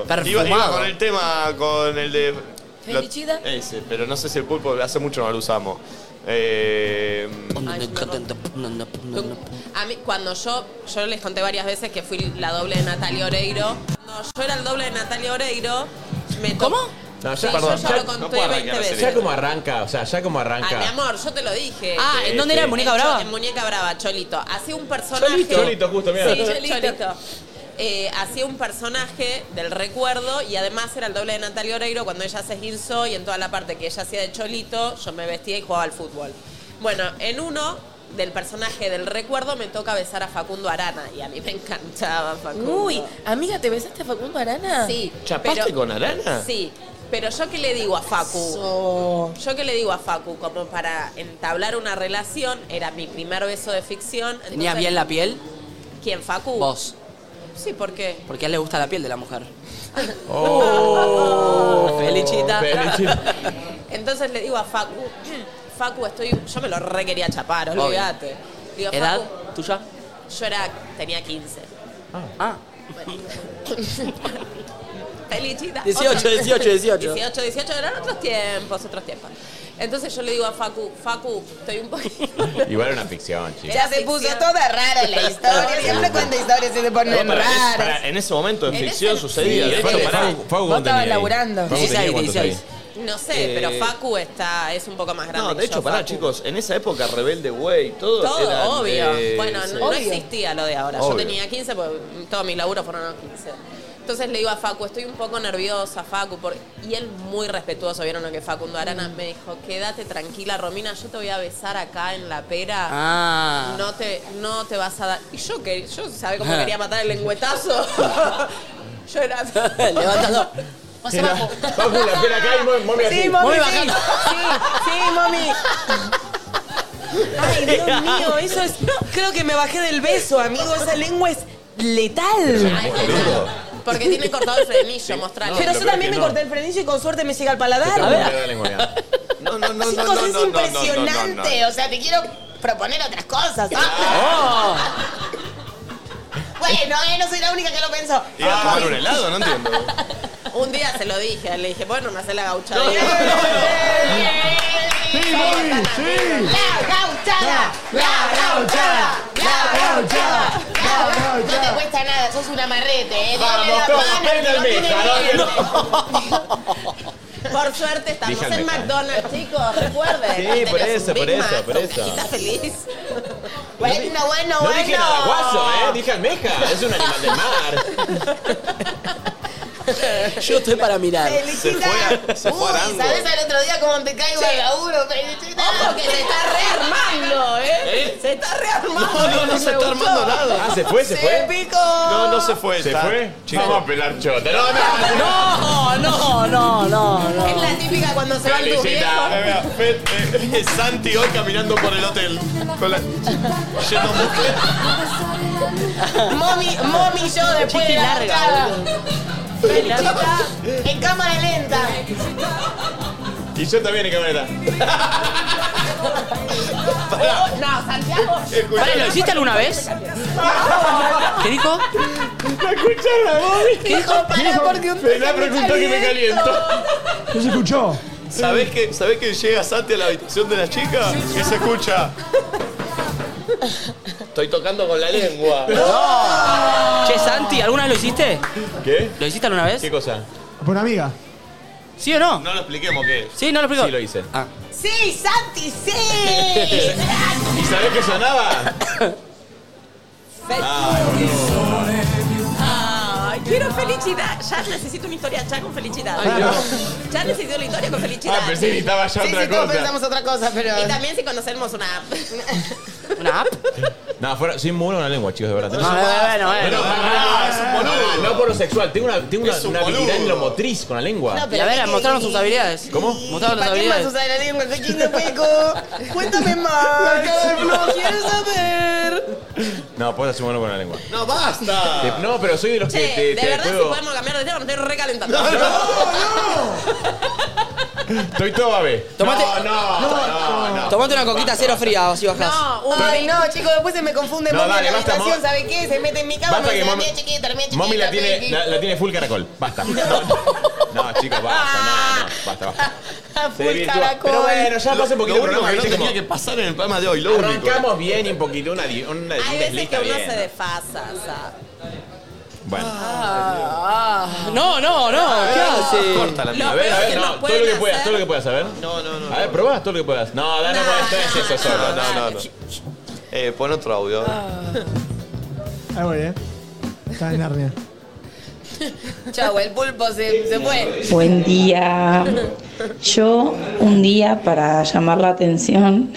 con una-
Iba, iba con el tema, con el de... lo-
¿Felicidad?
Ese, pero no sé si el pulpo, hace mucho no lo usamos. Eh,
A mí, cuando yo, yo les conté varias veces que fui la doble de Natalia Oreiro. No, yo era el doble de Natalia Oreiro. Me ¿Cómo?
No,
Sí, yo ya lo conté 20 veces.
Ya como arranca, o sea, ya como
Ah, mi
arranca.
amor, yo te lo dije.
Ah, ¿en Sí, dónde era? sí. ¿En Muñeca
Cho-
Brava?
En Muñeca Brava, Cholito. Hacía un personaje.
Cholito. Cholito, justo, mira.
Sí, Cholito. Eh, hacía un personaje del recuerdo y además era el doble de Natalia Oreiro cuando ella se esguinzó y en toda la parte que ella hacía de Cholito, yo me vestía y jugaba al fútbol. Bueno, en uno del personaje del recuerdo me toca besar a Facundo Arana y a mí me encantaba Facundo.
Uy, amiga, ¿te besaste a Facundo Arana?
Sí.
¿Chapaste
pero-
con Arana?
Sí. Pero yo qué le digo a Facu. Yo qué le digo a Facu, como para entablar una relación, era mi primer beso de ficción.
¿Tenías
entonces-
bien la piel?
¿Quién, Facu?
Vos.
Sí, ¿por qué?
Porque a él le gusta la piel de la mujer.
Oh,
Felichita.
Felichita.
Entonces le digo a Facu, Facu, estoy. Yo me lo re quería chapar,
Obvio.
olvídate. Le Digo,
¿Edad
Facu,
tuya?
yo era, tenía 15.
Ah.
Felicita.
18,
Otra-
18, 18.
18, 18, eran otros tiempos, otros tiempos. Entonces yo le digo a Facu, Facu, estoy un poquito.
Igual era una ficción, chicos.
Ya
se puso toda rara la historia. Siempre cuenta historias y se ponen
No, para- es-
raras.
para- en ese momento en,
En
ficción
ese-
sucedía.
Sí,
de hecho,
Facu-
pará.
Facu- Facu, ¿cuánto tenía ahí? Facu tenía
16,
cuántos
16.
ahí.
No sé,
Eh,
pero Facu está, es un poco más grande.
No, de
que
hecho,
yo,
pará,
Facu.
chicos, en esa época Rebelde Güey, todo,
Todo,
eran,
obvio.
eh,
bueno,
sí.
no, no existía lo de ahora. Yo
Obvio.
tenía 15 porque todos mis laburos fueron a los 15. Entonces le digo a Facu, estoy un poco nerviosa, Facu. por- Y él muy respetuoso, vieron lo que Facundo Arana me dijo, quédate tranquila, Romina, yo te voy a besar acá en la pera.
Ah.
No te, no te vas a dar. Y yo, que, yo ¿sabés cómo
Ah.
quería matar el lengüetazo? yo era...
Levantando.
Pase, Facu.
Facu, la pera acá y mami
Sí, mami,
así. Mami
sí.
bajando.
Sí, sí, mami.
Ay, Dios mío, eso es. Creo que me bajé del beso, amigo. Esa lengua es letal.
Porque tiene cortado el frenillo, mostrarlo.
Pero yo también me corté el frenillo y con suerte me llega al paladar.
Yo también
No, no, no,
Chicos, es impresionante.
no, no,
O sea, te quiero proponer otras cosas.
Ah.
Bueno, eh, no soy la única que lo pensó.
Y a tomar un helado, no entiendo.
Un día se lo dije, le dije, bueno, me hace la gauchada.
¡Sí, Bobby! ¡Sí!
¡La gauchada!
¡La gauchada! ¡La gauchada!
No te cuesta nada, sos un amarrete, eh.
Vamos, todos, prende el mija,
Por suerte estamos
Dije al
en
mecánico.
McDonald's, chicos, recuerden.
Sí, por
tenés
eso,
un Big
por eso,
Mac
por
con
eso.
cajita feliz.
Bueno, bueno,
No dije nada guaso, ¿eh? Dije almeja. Es un animal del mar.
Yo estoy para mirar.
Se fue, se fue arando.
¿Sabes al otro día cómo te caigo al laburo? Felicita.
Ojo que se está rearmando, ¿eh? Se está rearmando.
No, no, no se está armando nada. Ah, ¿se fue, se fue?
picó.
No, no se fue.
¿Se
está-
fue?
Chico.
Vamos a pelar chota. No, no.
No, no, no, no, no.
Es la típica cuando se van tus
Felicita.
viejos.
Mira, Fe- eh, Santi hoy caminando por el hotel. Con la... Yendo a buscar.
Mommy, mommy y yo después de la arcada. Felicita, en cámara lenta.
Y yo también en camioneta.
No, Santiago.
Pará, ¿lo hiciste alguna vez? ¿Qué dijo?
¿La escucharon a Bobby?
¿Qué dijo?
Para, porque un Me la preguntó que me caliento.
¿No se escuchó?
¿Sabés que, ¿Sabés que llega Santi a la habitación de la chica? Que se escucha. Estoy tocando con la lengua.
Che, Santi, ¿alguna vez lo hiciste?
¿Qué?
¿Lo hiciste alguna vez?
¿Qué cosa?
Por amiga.
¿Sí o no?
No lo expliquemos qué es.
Sí, no lo explico. Ah.
Sí, lo hice.
Sí, Santi, sí.
¿Y sabés qué sonaba?
Ah,
Ay, quiero felicidad. Ya necesito una historia ya con felicidad. Ya necesito la historia con felicidad.
Ah, pensé que estaba ya otra cosa.
otra cosa, pero.
Y también si conocemos una app.
¿Una app?
No, fuera, soy muy bueno con la lengua, chicos, de verdad.
No, bueno, bueno.
No, no por lo sexual, tengo una, tengo una,
Es un
una habilidad
boludo.
en lo motriz con la lengua.
Y a ver, mostraron sus habilidades.
¿Cómo?
Mostraron las
¿Para qué más
habilidades.
usar la lengua? ¿De quién peco? Cuéntame más. No quiero saber.
No, puedo ser bueno con la lengua.
¡No, basta!
Te- no, pero soy de los que
Che,
te,
de
te
verdad si
puedo-
podemos cambiar de tema, me estoy recalentando.
Estoy todo babe.
Tomate,
No, no, no.
tomate una coquita cero fría, así bajás.
Ay, no, chicos, después se me confunde
No,
mommy
dale,
en la
basta,
habitación,
mom.
¿sabe qué? Se mete en mi cama y
Basta
me
que
dice, la
mom-
mía chiquita, la mía chiquita.
Mami la tiene,
Peggy".
la, la tiene full caracol. Basta. No, no, chicos, basta, no,
Ah,
no, basta, basta. Se
Full
desvirtuó.
caracol.
Pero bueno, ya pasó un poquito
lo
el
único
programa.
que no
¿viste?
tenía
Como-
que pasar en el programa de hoy, lo único.
Arrancamos bien y un poquito, una, di- una
Hay veces que
deslista
uno
bien.
se desfasa. o sea.
Bueno,
Ah,
No, no, no, ¿qué hace?
corta la
Lo
A ver, a
peor
ver,
que
no,
nos
todo lo que
pueden
puedas,
hacer-
todo lo que puedas, a ver.
No, no, no.
A ver, probá todo lo que puedas. No, dale, no, esto es eso solo.
No, no, no. Eh, pon otro audio. a ver.
Ahí voy, eh. Está en Narnia.
Chau, el pulpo se, se fue.
Buen día. Ah. Yo un día para llamar la atención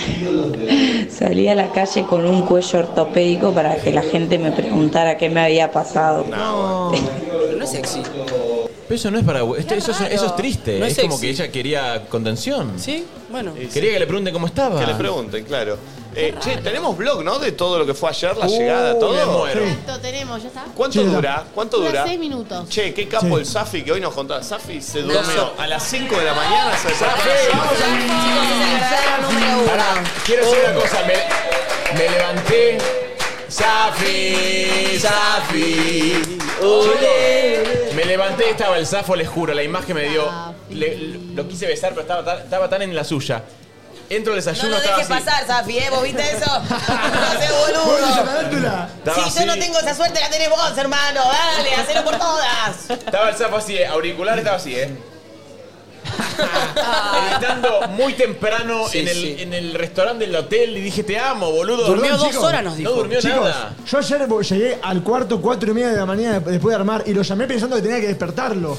salí a la calle con un cuello ortopédico para que la gente me preguntara qué me había pasado.
No es sexy.
Pero eso no es para. esto- eso, es- eso es triste.
No
es
es
como
sexy.
que ella quería contención.
Eh, ¿Sí? Bueno.
Quería que le pregunten cómo estaba.
Que le pregunten, claro. Eh, che, tenemos blog, ¿no? De todo lo que fue ayer, la
Uh,
llegada, todo.
me muero.
Lo tenemos, ya está.
¿Cuánto dura? ¿Cuánto
Dura
dura?
seis minutos.
Che, qué capo el Safi que hoy nos contaba. Safi se durmió a las 5 de la mañana. Se
Safi, vamos a- Pará, quiero decir una cosa. Me, me levanté. Safi, Safi. Chicos, Me levanté, estaba el Safo, les juro, la imagen me dio. le- lo quise besar, pero estaba tan, estaba tan en la suya. Entro al
No
desayuno,
lo
estaba
dejes
así.
pasar, Safi, ¿eh? ¿Vos viste eso? No seas boludo.
Estaba
Si yo no
así.
tengo esa suerte, la tenés vos, hermano. Dale, hacelo por todas.
Estaba el sapo así, eh, auricular estaba así, ¿eh? Editando muy temprano
Sí,
en, el,
sí.
en el restaurante del hotel y dije, te amo, boludo.
Durmió
Perdón,
dos
chicos.
horas, nos dijo.
No durmió
Chicos,
nada.
yo ayer bo- llegué al cuarto, cuatro y media de la mañana después de armar y lo llamé pensando que tenía que despertarlo.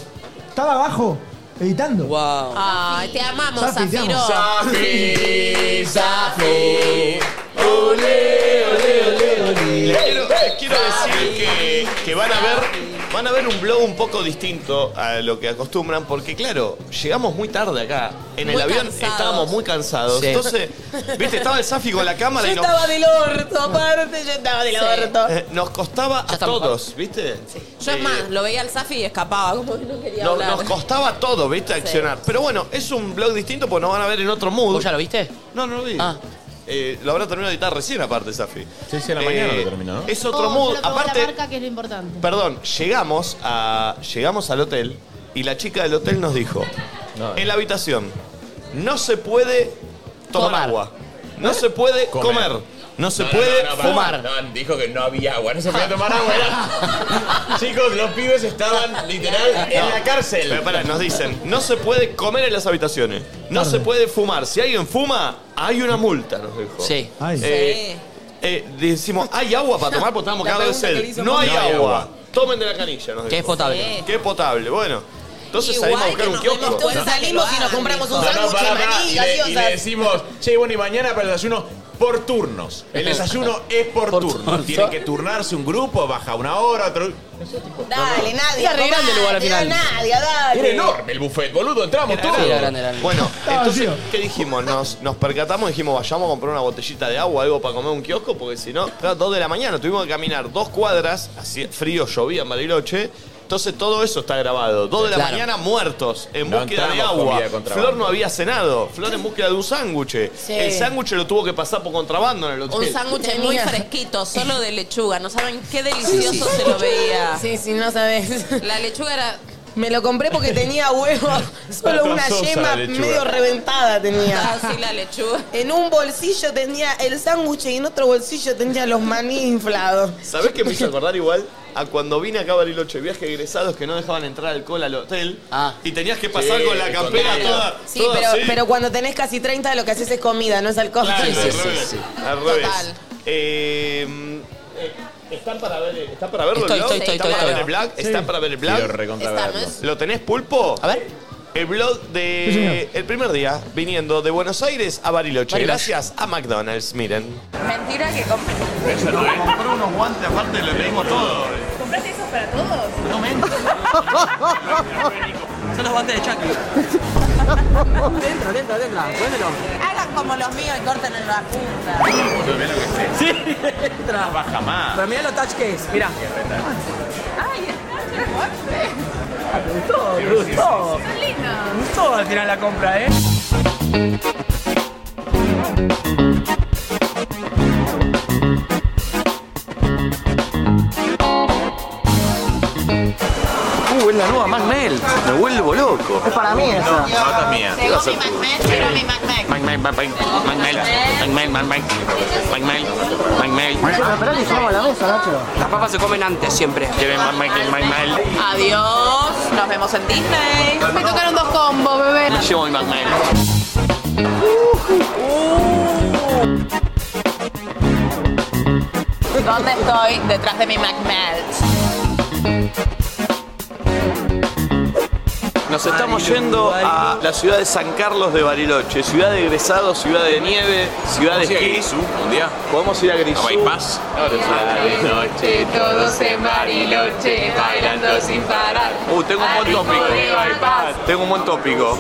Estaba abajo, editando.
Wow.
Ay, Ah, te amamos,
Safi, te amo.
Zafiro.
Safi, Safi, ole, ole, ole, ole.
Eh,
eh,
Les quiero, les quiero decir que, que van a ver Van a ver un blog un poco distinto a lo que acostumbran, porque claro, llegamos muy tarde acá. En el
Muy
avión
cansados.
estábamos muy cansados.
Sí.
Entonces, viste, estaba el Safi con la cámara
Yo
y nos,
estaba del orto, aparte, yo estaba del
Sí.
orto.
eh, nos costaba a todos, ¿viste?
Yo es
Eh,
más, lo veía al Safi y escapaba, como que no quería
no-
hablar.
nos costaba todo, ¿viste? Accionar. Pero bueno, es un blog distinto porque nos van a ver en otro mood. ¿Vos ya
lo viste?
No, no lo vi. Eh, lo habrá terminado de editar recién, aparte, Safi.
Sí, sí, a la mañana lo terminó, ¿no?
Es
Todo
Oh,
otro mood.
solo que va
Aparte,
La marca que es lo importante.
Perdón, llegamos a llegamos al hotel y la chica del hotel nos dijo en la habitación no se puede tomar agua, no se puede comer, no se
No, no,
puede
no, no, pará.
fumar.
No, dijo que no había agua, no se podía tomar agua. era- Chicos, los pibes estaban literal en
Ah, No.
la cárcel.
Pero pará, nos dicen, no se puede comer en las habitaciones, no se puede fumar. Si alguien fuma, hay una multa, nos dijo.
Sí.
Ay. Eh, eh, decimos, ¿hay agua para tomar? Porque estábamos
La
cagados de
pregunta que le
sed.
hizo
No hay,
Mónica.
agua.
No hay agua.
Tomen de la canilla, nos
Que
dijo.
es potable.
Que es potable, bueno. Entonces
Igual
salimos a
que
buscar un
nos demos
kiosco.
cuenta
No.
que lo
y nos compramos un
No, no,
sándwich
pará,
de
pará.
maní
Y
y
le- Y le
gaseosas.
decimos, che, bueno, y mañana para el desayuno por turnos. El desayuno es por, turno. Tienen que turnarse un grupo, baja una hora, otro.
Dale, nadie.
Era re grande el lugar al final.
Nadie, dale.
Era enorme el buffet, boludo, entramos todos.
Bueno, entonces, ¿qué dijimos? Nos, nos percatamos y dijimos, vayamos a comprar una botellita de agua, algo para comer un kiosco, porque si no, a 2 de la mañana tuvimos que caminar dos cuadras, así frío, llovía en Bariloche. Entonces todo eso está grabado. 2 de la
Claro.
mañana muertos, en
No
búsqueda de
entramos
agua.
comida contrabando.
Flor no había cenado. Flor en búsqueda de un sándwich. El sándwich lo tuvo que pasar por contrabando en el hotel.
Un sándwich muy fresquito, solo de lechuga. No saben qué delicioso se lo veía.
Sí, sí, no sabes.
La lechuga era.
Me lo compré porque tenía huevo, solo una
Sosa la
yema
lechuga.
medio reventada tenía.
Así la lechuga.
En un bolsillo tenía el sándwich y en otro bolsillo tenía los maní inflados.
¿Sabés qué me hizo acordar igual? A cuando vine acá a Bariloche, viaje de egresados que no dejaban entrar alcohol al hotel
Ah.
y tenías que pasar
Sí,
con la campera
con la-
toda.
Sí,
toda
pero,
así.
pero cuando tenés casi 30 lo que haces es comida, no es alcohol.
Claro, al revés. Al revés.
Total.
Eh, ¿Están para ver, ¿Están para verlo?
Estoy,
el blog?
estoy, estoy,
¿Están
estoy, estoy.
para ver el blog?
Sí.
¿Están para ver el blog?
Quiero recontra Estamos. verlo.
¿Lo tenés, Pulpo? A ver. El blog
Sí,
de
señor.
el primer día, viniendo de Buenos Aires a Bariloche.
Bariloche.
Gracias a McDonald's, miren.
Mentira que compré.
compró unos guantes, aparte le pedimos todo.
¿Compraste esos para todos?
No me
Son los guantes de Chucky. dentro, dentro, dentro. Cuéntelo.
Hagan como los míos y corten en la punta.
Sí.
Baja más.
Pero mira los touch case, mira.
Ay, está
Gustó, gustó. Gustó al final la compra, ¿eh?
Uh, es la nueva McMelt. Me vuelvo loco. Es para
mí esa.
No, esta es mía.
Llegó mi
McMelt, quiero mi McMelt.
McMelt, McMelt, McMelt, McMelt, McMelt,
Pero que llegamos a la mesa, Nacho.
Las papas se comen antes siempre.
Adiós, nos vemos en Disney.
Me tocaron dos combos, bebé.
Llevo mi
¿Dónde estoy? Detrás de mi McMelt.
Nos estamos yendo a la ciudad de San Carlos de Bariloche, ciudad de egresados, ciudad de nieve, ciudad de
¿Podemos ir a
esquí.
Grisú un día?
Podemos ir a Grisú.
¿A Bypass?
Bariloche,
todos en Bariloche, bailando sin parar.
Uh, tengo un buen
Al ritmo
tópico.
de Bypass.
Tengo un buen tópico.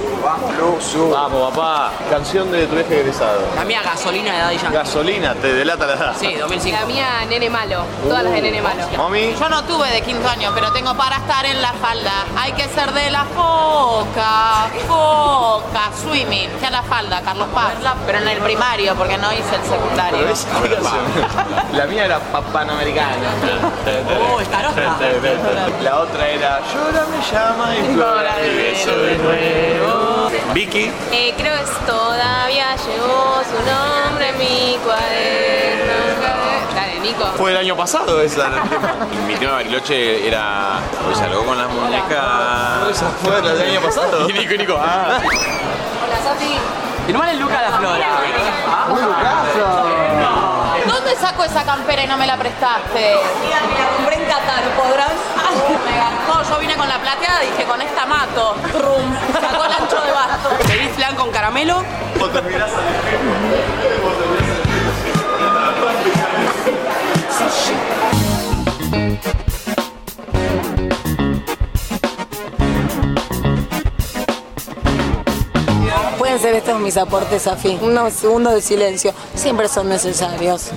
Vamos, papá. Canción de tu eje egresado.
La mía gasolina de Daddy Yankee.
Gasolina, te delata la edad.
Sí, 2005.
La mía, nene malo.
Todas las de nene malo. Mami.
Yo no tuve de quinto año, pero tengo para estar en la falda. Hay que ser de la foca, foca, swimming. Ya la falda, Carlos Paz. Pero en el primario, porque no hice el secundario.
Pero esa canción, La mía era pa- panamericana.
Oh, está roja.
La otra era Llora me llama y llora de beso de nuevo. Vicky.
Eh, creo que es todavía llegó su nombre en mi cuaderno. Dale, Nico.
Fue el año pasado esa.
Mi tema de Bariloche era. Pues salgo con las muñecas.
Esa fue la del año pasado.
Y Nico, y Nico. Ah.
Hola, Sofi.
Y nomás es Luca la Flora.
¡Muy Lucaso!
¿Dónde saco esa campera y no me la prestaste? Mira, me la compré en Qatar, ¿podrás? me ganó. Yo vine con la plateada y dije, con esta mato. Rum. Sacó el ancho de basto.
Pedí flan con caramelo.
hacer estos mis aportes a fin. Unos segundos de silencio siempre son necesarios.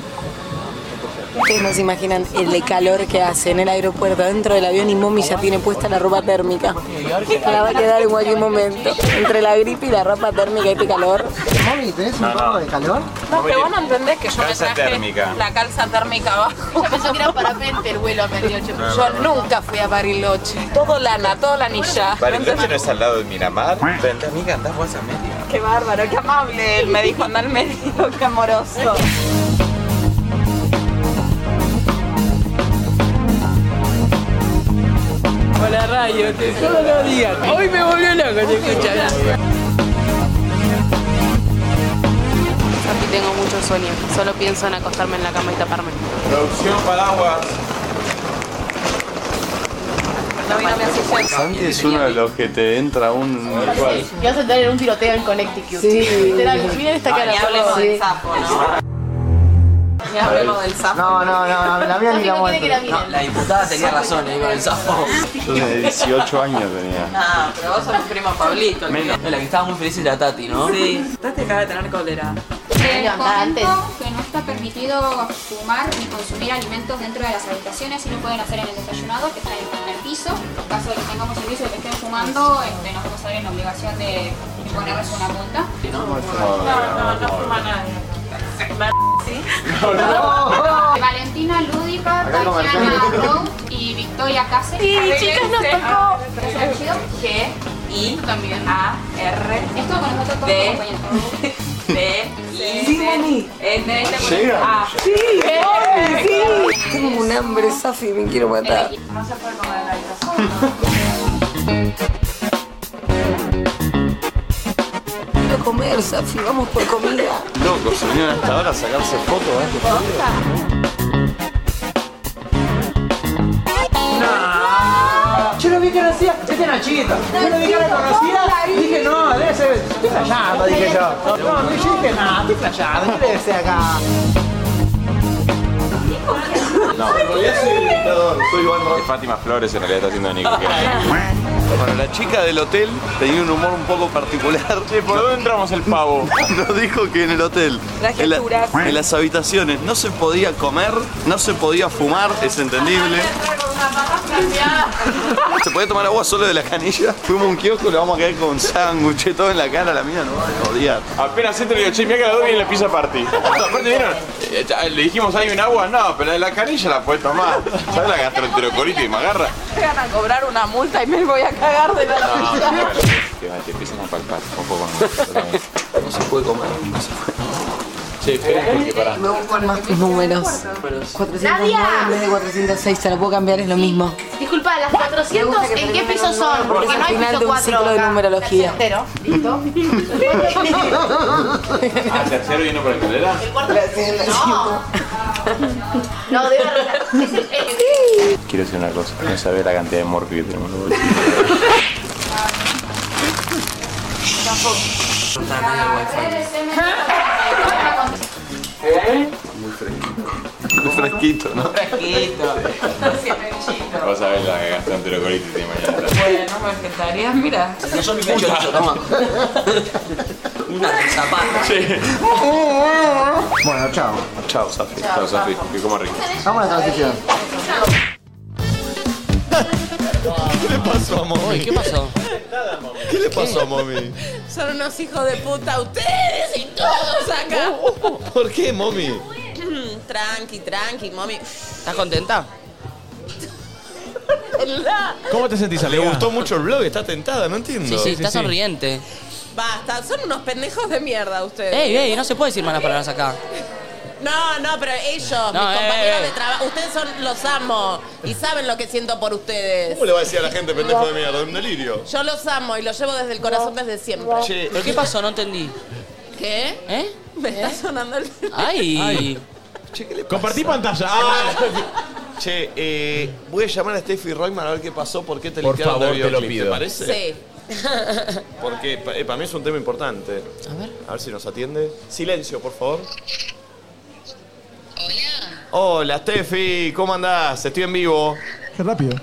Ustedes no se imaginan el de calor que hace en el aeropuerto, dentro del avión y Mommy ya tiene puesta la ropa térmica. La va a quedar en cualquier momento. Entre la gripe y la ropa térmica y este calor.
Mami, ¿tenés un
No, no.
poco de calor?
No, pero vos no entendés que yo me
Calza
traje
térmica.
la calza térmica abajo. Yo pensé que era parapente el vuelo a Bariloche.
No,
Yo
no,
nunca fui a Bariloche. Todo lana, todo lanilla.
Bariloche no es al lado de Miramar. Vente, amiga, andás vos a media.
Qué bárbaro, qué amable. Él me dijo, anda al medio, qué amoroso.
Hola radio, te todos los días. Hoy me volvió loco, te escuchas.
Aquí tengo mucho sueño. Solo pienso en acostarme en la cama y taparme.
Producción Paraguas.
Santi es uno de los que te entra un...
Y vas a entrar en un tiroteo en Connecticut.
Sí.
Literal, miren esta cara.
Ni hablemos
Sí.
del sapo, ¿no? Ni hablemos del sapo.
No, no, no, la mía ni la muerto.
No, la diputada tenía razón, eh, con el sapo.
Yo de 18 años tenía.
Ah, pero vos sos mi primo Pablito. el
Menos. La que estaba muy feliz era Tati, ¿no?
Sí. Tati acaba de tener cólera.
Se
Mira, antes.
comentó que no está permitido fumar ni consumir alimentos dentro de las habitaciones y lo pueden hacer en el desayunador que está en el primer piso. En caso de que tengamos servicio que estén fumando, este, nos vamos a ver en la obligación de ponerles una multa.
No.
Valentina Lúdica,
Acá no,
Tatiana
Marcelo.
Rowe y Victoria Cáceres.
Sí, Ah, chicas, nos tocó.
¿Qué apellido?
G, I, A, R,
Esto con nosotros todos
D,
acompañados.
D, I, C,
Eh,
N, A.
ah, Sí, sí. Tengo un hambre, Safi, me quiero matar.
No se puede comer la habitación.
Quiero comer, Safi, vamos por comida.
Loco, se vinieron hasta ahora a sacarse fotos. ¿eh?
Yo lo vi que conocía, este Nachito. Yo lo vi que la conocía, dije no, debe ser. Estoy flasheando, dije yo. No, yo dije nada, estoy flasheando, ¿qué debe ser acá?
No, en realidad soy el dictador, soy Iván Rojas.
Fátima Flores en realidad está haciendo Nico.
Bueno, la chica del hotel tenía un humor un poco particular. ¿Por dónde entramos el pavo? Nos dijo que en el hotel,
Las
en, la-
criaturas.
en las habitaciones, no se podía comer, no se podía fumar, es entendible. Se podía tomar agua solo de la canilla. Fuimos a un kiosco, le vamos a caer con sándwiches, todo en la cara, la mina no va a odiar.
Apenas entra y digo, che, mirá que la doy en la pizza party. No, aparte vieron, eh, ya, le dijimos hay un agua, no, pero la canilla la puede tomar. ¿Sabes la gastroenterocolitis y me agarra?
Me van a cobrar una multa y me voy a cagar de la
No,
risa.
bueno, te, te empiezan a palpar, ojo con No se puede comer, no se puede. Che, esperen porque pará.
Me gustan más tus números. 409 en vez de 406, te lo puedo cambiar, es lo mismo.
Disculpa, las 400, ¿en qué piso son? Porque no hay
final
piso
de un
4.
ciclo de numerología.
Entero. ¿Listo?
Ah, tercero vino por el calera.
No, de verdad. Es el- el-
Quiero decir una cosa, no sabés la cantidad de morfi que tenemos en los bolsillos.
Muy fresquito. Muy fresquito, ¿no?
Fresquito.
Vas a ver la gastroenterocolitis de mañana.
Bueno, vegetarias, mira.
No son mis pechos, toma. Una zapata.
Bueno, chao. Chao, Safi.
Chao, Safi, que como rico.
Vamos a la transición.
¿Qué le pasó a Mommy?
¿Qué pasó?
¿Qué le pasó a Mommy?
Son unos hijos de puta ustedes y todos acá.
¿Por qué, Mommy?
Mm, Tranqui, tranqui, mami.
¿Estás contenta?
Hola.
¿Cómo te sentís, amiga? Le gustó mucho el blog, está tentada, no entiendo.
Sí, sí, está sonriente.
Basta, son unos pendejos de mierda ustedes.
Ey, ey, no se puede decir malas palabras acá.
No, no, pero ellos,
No,
mis
eh,
compañeros
eh.
de trabajo, ustedes son los amo y saben lo que siento por ustedes.
¿Cómo le va a decir a la gente pendejo de mierda? Un delirio.
Yo los amo y los llevo desde el corazón desde siempre.
Che,
¿Pero qué pasó? No entendí.
¿Qué?
¿Eh?
Me está sonando el
Ay.
Compartí pantalla.
Che, eh, voy a llamar a Steffi Royman a ver qué pasó, por qué te
Por
linkearon de
favor, te lo
videoclip,
pido.
¿Te parece?
Sí.
Porque pa- eh, para mí es un tema importante.
A ver.
A ver si nos atiende. Silencio, por favor. Hola. Hola, Steffi, ¿cómo andás? Estoy en vivo.
Qué rápido.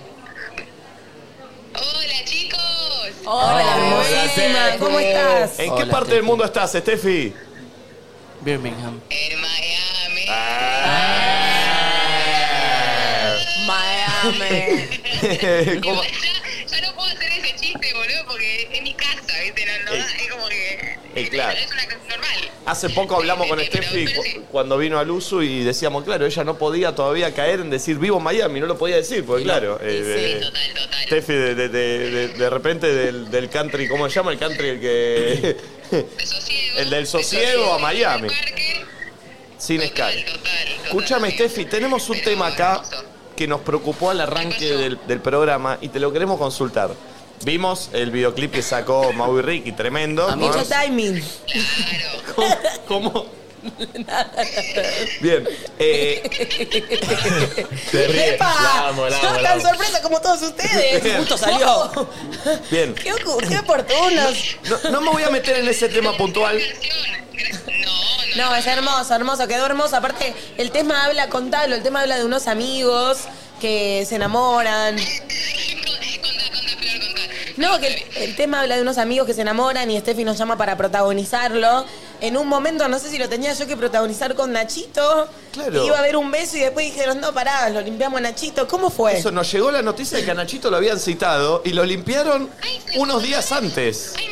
Hola,
hermosísima. ¿Cómo estás?
¿En qué parte del mundo estás, Steffi?
Birmingham.
Miami.
¿Cómo? Eh, claro. Hace poco hablamos con Steffi cu- cuando vino al uso y decíamos, claro, ella no podía todavía caer en decir vivo en Miami, no lo podía decir, porque claro. eh, eh, Steffi, de, de- de- de- de repente del, del country, ¿cómo se llama el country? El que. el del sosiego a Miami. Sin escala. Escúchame, Steffi, tenemos un tema acá que nos preocupó al arranque del, del programa y te lo queremos consultar. Vimos el videoclip que sacó Mau y Ricky, tremendo. ¿no?
Mucho timing.
¿Cómo? Bien. eh,
Se ríe.
¡Epa!
La amo, la amo,
Yo
la
tan
amo. Este
sorpresa como todos ustedes.
Justo salió. bien.
¡Qué, ocu- qué oportunos!
No, no me voy a meter en ese tema puntual.
No, es hermoso, hermoso, quedó hermoso. Aparte, el tema habla, contalo, el tema habla de unos amigos que se enamoran. No, que el, el tema habla de unos amigos que se enamoran y Steffi nos llama para protagonizarlo. En un momento, no sé si lo tenía yo que protagonizar con Nachito.
Claro.
Iba a haber un beso y después dijeron, no, pará, lo limpiamos a Nachito. ¿Cómo fue?
Eso, nos llegó la noticia de que a Nachito lo habían citado y lo limpiaron unos días antes. ¿eh?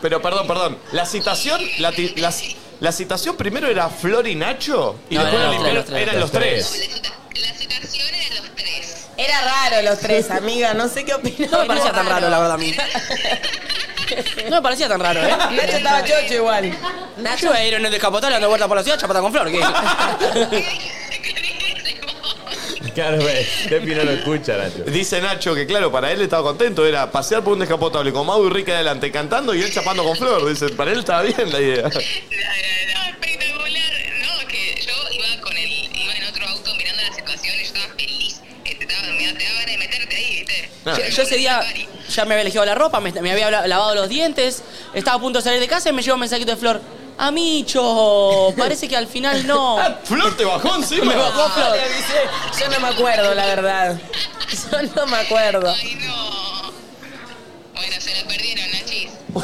Pero perdón, perdón. La citación, la, ti- la, la citación primero era Flor y Nacho y
No,
después
eran
la
los
limpiaron-
tres,
eran los
los
tres.
tres.
Era raro los tres, amiga, no sé qué opinó. No me parecía tan raro, la verdad, a mí.
No me parecía tan raro, ¿eh?
Nacho estaba chocho igual.
Yo era en el descapotable dando vueltas por la ciudad, chapata con flor. ¿qué?
Claro, Steffi no lo escucha, Nacho. Dice Nacho que, claro, para él estaba contento, era pasear por un descapotable con Mau y Ricky adelante cantando y él chapando con Flor. Dice, para él estaba bien la idea.
Yo, yo ese día ya me había elegido la ropa, me, me había la- lavado los dientes, estaba a punto de salir de casa y me llegó un mensajito de Flor. Amicho, parece que al final no.
Ah,
Ah,
Flor te bajó encima.
me bajó Flor.
Yo no me acuerdo, la verdad. Yo no me acuerdo.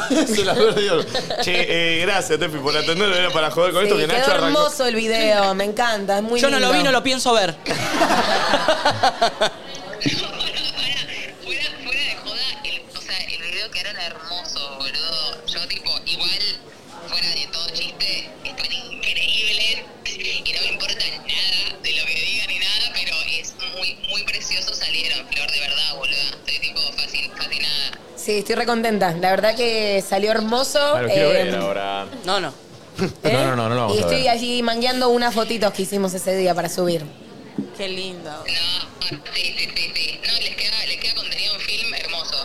Se la perdió. Che, eh, gracias, Tefi, por atender. Era para joder con
Sí,
esto que
quedó
Nacho arrancó.
hermoso el video, me encanta, es muy
Yo no lo vi,
lindo.
no lo pienso ver.
Sí, estoy recontenta. La verdad que salió hermoso. eh,
ahora.
No, no.
No, no, no, no lo
y
vamos a
estoy
ver.
allí mangueando unas fotitos que hicimos ese día para subir.
Qué lindo.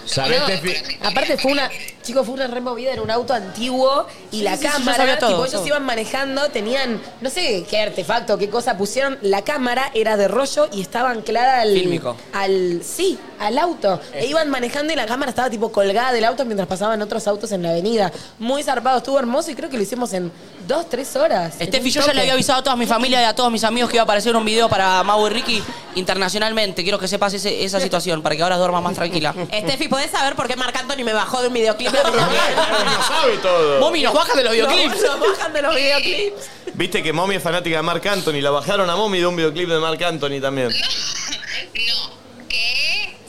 ¿Sabés,
No,
Este
Tefi?
Aparte fue una, chicos, fue una removida, era un auto antiguo y
Sí,
la
sí, sí, ya
cámara,
sabía todo,
tipo, ellos
todo.
iban manejando, tenían, no sé qué artefacto, qué cosa pusieron, la cámara era de rollo y estaba anclada al...
Fílmico.
Al, sí, al auto. E iban manejando y la cámara estaba tipo colgada del auto mientras pasaban otros autos en la avenida. Muy zarpado, estuvo hermoso y creo que lo hicimos en dos, tres horas. en
Steffi,
un
yo ya
toque.
le había avisado a toda mi familia y a todos mis amigos que iba a aparecer un video para Mau y Ricky internacionalmente. Quiero que sepas ese- esa situación para que ahora duermas más tranquila.
Steffi, ¿podés saber por qué Marc Anthony me bajó de un videoclip?
sabe todo.
Momi, nos bajas de los videoclips.
Nos bajan de los videoclips.
Viste que Mommy es fanática de Marc Anthony. La bajaron a Mommy de un videoclip de Marc Anthony también.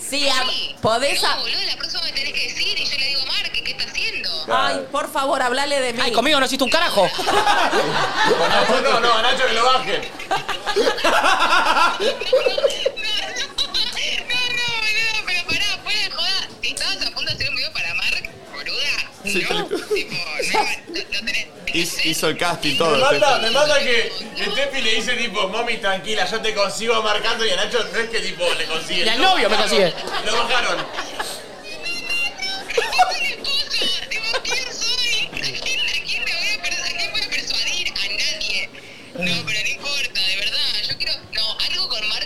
Sí, a- podés. a- Ay, por favor, hablale de mí.
Ay, conmigo no hiciste un carajo.
No, no, no, a Nacho que lo bajen.
Sí, Hiz- Hizo el casting todo.
Me mata,
Steffi.
me mata que, que Tefi le dice tipo, mami, tranquila, yo te consigo marcando y a Nacho no es que tipo le consigue.
Y al
lo
novio me
bajaron,
consigue.
Lo bajaron.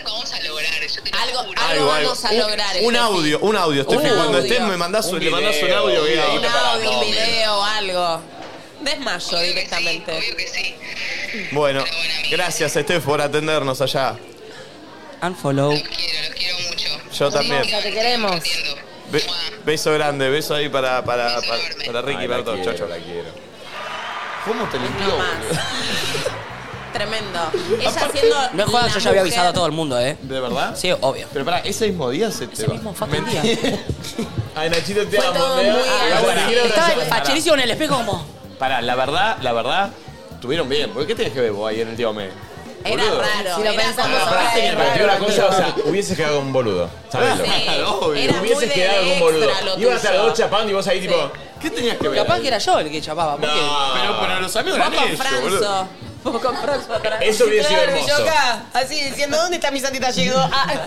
Algo, algo,
Algo, algo.
vamos a
Un-
lograr. este
Un
Steffi.
audio, un audio, Steffi.
Un audio.
Cuando estés me mandás
Un
un, le mandás un
video,
audio.
un
y-
audio.
Un audio, un video, algo. Desmayo directamente.
Bueno, gracias Estef por atendernos allá.
Unfollow.
Yo también.
te queremos.
Be- beso grande, beso ahí para, para, para, para Ricky
Ay,
y
la
para todos.
quiero,
Chao, chao.
la quiero.
¿Cómo te limpió?
No más. Tremendo. Ella siendo.
No es joda,
la
yo ya había avisado a
mujer-
todo el mundo, ¿eh?
¿De verdad?
Sí, obvio.
Pero pará, ese mismo día se te
Ese mismo fucking día.
Ay, Nachito, te
Fue
amo.
todo
te amo.
muy
Ah,
al-
bueno, quiero
Estaba
abrazar- pará.
facherísimo en el espejo como...
Pará, la verdad, la verdad, tuvieron bien. ¿Por qué tenés que ver vos ahí en el tío Me?
Era raro.
Si lo
era
pensamos
como-
ahora, es
Pero te digo
raro.
una cosa, o sea, hubieses quedado un boludo. Sabelo.
Sí, era muy
hubieses
de
quedado un
extra
boludo.
lo
Ibas a
tuyo.
los dos chapando y vos ahí, tipo, ¿qué tenías que ver?
Capaz
ahí?
que era yo el que chapaba, ¿por qué?
Pero, pero los amigos
Vos
eran
con
ellos, boludo.
Franzo. Vos con Franzo atrás.
Eso hubiera sido
Claro, y yo
hermoso.
acá.
Así diciendo, ¿dónde está mi santita? Llegó. Ah,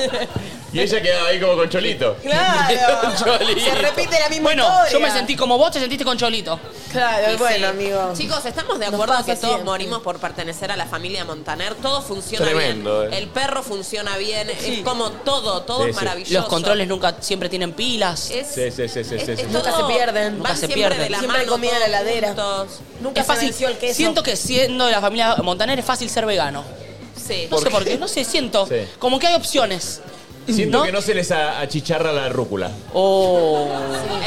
Y ella quedaba ahí como con cholito.
claro.
Cholito.
Se repite la misma
Bueno,
historia.
yo me sentí como vos, te sentiste con Cholito.
Claro,
Y
bueno,
sí.
amigo.
Chicos, estamos de
Nos
acuerdo
pasa
que todos
siempre.
morimos por pertenecer a la familia Montaner. Todo funciona
Tremendo,
bien.
eh.
El perro funciona bien. Es como todo, todo
Sí,
es
sí.
maravilloso.
Los controles nunca siempre tienen pilas.
Es-
Sí, sí, sí, sí, sí. sí.
todo-
Nunca se pierden.
Nunca
van
se
siempre
pierden.
de la
Siempre
mano,
comida en la
todos
heladera.
juntos.
Nunca
es fácil.
venció el queso.
Siento que siendo de la familia Montaner es fácil ser vegano.
Sí.
No sé por qué, no sé, siento. Como que hay opciones.
Siento
¿No?
que no se les a- achicharra la rúcula.
Oh.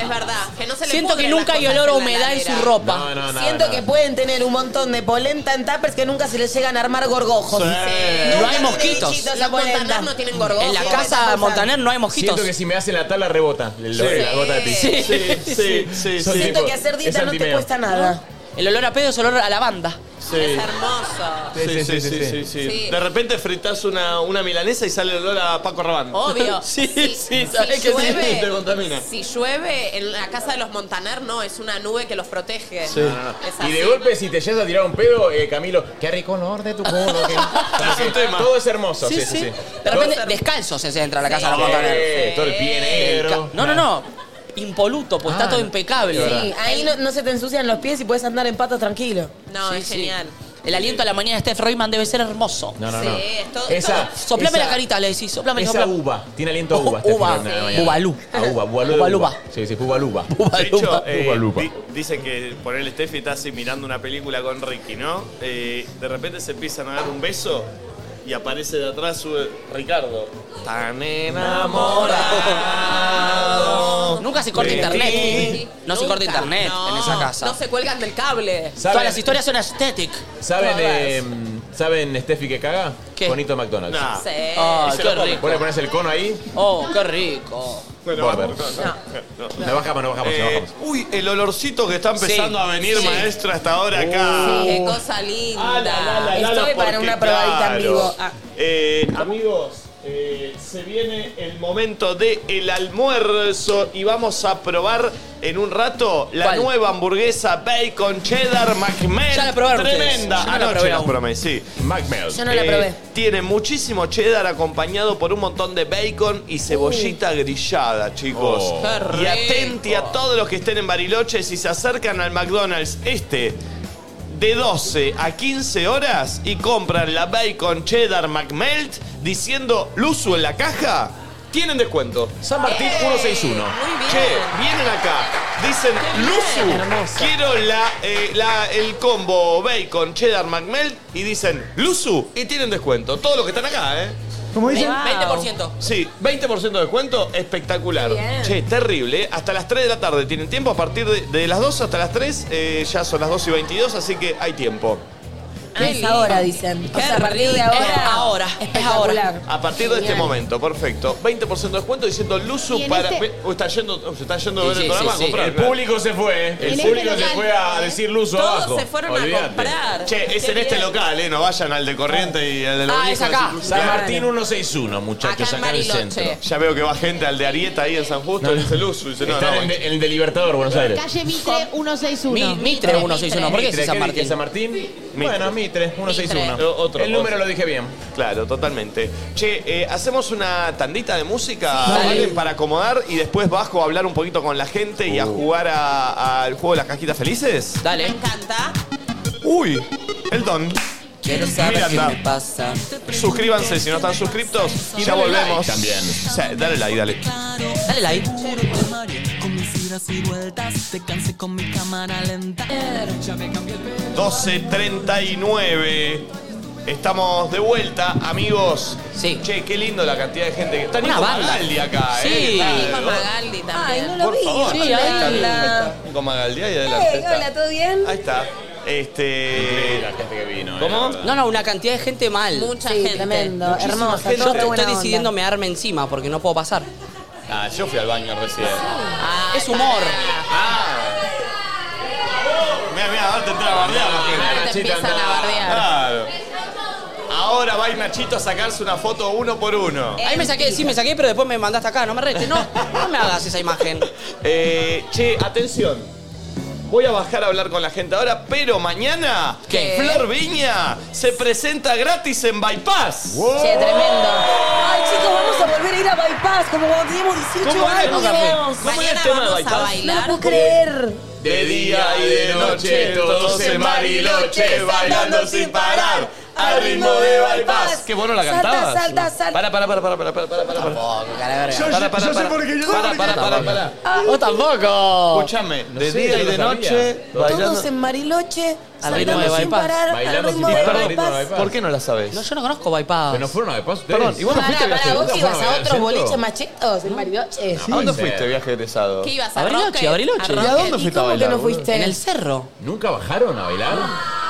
Es verdad. Que no se le
Siento que
pudren las
nunca hay
cosas
olor a
en la
humedad en
heladera.
su ropa.
No, no, no.
Siento
no.
que pueden tener un montón de polenta en tuppers que nunca se les llegan a armar gorgojos.
Sí.
Nunca
No hay
tiene
mosquitos.
bichitos
Los
la polenta.
Montaner no tienen gorgojos.
En la casa Montaner no hay mosquitos.
Siento que si me hacen la tala rebota. El olor de la gota de pis.
Sí.
Sí, sí,
Soy
Siento
tipo-
que hacer
es
dieta no te
antimeo.
cuesta nada.
El olor a pedo es olor a lavanda.
Sí.
Es hermoso.
Sí, sí, sí, sí, sí, sí.
Sí.
De repente fritas una, una milanesa y sale el olor a Paco Rabanne.
Obvio.
sí, sí, sabés
Si
que sí,
llueve-
te contamina.
Si llueve en la casa de los Montaner, no, es una nube que los protege.
No, no,
Ah,
no.
Es así.
Ah. Y de golpe, si te llegas a tirar un pedo, eh, Camilo, qué rico olor de tu culo. que- Como que Todo es hermoso. Sí, sí, sí.
De repente, descalzo se entra a la casa de
Sí,
los Montaner.
Todo el pie negro.
No, no, no. Impoluto, pues
Ah,
está todo
Sí,
impecable.
ahí no, no se te ensucian los pies y puedes andar en patas tranquilo.
No,
Sí,
es
sí.
genial.
El aliento a la mañana de Steph Royman debe ser hermoso.
No, no,
Sí,
no.
es todo-
Esa,
todo.
Soplame
esa-
la carita, le decís. Soplame,
Esa
soplame.
uva. Tiene aliento a uva. este
Uva.
fin de mañana.
Bubalú.
A uva, bubalú. de
Bubaluba.
uva. Sí, sí, bubaluba.
De hecho, eh,
Ubalupa.
di- dicen que por el Steffi está así mirando una película con Ricky, ¿no? Eh, de repente se empiezan a dar un beso y aparece de atrás su- Ricardo. Tan enamorado.
Nunca se corta
de
internet.
ti.
Sí.
No se
Nunca.
corta internet en esa casa.
No se cuelgan del cable.
¿Saben-
Todas las historias son aesthetic.
¿Saben,
Todas.
eh, ¿saben Steffi que caga?
¿Qué?
Bonito McDonald's.
Nah.
Sí.
Ay,
se
qué
lo come.
Vos
rico.
le pones el cono ahí.
Oh, qué rico.
Bueno,
Border.
vamos, no, no, no.
No bajamos, no bajamos, no
Eh,
bajamos.
uy, el olorcito que está empezando
Sí,
a venir,
sí.
maestra, hasta ahora
Uh.
acá.
Qué cosa linda.
Estoy para una probadita en vivo. Ah.
Eh, amigos, eh, se viene el momento del el almuerzo y vamos a probar en un rato la
¿Cuál?
nueva hamburguesa Bacon Cheddar McMelt.
Ya la probaron ustedes.
Tremenda.
Yo no la
Anoche
probé
nos
aún.
promé, sí.
McMeld.
Yo no la
Eh,
probé.
tiene muchísimo cheddar acompañado por un montón de bacon y cebollita grillada, chicos.
Oh.
Qué
Y
rico.
atenti a todos los que estén en Bariloche si se acercan al McDonald's este de 12 a 15 horas y compran la bacon cheddar McMelt diciendo Luzu en la caja, tienen descuento.
San Martín 161.
Muy bien.
Che, vienen acá. Dicen, Luzu, quiero la, eh, la- el combo bacon cheddar McMelt. Y dicen, Luzu, y tienen descuento. Todos los que están acá, ¿eh?
Como dicen,
Wow.
20%.
Sí, 20% de descuento, espectacular.
Bien.
Che, terrible. ¿eh? Hasta las 3 de la tarde tienen tiempo. A partir de, de las 2 hasta las 3, eh, ya son las 2 y 22, así que hay tiempo.
Qué
Es
lindo.
ahora, dicen. O
Qué
sea, a partir de
rico.
ahora.
ahora, es ahora.
A partir de este
Genial.
momento, perfecto. 20% de descuento diciendo Luzu
Y en
para.
este-
ve- oh, está yendo, oh, se está yendo a
Sí,
ver
sí,
el programa
sí,
a comprar.
El público se fue. El
En
público
este
se
local,
fue a
¿eh?
decir luzo
Todos
abajo.
se fueron
Olvídate.
a comprar.
Che, es
Qué
en este
bien.
local, ¿eh? No vayan al de Corriente y al de los
Ah, es acá.
San Martín 161, muchachos,
Acá en
acá en el
Bariloche.
centro.
Ya veo que va gente al de Arieta ahí en San Justo,
No, no.
dice Luzu. Dice, no, no,
Están en,
bueno.
de- en el de Libertador, Buenos Aires.
Calle Mitre 161.
Mi- Mitre 161. ¿Por qué
Mitre,
es San
¿qué dije?
Martín?
San Martín.
Mitre.
Bueno, Mitre, 161.
Mitre. O- otro,
el número
otro.
lo dije bien.
Claro, totalmente. Che, eh, hacemos una tandita de música,
Dale.
¿vale? Para acomodar y después bajo a hablar un poquito con la gente y a jugar a- al juego de las cajitas felices.
Me
Uh. Dale.
encanta.
Uy, el don.
Quiero
Miranda.
pasa.
Suscríbanse si no están suscriptos. Y ya
dale
volvemos.
like también.
O sea, dale like, dale.
Dale like.
Comenzar
giros y vueltas, te cansé con mi cámara lenta. Ya me cambié el pelo.
12.39. Estamos de vuelta, amigos. Sí. Che, qué lindo la cantidad de gente que está.
Una
Nico
banda.
Magaldi acá,
Sí.
¿eh? ¿Qué tal,
Nico
vos?
Magaldi también. Ay, no
Por favor,
Sí,
ahí está,
ahí
ahí
está.
está. Nico Magaldi, ahí adelante.
Hey,
está.
hola, ¿todo bien?
Ahí está. Este.
La gente que vino.
¿Cómo?
No, no, una cantidad de gente mal.
Mucha Sí, gente. tremendo,
Muchísima
hermosa,
gente.
toda
Yo estoy
buena onda.
decidiendo mearme encima porque no puedo pasar.
Ah, yo fui al baño recién.
es humor.
Mira, mira, ahora te entra a bardear la gente.
Ahora te empiezan a bardear.
Claro. Ahora va Nachito a sacarse una foto uno por uno.
Ahí me saqué, sí, me saqué, pero después me mandaste acá. No me retes, no, no me hagas esa imagen.
Eh, che, atención. Voy a bajar a hablar con la gente ahora, pero mañana
¿Qué?
Flor Viña se presenta gratis en Bypass.
Oh.
Che, tremendo. Ay, chicos, vamos a volver a ir a Bypass como cuando teníamos 18
¿Cómo era?
años.
¿Cómo era el Mañana tema de vamos a Bypass?
No
bailar.
lo puedo creer.
De día y de noche, todos en Mariloche, bailando sin parar, al ritmo de Bypass. Qué bueno la
Salta,
cantabas.
salta, salta.
Para, para, para, para, para, para, para, para.
Yo-
Para,
yo-
para,
yo sé
para.
por qué, yo sé
Para,
por qué.
para, para, para.
Vos tampoco.
Escúchame, de
sé,
día
yo
y
no
de
sabía.
noche, bailando.
Todos en Mariloche,
Al ritmo
saltando
de
sin
Bypass.
parar, al
Bailando
ritmo
sin
de
parar, al ritmo de
Bypass.
Bypass.
¿Por qué no la sabes?
No, yo no conozco Bypass.
Pero no fueron a Bypass. ustedes.
Perdón, ¿y vos no fuiste a
Pará,
viaje
pará, vos
egresado?
que ibas a otros
¿Cierto?
boliches machetos en Bariloche.
¿A dónde fuiste viaje egresado?
¿Qué ibas
a Bariloche,
Roque?
a Bariloche.
¿A
¿Y a
Roque?
dónde
¿Y
fuiste a
cómo que
bailar?
no
boludo?
fuiste?
En el cerro.
¿Nunca bajaron a bailar?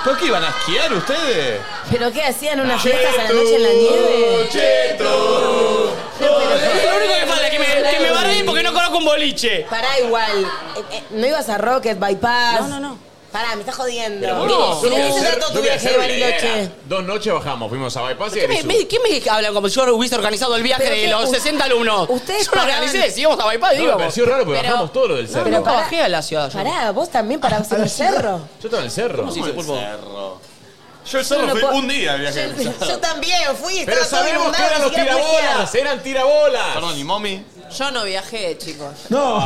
¿Por qué iban a esquiar ustedes?
¿Pero qué hacían? ¿Unas
Cheto,
fiestas a la noche en la nieve?
Es lo único que falta, que me, que me barreen porque no conozco un boliche.
Pará igual. Eh, eh, ¿No ibas a Rocket, Bypass? No, no, no. Pará, me estás jodiendo.
Pero, boludo,
¿Qué
yo
le
fui a
dices
hacer-
tanto
yo
tu
fui a
viaje de
hacer
Bariloche?
vereda. Dos noches bajamos, fuimos a Bypass y
¿Qué me,
Erisú.
me- qué me hablan como si yo hubiese organizado el viaje
¿Pero
de
qué?
los
U-
60 alumnos?
ustedes
yo lo organicé,
pagaban-
si íbamos a Bypass,
No, me
digo.
pareció raro porque
Pero-
bajamos todo lo del cerro.
Pero bajé a la ciudad. yo.
Pará, vos también parabas en el cerro.
Yo estaba en el cerro.
¿Cómo se dice, pulpo?
cerro.
Yo el cerro
Yo no
fui
puedo-
un día de viaje
Yo,
egresado.
yo también fui,
Pero
estaba todo
sabíamos que
inundado,
eran
ni
los
siquiera podía.
tirabolas, eran tirabolas.
Perdón, ¿y mommy?
Yo no viajé, chicos.
No, no,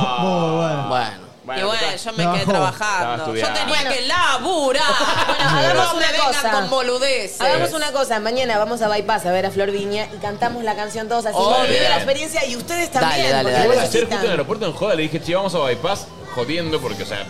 Ah.
bueno.
y bueno, yo me
No.
quedé trabajando.
Estaba
Yo
estudiando.
tenía que laburar.
hagamos
no
una
me vengan
cosa.
con boludeces.
Hagamos una cosa, mañana vamos a Bypass a ver a Flor Viña y cantamos la canción todos así.
Oh,
que vive
bien.
la experiencia y ustedes también.
Dale,
porque la
ayer justo en el
necesitan.
aeropuerto en joda le dije, che, vamos a Bypass jodiendo porque, o sea,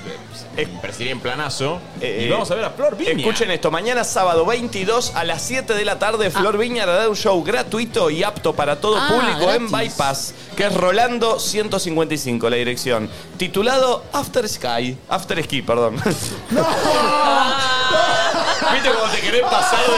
eh, me perseguí en planazo. y vamos a ver a Flor Viña.
Escuchen esto, mañana sábado 22 a las 7 de la
Ah.
tarde, Flor Viña hará un show gratuito y apto para todo
Ah,
público en
gratis.
Bypass, que es Rolando 155, la dirección, titulado After Sky, After Ski, perdón. ¿Viste cómo te querés pasar de...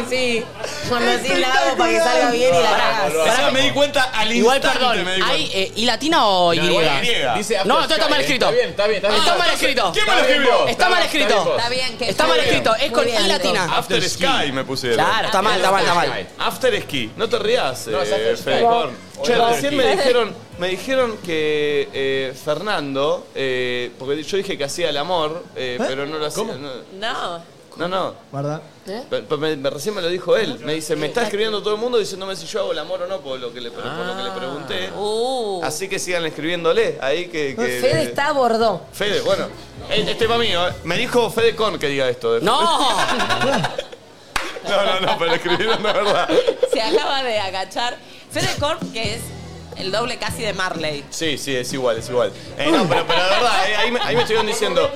Sí, sí. Cuando así la hago para que salga bien y la cagás.
O sea, me di cuenta al
Igual,
instante.
perdón,
me di cuenta.
¿hay eh, I latina o Y?
No, igual Y griega. Dice
no, esto
After
está
Sky,
mal
eh.
escrito.
Está bien, está bien, está bien.
Está mal
Entonces,
escrito.
¿quién me lo
Está bien,
escribió?
Está mal
Está bien,
escrito.
está bien. Está
bien, que-
Está mal escrito, es con
Muy bien.
I latina.
After Sky me pusieron.
Claro, está mal, está mal, está mal.
After Ski, no te rías,
No, es
eh,
After
Fede
Sky.
Korn. Che,
Hola.
recién me dijeron, me dijeron que eh, Fernando, eh, porque yo dije que hacía el amor, eh, pero no lo hacía. No,
No.
no. no.
¿Verdad?
Pe- pe- me- me- recién me lo dijo él. Me dice, me está escribiendo todo el mundo diciéndome si yo hago el amor o no por lo que le, por lo
Ah.
que le pregunté. Así que sigan escribiéndole ahí que... que-
Uh. Fede está a bordo.
Fede, bueno. Este tema mío. eh. Me dijo Fede Con que diga esto. de- No, no, no, pero escribieron la verdad.
Se acaba de agachar. Fede Corp, que es el doble casi de Marley.
Sí, sí, es igual, es igual. Eh, no, pero, pero de verdad, eh, ahí, me, ahí me estuvieron diciendo.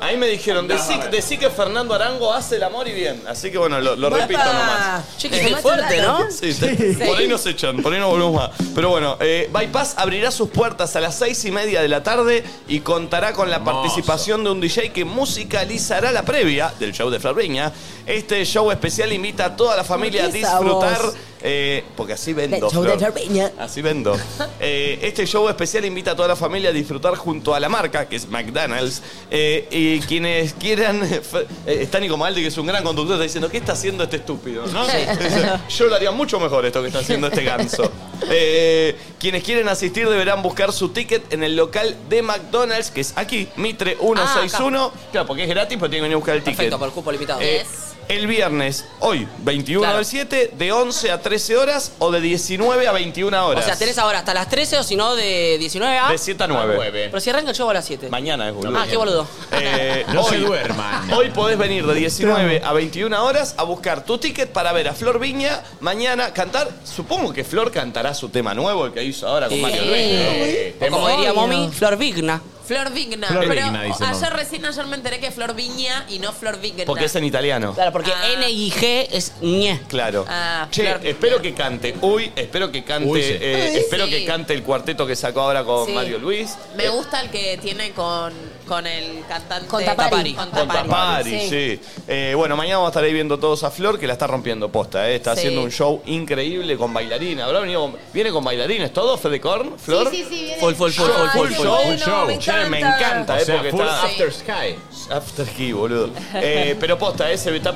Ahí me dijeron, decí, decí que Fernando Arango hace el amor y bien. Así que bueno, lo, lo repito nomás. Eh,
Che, que qué fuerte, ¿no?
Sí, te- Por ahí nos echan, por ahí no volvemos más. Pero bueno, eh, Bypass abrirá sus puertas a las seis y media de la tarde y contará con la participación de un DJ que musicalizará la previa del show de Florbeña. Este show especial invita a toda la familia a
¿Qué es esa voz?
disfrutar. eh, porque así vendo.
Del show de
Flor.
Florbeña.
Así vendo. Eh, este show especial invita a toda la familia a disfrutar junto a la marca, que es McDonald's. eh, y quienes quieran. fe- eh, está Nico Maldi, que es un gran conductor, está diciendo: ¿Qué está haciendo este estúpido? ¿no?
Sí.
Dice, Yo lo haría mucho mejor esto que está haciendo este ganso. Eh, quienes quieren asistir deberán buscar su ticket en el local de McDonald's, que es aquí,
Ah,
Mitre 161. claro, porque es gratis, pero tienen que venir a buscar el ticket.
Perfecto, por cupo limitado.
Eh, El viernes, hoy, 21
Claro.
del 7, de 11 a 13 horas o de 19 a 21
O
horas.
sea, tenés ahora hasta las 13 o si no de 19 a...
De 7 a 9.
Pero si arranca el show a las 7.
Mañana es boludo.
Ah, qué boludo.
Eh,
No
hoy,
se duerman.
Hoy podés venir de 19 a 21 horas a buscar tu ticket para ver a Flor Viña mañana cantar. Supongo que Flor cantará su tema nuevo, el que hizo ahora con Mario Luis.
Eh, o como diría Momi, Flor Vigna.
Flor Vigna.
Flor
pero
Vigna, dice,
ayer
no.
recién ayer me enteré que es Flor Vigna y no Flor Vigna. Ah,
Porque es en italiano.
Claro,
porque N y G es ñe.
Claro.
Ah,
che,
Flor-
espero que cante. Uy, espero que cante.
Uy, sí.
eh,
Ay,
espero
sí.
que cante el cuarteto que sacó ahora con
Sí.
Mario Luis.
Me gusta el que tiene con, con el cantante.
Con Tapari.
Con
Con
Tapari.
Tapari, sí. Eh, bueno, mañana vamos a estar ahí viendo todos a Flor, que la está rompiendo posta. eh. Está
Sí.
haciendo un show increíble con bailarina. Habrá venido con- ¿Viene con bailarines todo, Fede Korn? ¿Flor?
Sí, sí, sí, viene.
Full, full, full, full,
Ay,
full,
qué
full,
bueno,
full show.
me
Che, me
encanta.
encanta, eh,
O sea,
porque
full
está...
after
Sky. After Sky, boludo. Eh, pero posta, eh, se está-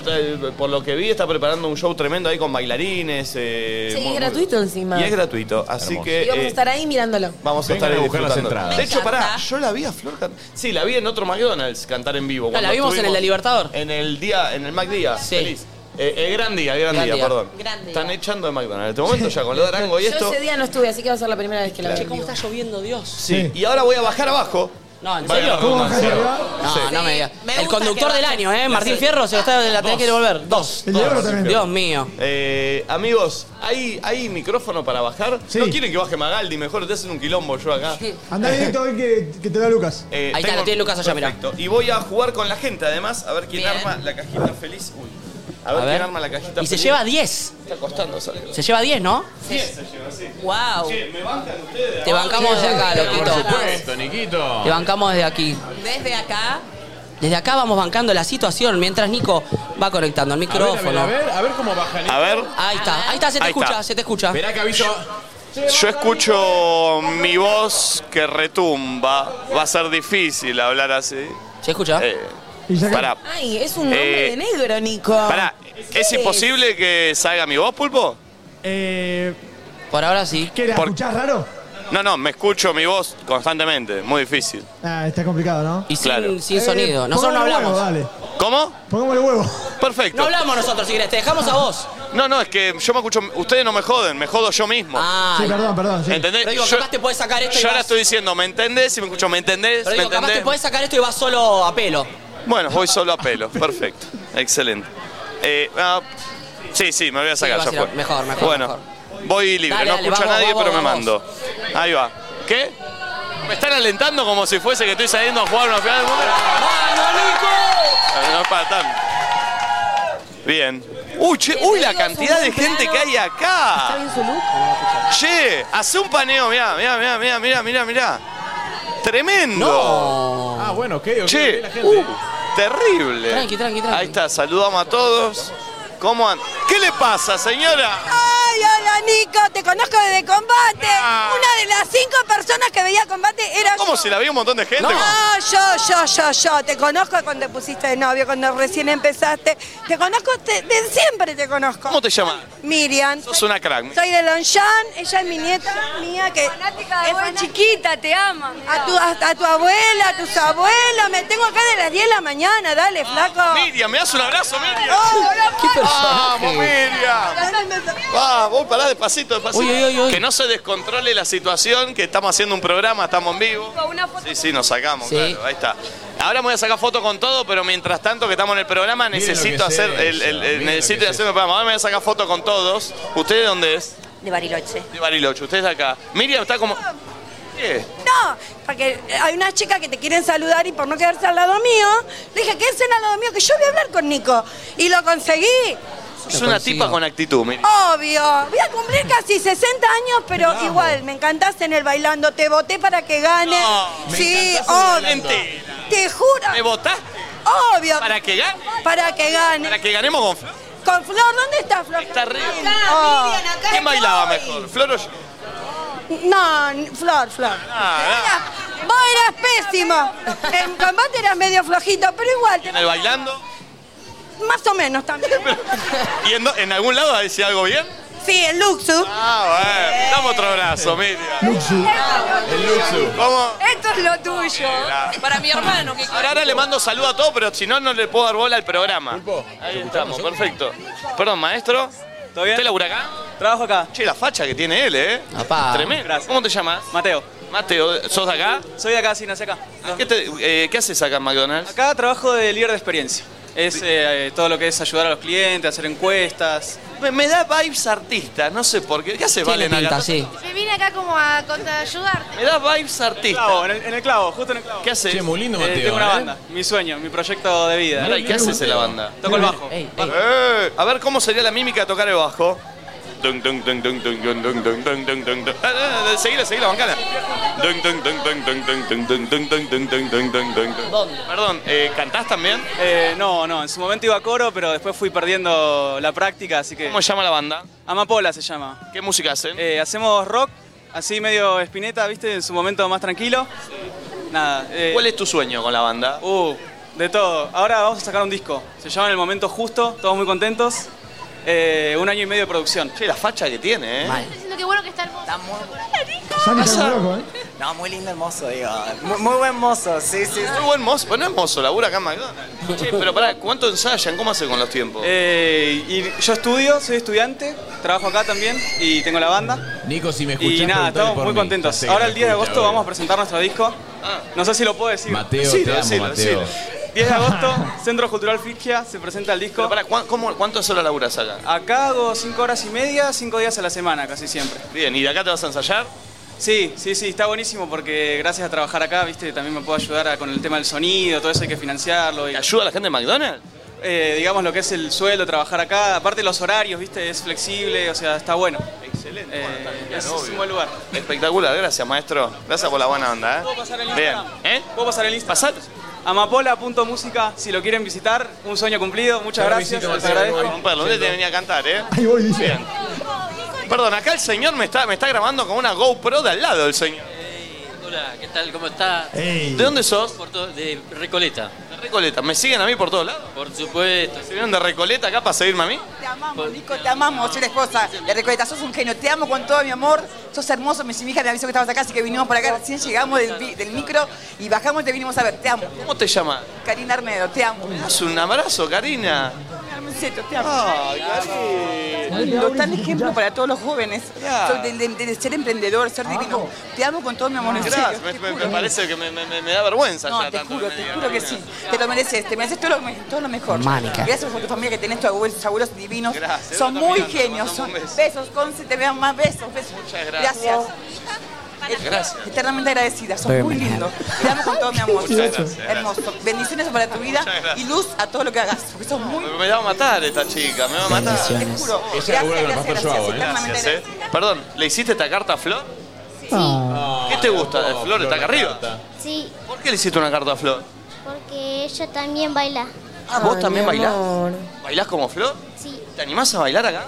por lo que vi, está preparando un show tremendo ahí con bailarines. eh,
Sí,
muy-
es
muy-
gratuito encima.
Y es gratuito, así que...
Y vamos a
eh,
estar ahí mirándolo.
Vamos a
Vengan
estar ahí
a buscar las
disfrutando.
entradas.
De hecho, pará, yo la vi a Flor cantar. Sí, la vi en otro McDonald's cantar en vivo.
Ah, la
cuando
vimos en el de Libertador.
En el día, en el Mac Día. Feliz. Eh, eh, gran día, gran,
Gran
día,
día.
perdón. Están echando de McDonald's. En este momento ya con lo de Arango y
Yo
esto.
ese día no estuve, así que va a ser la primera vez que la
Claro.
veo.
Che,
¿Cómo
está lloviendo, Dios?
Sí. Y ahora voy a bajar abajo.
No, ¿en
Vale,
serio?
la redundancia.
No,
Sí.
no me digas.
Me
El
gusta
conductor
que
del
va-
año, ¿eh? Martín
Sí.
Fierro se lo está, la tenés
Dos.
que devolver. Dos. Dios mío.
Eh, amigos, ¿hay, ¿hay micrófono para bajar? No quieren que baje Magaldi, mejor te hacen un quilombo yo acá.
Andá directo a ver que, que te da Lucas.
Eh,
Ahí está,
tengo-
lo tiene Lucas allá, mirá.
perfecto. Y voy a jugar con la gente, además, a ver quién arma la cajita feliz. Uy. A ver,
A ver.
quién arma la cajita
Y
feliz.
se lleva 10.
Está costando salir.
Se lleva 10, ¿no?
10 se lleva, sí.
Wow.
¿me bancan ustedes?
Te bancamos desde acá,
Por
loquito.
supuesto, Niquito.
Te bancamos desde aquí.
Desde acá.
Desde acá vamos bancando la situación mientras Nico va conectando el micrófono.
A ver, a ver, a ver cómo baja Nico.
A ver. Ahí está, ahí está, se te
Ahí
escucha,
está.
se te escucha.
Verá que aviso.
Yo escucho mi voz que retumba. Va a ser difícil hablar así. Eh,
¿Se escucha?
Pará.
Ay, es un hombre
Eh,
de negro, Nico.
Pará, ¿es
Sí.
imposible que salga mi voz, Pulpo?
Eh,
Por ahora sí.
¿Qué, la
Por-
escuchás raro?
No, no, me escucho mi voz constantemente. Muy difícil.
Ah, está complicado, ¿no?
Y
Claro.
sin sonido. Nosotros no
pongámosle
hablamos.
huevo, dale.
¿Cómo?
Pongámosle huevo.
Perfecto.
No hablamos nosotros, si querés, te dejamos a vos.
No, no, es que yo me escucho. Ustedes no me joden, me jodo yo mismo.
Ah,
Sí, perdón, perdón. sí.
¿Entendés?
Pero digo,
yo
capaz te podés sacar esto y
yo ahora
vas-
estoy diciendo, ¿me entendés? Si me escucho, ¿me entendés?
Pero digo, capaz
¿Me
te
entendés?
podés sacar esto y vas solo a pelo.
Bueno, voy solo a pelo. Perfecto. Excelente. Eh, ah, sí, sí, me voy a sacar.
vas
ya
a ir a-
fue.
mejor, mejor,
Bueno, voy libre.
Dale,
no
dale,
escucho
vamos,
a nadie,
vamos,
pero me
vamos.
mando. Ahí va. ¿Qué? Me están alentando como si fuese que estoy saliendo a jugar una final de mundo. Eh, No es para tanto. Bien. Uy, che, uy, la cantidad de gente que hay acá.
¿Está bien su look?
Che, hace un paneo, mirá, mirá, mirá, mirá, mirá, mirá, mirá. Tremendo.
Ah, bueno, ok, ok.
Che,
ok, la gente.
uh, terrible.
Tranqui, tranqui, tranqui.
Ahí está, saludamos a todos. ¿Cómo andan? ¿Qué le pasa, señora?
¡Ay, hola Nico! Te conozco desde combate. Una de las cinco personas que veía combate era
¿Cómo
yo.
si la vi un montón de gente?
No, yo, yo, yo, yo. Te conozco cuando te pusiste de novio, cuando recién empezaste. Te conozco, te- de siempre te conozco.
¿Cómo te llamas?
Miriam.
Sos una crack.
Soy de Longchamp, ella es mi nieta mía que es muy chiquita, te ama. A tu, a, a tu abuela, a tus abuelos, me tengo acá de las 10 de la mañana, dale, flaco. Oh,
Miriam, Ah, me das un abrazo, Miriam.
¿Qué
Vamos, Miriam. Va, Ah, vos pará despacito, despacito.
Uy, uy, uy, uy.
Que no se descontrole la situación, que estamos haciendo un programa, estamos en vivo. Sí, sí, nos sacamos,
Sí.
claro, ahí está. Ahora me voy a sacar foto con todo, pero mientras tanto que estamos en el programa
Miren lo
necesito
que es
hacer
eso,
el, el- el-
miren lo
necesito
que es
hacerme el programa. Ahora me voy a sacar foto con todos. ¿Usted de dónde es?
De Bariloche.
De Bariloche, usted es de acá. Miriam está como. ¿Qué?
No, porque hay unas chicas que te quieren saludar y por no quedarse al lado mío, le dije, quédense al lado mío que yo voy a hablar con Nico. Y lo conseguí.
Es una tipa con actitud, Miriam.
Obvio, voy a cumplir casi 60 años, pero igual, me encantaste en el bailando, te voté para que gane.
me
sí,
encantaste en el
obvio.
Bailando.
Te juro.
¿Me votaste?
Obvio.
¿Para que gane?
Para que gane.
Para que ganemos con Flor.
Con Flor, ¿dónde está Flor? Está arriba.
¿Quién bailaba mejor? ¿Flor o yo?
No, n- Flor, Flor.
Ah,
Vos eras pésimo. En combate eras medio flojito, pero igual,
¿En
te-
el bailando?
más o menos también.
¿Y en, do- en algún lado decía algo bien?
Sí, el Luxu.
Ah, bueno. Dame otro abrazo, Miriam. El Luxu. ¿Cómo?
Esto es lo tuyo.
Para mi hermano, que
Ahora, ahora le mando saludo a todos, pero si no, no le puedo dar bola al programa. Ahí estamos, perfecto. Perdón, maestro. ¿Todo bien? ¿Usted labura acá? Trabajo acá. Che, la facha que tiene él, ¿eh?
Ah.
Apá.
Tremendo. ¿Cómo te llamas? Mateo. Mateo, ¿sos de acá? Ah,
Soy de acá, sí, nací acá.
¿Qué, te- eh, ¿qué haces acá en McDonald's?
Acá trabajo de líder de experiencia. Es eh, todo lo que es ayudar a los clientes, hacer encuestas.
Me, me da vibes artista, no sé por qué. ¿Qué hace Valen acá?
Me vine acá como a contraayudarte.
Me da vibes artista.
Clavo, en, el, en el clavo, justo en el clavo.
¿Qué haces?
Che, muy lindo, Mateo,
tengo una
¿eh?
banda.
Mi sueño, mi proyecto de vida.
Mirá, ¿y qué haces en la banda?
Toco el bajo.
Eh, a ver, ¿cómo sería la mímica de tocar el bajo? Dun, dun, dun, dun, dun, dun, dun, dun, dun, dun, dun, dun. Ah, ah, ah, Seguila, seguila, bancala. Dun, dun, dun, dun, dun, dun, dun, dun, dun, dun, dun, dun, dun, dun, dun.
Perdón,
eh,
¿cantás también? Eh, no, no, en su momento iba a coro, pero después fui perdiendo la práctica, así que...
¿Cómo se llama la banda?
Amapola se llama.
¿Qué música hacen?
Eh, hacemos rock, así medio espineta, ¿viste? En su momento más tranquilo. Nada. eh,
¿Cuál es tu sueño con la banda?
Uh, de todo. Ahora vamos a sacar un disco. Se llama En el Momento Justo, todos muy contentos. Eh, un año y medio de producción.
Che, la facha que tiene, ¿eh?
Diciendo que bueno que está hermoso. Está muy
Santi está muy loco, ¿eh?
No, muy lindo el mozo, digo. Muy, muy buen mozo, sí, sí.
Muy buen mozo, pero no es mozo, labura acá en McDonald's. Che, pero pará, ¿cuánto ensayan? ¿Cómo hace con los tiempos?
Eh, y yo estudio, soy estudiante, trabajo acá también y tengo la banda.
Nico, si me escuchás,
Y nada,
preguntale
estamos
por
muy
mí.
contentos.
Sé que
Ahora
me
el 10 de
escucha,
agosto
boludo.
vamos a presentar nuestro disco.
Ah.
No sé si lo puedo decir.
Mateo, te amo, Mateo.
10 de agosto, Centro Cultural Figia, se presenta el disco.
Pará, ¿cuán- cómo- ¿cuántas horas laburas acá?
Acá hago 5 horas y media, 5 días a la semana casi siempre.
Bien, ¿y de acá te vas a ensayar?
Sí, sí, sí, está buenísimo porque gracias a trabajar acá, viste, también me puedo ayudar a- con el tema del sonido, todo eso hay que financiarlo. Y... Eh,
ayuda la gente de McDonald's?
digamos lo que es el sueldo, trabajar acá, aparte los horarios, viste, es flexible, o sea, está bueno. Excelente. es, es un buen lugar.
Espectacular, gracias maestro. Gracias por la buena onda, ¿eh?
¿Puedo pasar el
Bien.
Instagram? ¿Eh? ¿Puedo pasar el Instagram? Amapola.música, si lo quieren visitar, un sueño cumplido, muchas
Claro,
gracias.
visito,
les
Marcelo,
agradezco.
voy. Romperlo, ¿dónde te venía a cantar, eh?
Ahí voy, dice.
Perdón, acá el señor me está, me está grabando con una GoPro de al lado, el señor.
Hola, ¿qué tal? ¿Cómo está?
Eh.
¿De dónde sos?
Porto- de Recoleta.
De Recoleta. ¿Me siguen a mí por todos lados?
Por supuesto.
¿Se vinieron de Recoleta acá para seguirme a mí?
Te amamos, Nico, te amamos. Soy la esposa de Recoleta, sos un genio. Te amo con todo mi amor. Sos hermoso. Mi hija me avisó que estabas acá, así que vinimos por acá. Recién llegamos del, vi- del micro y bajamos y te vinimos a ver. Te amo.
¿Cómo te llamas?
Karina Arnedo, te amo.
Haz un abrazo, Karina.
Hermoseto, te amo. Lindo, tan ejemplo para todos los jóvenes. Soy del- del- del ser emprendedor, ser divino. Te amo con todo mi amor. en serio,
Gracias, me,
te
me-
juro.
me parece que me, me- me- me da vergüenza
No,
ya
te
tanto
juro,
que me
te
digan,
juro que
Karina.
sí. Te lo mereces, te mereces todo lo, me- todo lo mejor.
Manica.
Gracias por tu familia que tenés, tus abuelos, tus abuelos divinos. Son
Yo también,
muy
te
genios.
mando
Son
un beso.
besos, Conce, te vean más besos, besos.
Muchas
Gracias.
Gracias.
Eternamente agradecida, sos
Very
muy
much.
lindo. Te amo con todo mi amor.
Muchas gracias.
Hermoso. Bendiciones para tu vida
Muchas gracias.
y luz a todo lo que hagas, porque sos muy
Me- Me va a matar esta chica, me va a matar.
Te juro.
Ella
labura con lo que más yo hago, ¿eh?
Gracias, eh. Perdón, ¿le hiciste esta carta a Flor? ¿Qué te gusta de Flor? Está acá arriba.
Sí,
¿Por qué le hiciste una carta a Flor?
porque ella también baila.
Ah, ¿vos también bailás? ¿Bailás como Flor?
Sí.
¿Te animás a bailar acá?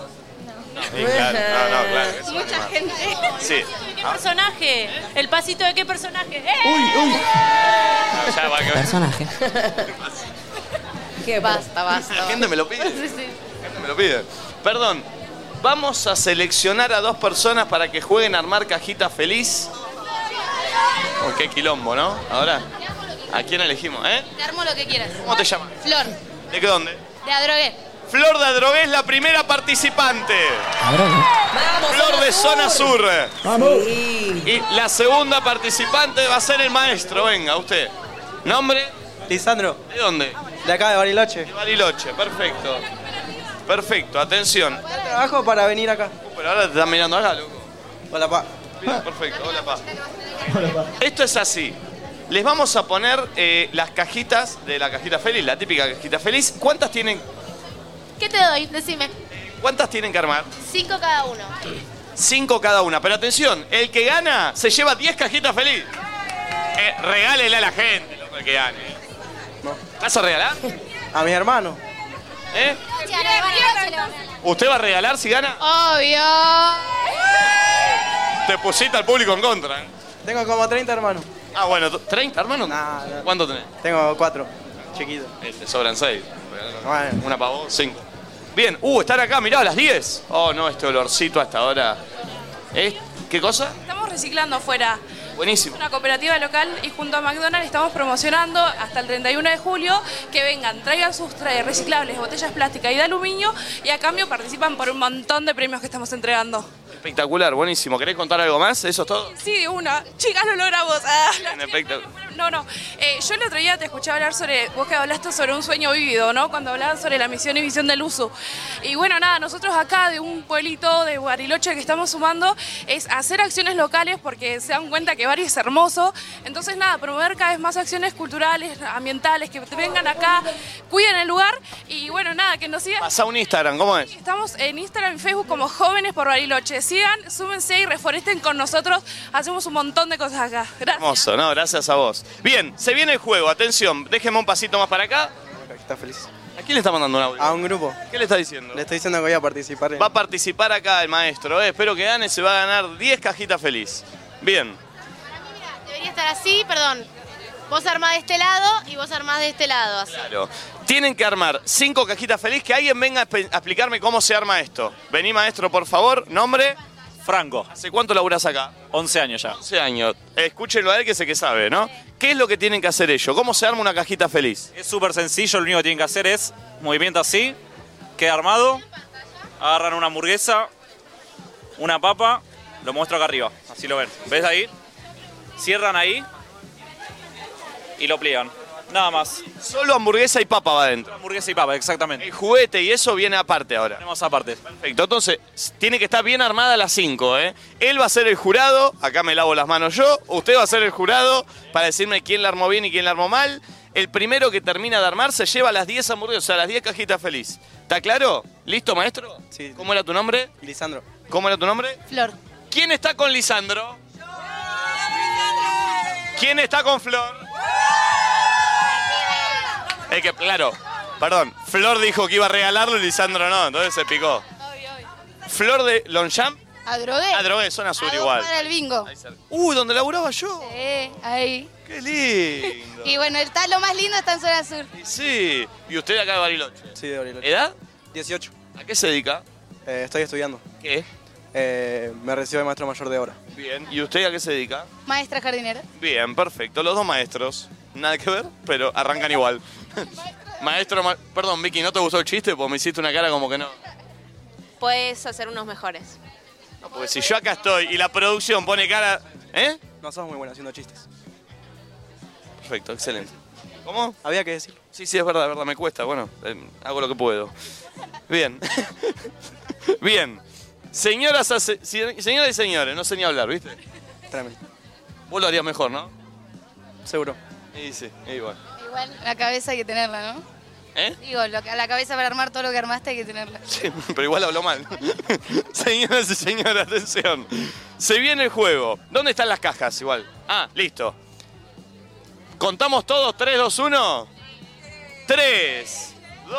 No. Sí, claro. No, no, claro. eso
Mucha
anima.
gente.
Sí.
¿Qué personaje? ¿El pasito de qué personaje? ¡Eh!
Uy, uy. Ya va que
Personaje.
¿Qué
basta, basta.
La gente me lo pide.
Sí, sí.
me lo pide. Perdón, vamos a seleccionar a dos personas para que jueguen a armar cajita feliz. Oh, qué quilombo, ¿no? Ahora, ¿a quién elegimos, eh?
Te armo lo que quieras.
¿Cómo te llamas?
Flor,
¿De qué dónde?
de Adrogué.
Flor de Adrogué es la primera participante. Flor de Zona Sur.
Vamos.
Y la segunda participante va a ser el maestro. Venga, usted. ¿Nombre?
Lisandro.
¿De dónde?
De acá, de Bariloche.
De Bariloche, perfecto. Perfecto, atención.
Trabajo para venir acá.
Pero ahora te están mirando acá, loco.
Hola, pa.
Mira, perfecto, hola, pa. Esto es así. Les vamos a poner eh, las cajitas de la cajita feliz, la típica cajita feliz. ¿Cuántas tienen,
¿Qué te doy? Decime.
cuántas tienen que armar?
Cinco cada uno.
Cinco cada una. Pero atención, el que gana se lleva 10 cajitas feliz. Eh, regálele a la gente, loco, el que gane. ¿Vas a regalar?
A mis hermanos.
¿Eh? ¿Usted va a regalar si gana?
Obvio.
Te pusiste al público en contra. ¿eh?
Tengo como 30 hermanos.
Ah, bueno, ¿30 hermanos? ¿Cuánto tenés?
Tengo cuatro. Chiquito.
Eh, te sobran 6. Una para vos, 5. Bien, uh, están acá, mirá, a las 10. Oh, no, este olorcito hasta ahora. ¿Eh? ¿Qué cosa?
Estamos reciclando afuera.
Buenísimo.
Una cooperativa local y junto a McDonald's estamos promocionando hasta el 31 de julio que vengan, traigan sus tra- reciclables, botellas plásticas y de aluminio y a cambio participan por un montón de premios que estamos entregando.
Espectacular, buenísimo. ¿Querés contar algo más? ¿Eso es todo?
Sí, una. Chicas, no logramos. Ah,
Bien, espectacular.
no, no. Eh, yo el otro día te escuché hablar sobre, vos que hablaste sobre un sueño vivido, ¿no? Cuando hablaban sobre la misión y visión del uso. Y bueno, nada, nosotros acá de un pueblito de Bariloche que estamos sumando es hacer acciones locales porque se dan cuenta que Bari es hermoso. Entonces, nada, promover cada vez más acciones culturales, ambientales, que vengan acá, cuiden el lugar y bueno, nada, que nos sigan.
Pasa un Instagram, ¿cómo es?
Estamos en Instagram y Facebook como Jóvenes por Bariloche. Sigan, súmense y reforesten con nosotros. Hacemos un montón de cosas acá. Gracias.
Hermoso, no, gracias a vos. Bien, se viene el juego, atención, déjeme un pasito más para acá. Está feliz. ¿A quién le está mandando un audio?
A un grupo.
¿Qué le está diciendo?
Le estoy diciendo que voy a participar. en-
Va a participar acá el maestro, eh, espero que gane, se va a ganar 10 cajitas feliz. Bien,
Debería estar así, perdón. Vos armás de este lado y vos armás de este lado, así.
claro. Tienen que armar 5 cajitas feliz, que alguien venga a pe- a explicarme cómo se arma esto. Vení maestro, por favor, nombre. Franco. ¿Hace cuánto laburás acá? 11 años ya. 11 años. Escúchenlo a él que es el que sabe, ¿no? ¿Qué es lo que tienen que hacer ellos? ¿Cómo se arma una cajita feliz?
Es súper sencillo, lo único que tienen que hacer es movimiento así, queda armado, agarran una hamburguesa, una papa, lo muestro acá arriba, así lo ven. ¿Ves ahí? Cierran ahí y lo pliegan. Nada más.
Solo hamburguesa y papa va adentro.
Hamburguesa y papa, exactamente.
El juguete y eso viene aparte ahora.
Tenemos aparte.
Perfecto, entonces s- tiene que estar bien armada las 5, ¿eh? Él va a ser el jurado, acá me lavo las manos yo, usted va a ser el jurado para decirme quién la armó bien y quién la armó mal. El primero que termina de armar se lleva las 10 hamburguesas, o sea, las 10 cajitas feliz. ¿Está claro? ¿Listo, maestro? Sí. ¿Cómo era tu nombre? Lisandro. ¿Cómo era tu nombre?
Flor.
¿Quién está con Lisandro? ¿Quién está con Flor? Es que, claro, perdón, Flor dijo que iba a regalarlo y Lisandro no, entonces se picó. Flor de Longchamp,
A drogué.
a Drogué, zona sur
A dos
igual.
cuadras del bingo.
Uh, donde laburaba yo.
Sí, ahí.
Qué lindo.
Y bueno, está lo más lindo está en zona sur.
Sí. ¿Y usted acá de Bariloche?
Sí, de Bariloche.
¿Edad?
18.
¿A qué se dedica?
Eh, estoy estudiando. Eh,
¿Qué?
me recibo de maestro mayor de obra.
Bien. ¿Y usted a qué se dedica?
Maestra jardinera.
Bien, perfecto. Los dos maestros. Nada que ver, pero arrancan igual. Maestro, ma- perdón, Vicky, ¿no te gustó el chiste? Porque me hiciste una cara como que no.
Puedes hacer unos mejores.
No, porque si yo acá estoy y la producción pone cara. ¿Eh?
No sos muy bueno haciendo chistes.
Perfecto, excelente. ¿Cómo? Había que decirlo. Sí, sí, es verdad, es verdad, me cuesta. Bueno, eh, hago lo que puedo. Bien. Bien. Señoras, hace- si- señoras y señores, no sé ni hablar, ¿viste? Tráeme. Vos lo harías mejor, ¿no? Seguro. Y sí, igual.
Igual la cabeza hay que tenerla, ¿no?
¿Eh?
Digo, lo que- la cabeza para armar todo lo que armaste hay que tenerla.
Sí, pero igual habló mal. Señoras y señores, atención. Se viene el juego. ¿Dónde están las cajas igual? Ah, listo. ¿Contamos todos? ¿3, 2, 1? 3, 2,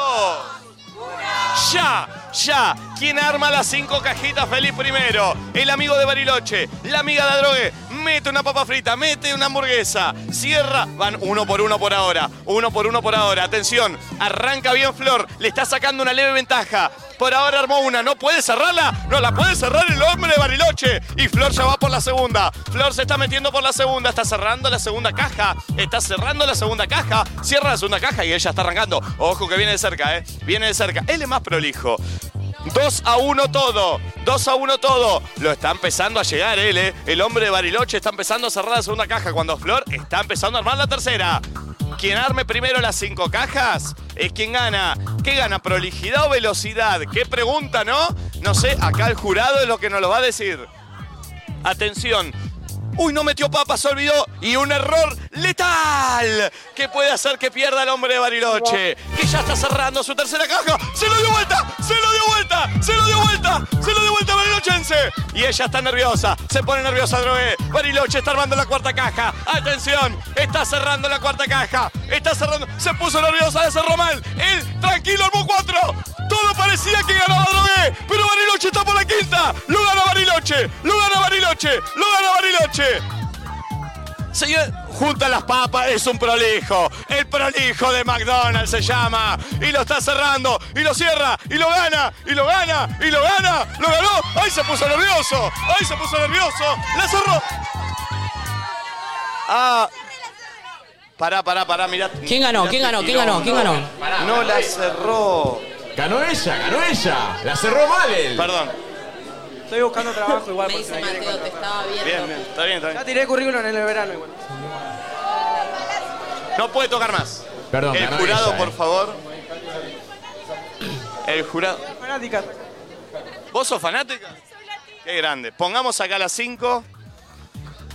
¡Ya! ¡Ya! ¿Quién arma las cinco cajitas feliz primero? El amigo de Bariloche, la amiga de Adrogué. Mete una papa frita, mete una hamburguesa, cierra. Van uno por uno por ahora, uno por uno por ahora. Atención, arranca bien Flor, le está sacando una leve ventaja. Por ahora armó una, ¿no puede cerrarla? No la puede cerrar el hombre de Bariloche. Y Flor ya va por la segunda. Flor se está metiendo por la segunda, está cerrando la segunda caja. Está cerrando la segunda caja, cierra la segunda caja y ella está arrancando. Ojo que viene de cerca, ¿eh? Viene de cerca. Él es más prolijo. 2 a 1 todo, 2 a 1 todo. Lo está empezando a llegar él, ¿eh? El hombre de Bariloche está empezando a cerrar la segunda caja cuando Flor está empezando a armar la tercera. Quien arme primero las cinco cajas es quien gana. ¿Qué gana? ¿Prolijidad o velocidad? ¿Qué pregunta, no? No sé, acá el jurado es lo que nos lo va a decir. Atención. Uy, no metió papa, se olvidó. Y un error letal que puede hacer que pierda el hombre de Bariloche. Que ya está cerrando su tercera caja. ¡Se lo dio vuelta! ¡Se lo dio vuelta! ¡Se lo dio vuelta! ¡Se lo dio vuelta Barilochense! Y ella está nerviosa. Se pone nerviosa, Drogué. Bariloche está armando la cuarta caja. Atención, está cerrando la cuarta caja. Está cerrando. Se puso nerviosa, la cerró mal. Él, tranquilo, armó cuatro. Todo parecía que ganaba Drogué. Pero Bariloche está por la quinta. Lo gana Bariloche. Lo gana Bariloche. Lo gana Bariloche. Señor, junta las papas, es un prolijo. El prolijo de McDonald's se llama. Y lo está cerrando, y lo cierra, y lo gana, y lo gana, y lo gana, lo ganó. ¡Ay, se puso nervioso! ¡Ay, se puso nervioso! ¡La cerró! Ah. Pará, pará, pará, mirá. este
¿Quién ganó? ¿Quién ganó? ¿Quién ganó? ¿Quién ganó?
No la cerró.
Ganó ella, ganó ella. La cerró mal él.
Perdón.
Estoy buscando trabajo igual.
Me dice Mateo, te estaba viendo.
Bien, bien, está bien, está bien.
Ya tiré currículum en el verano igual.
No puede tocar más.
Perdón,
El
ganó
jurado,
ella, eh.
por favor. El jurado. Fanática. ¿Vos sos fanática? Qué grande. Pongamos acá las 5.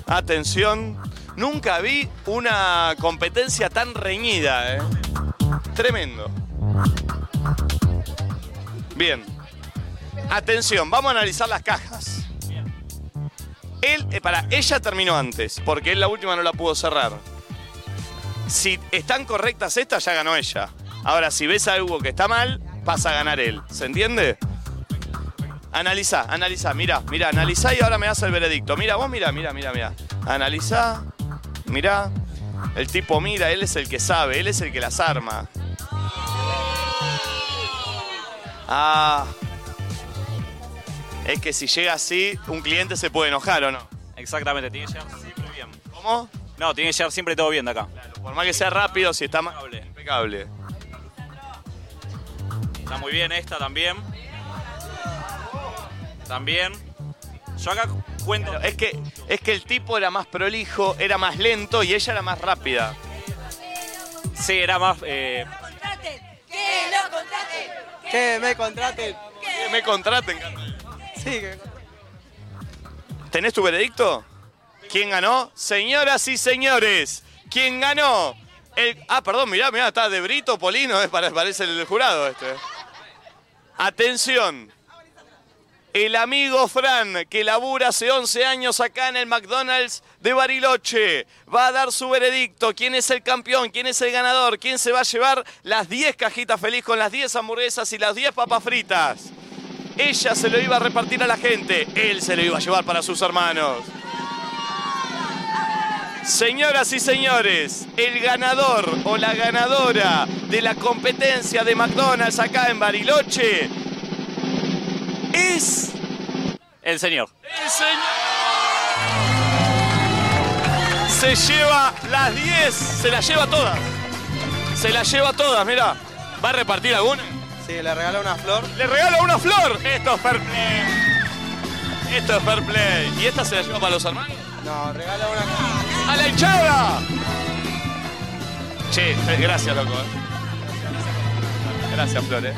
Atención. Nunca vi una competencia tan reñida, ¿eh? Tremendo. Bien. Atención, vamos a analizar las cajas. Él, eh, para, ella terminó antes, porque él la última no la pudo cerrar. Si están correctas estas, ya ganó ella. Ahora, si ves algo que está mal, pasa a ganar él. ¿Se entiende? Analiza, analiza, mira, mira, analiza y ahora me das el veredicto. Mira, vos mira, mira, mira, mira. Analiza, mira. El tipo mira, él es el que sabe, él es el que las arma. Ah. Es que si llega así, un cliente se puede enojar o no.
Exactamente, tiene que llegar siempre bien.
¿Cómo?
No, tiene que llegar siempre todo bien de acá.
Por más que sea rápido, si está mal. Impecable.
Está muy bien esta también. También. Yo acá cuento.
es que es que el tipo era más prolijo, era más lento y ella era más rápida.
Sí, era más. eh,
¡Que lo contraten!
Que me contraten. Que me contraten, Carmen.
Sí,
¿Tenés tu veredicto? ¿Quién ganó? Señoras y señores, ¿quién ganó? El- ah, perdón, mirá, mirá, está de Brito Polino, es para, parece el jurado este. Atención. El amigo Fran, que labura hace 11 años acá en el McDonald's de Bariloche, va a dar su veredicto. ¿Quién es el campeón? ¿Quién es el ganador? ¿Quién se va a llevar las 10 cajitas feliz con las 10 hamburguesas y las 10 papas fritas? Ella se lo iba a repartir a la gente, él se lo iba a llevar para sus hermanos. Señoras y señores, el ganador o la ganadora de la competencia de McDonald's acá en Bariloche es...
El señor.
El señor. Se lleva las 10, se las lleva todas. Se las lleva todas, mira. ¿Va a repartir alguna?
Sí, le regaló una flor.
Le regalo una flor. Esto es fair play. Esto es fair play. ¿Y esta se la lleva para los hermanos?
No, regala una.
¡A la hinchada! Che, eh, gracias, loco. eh. Gracias, Flor. eh.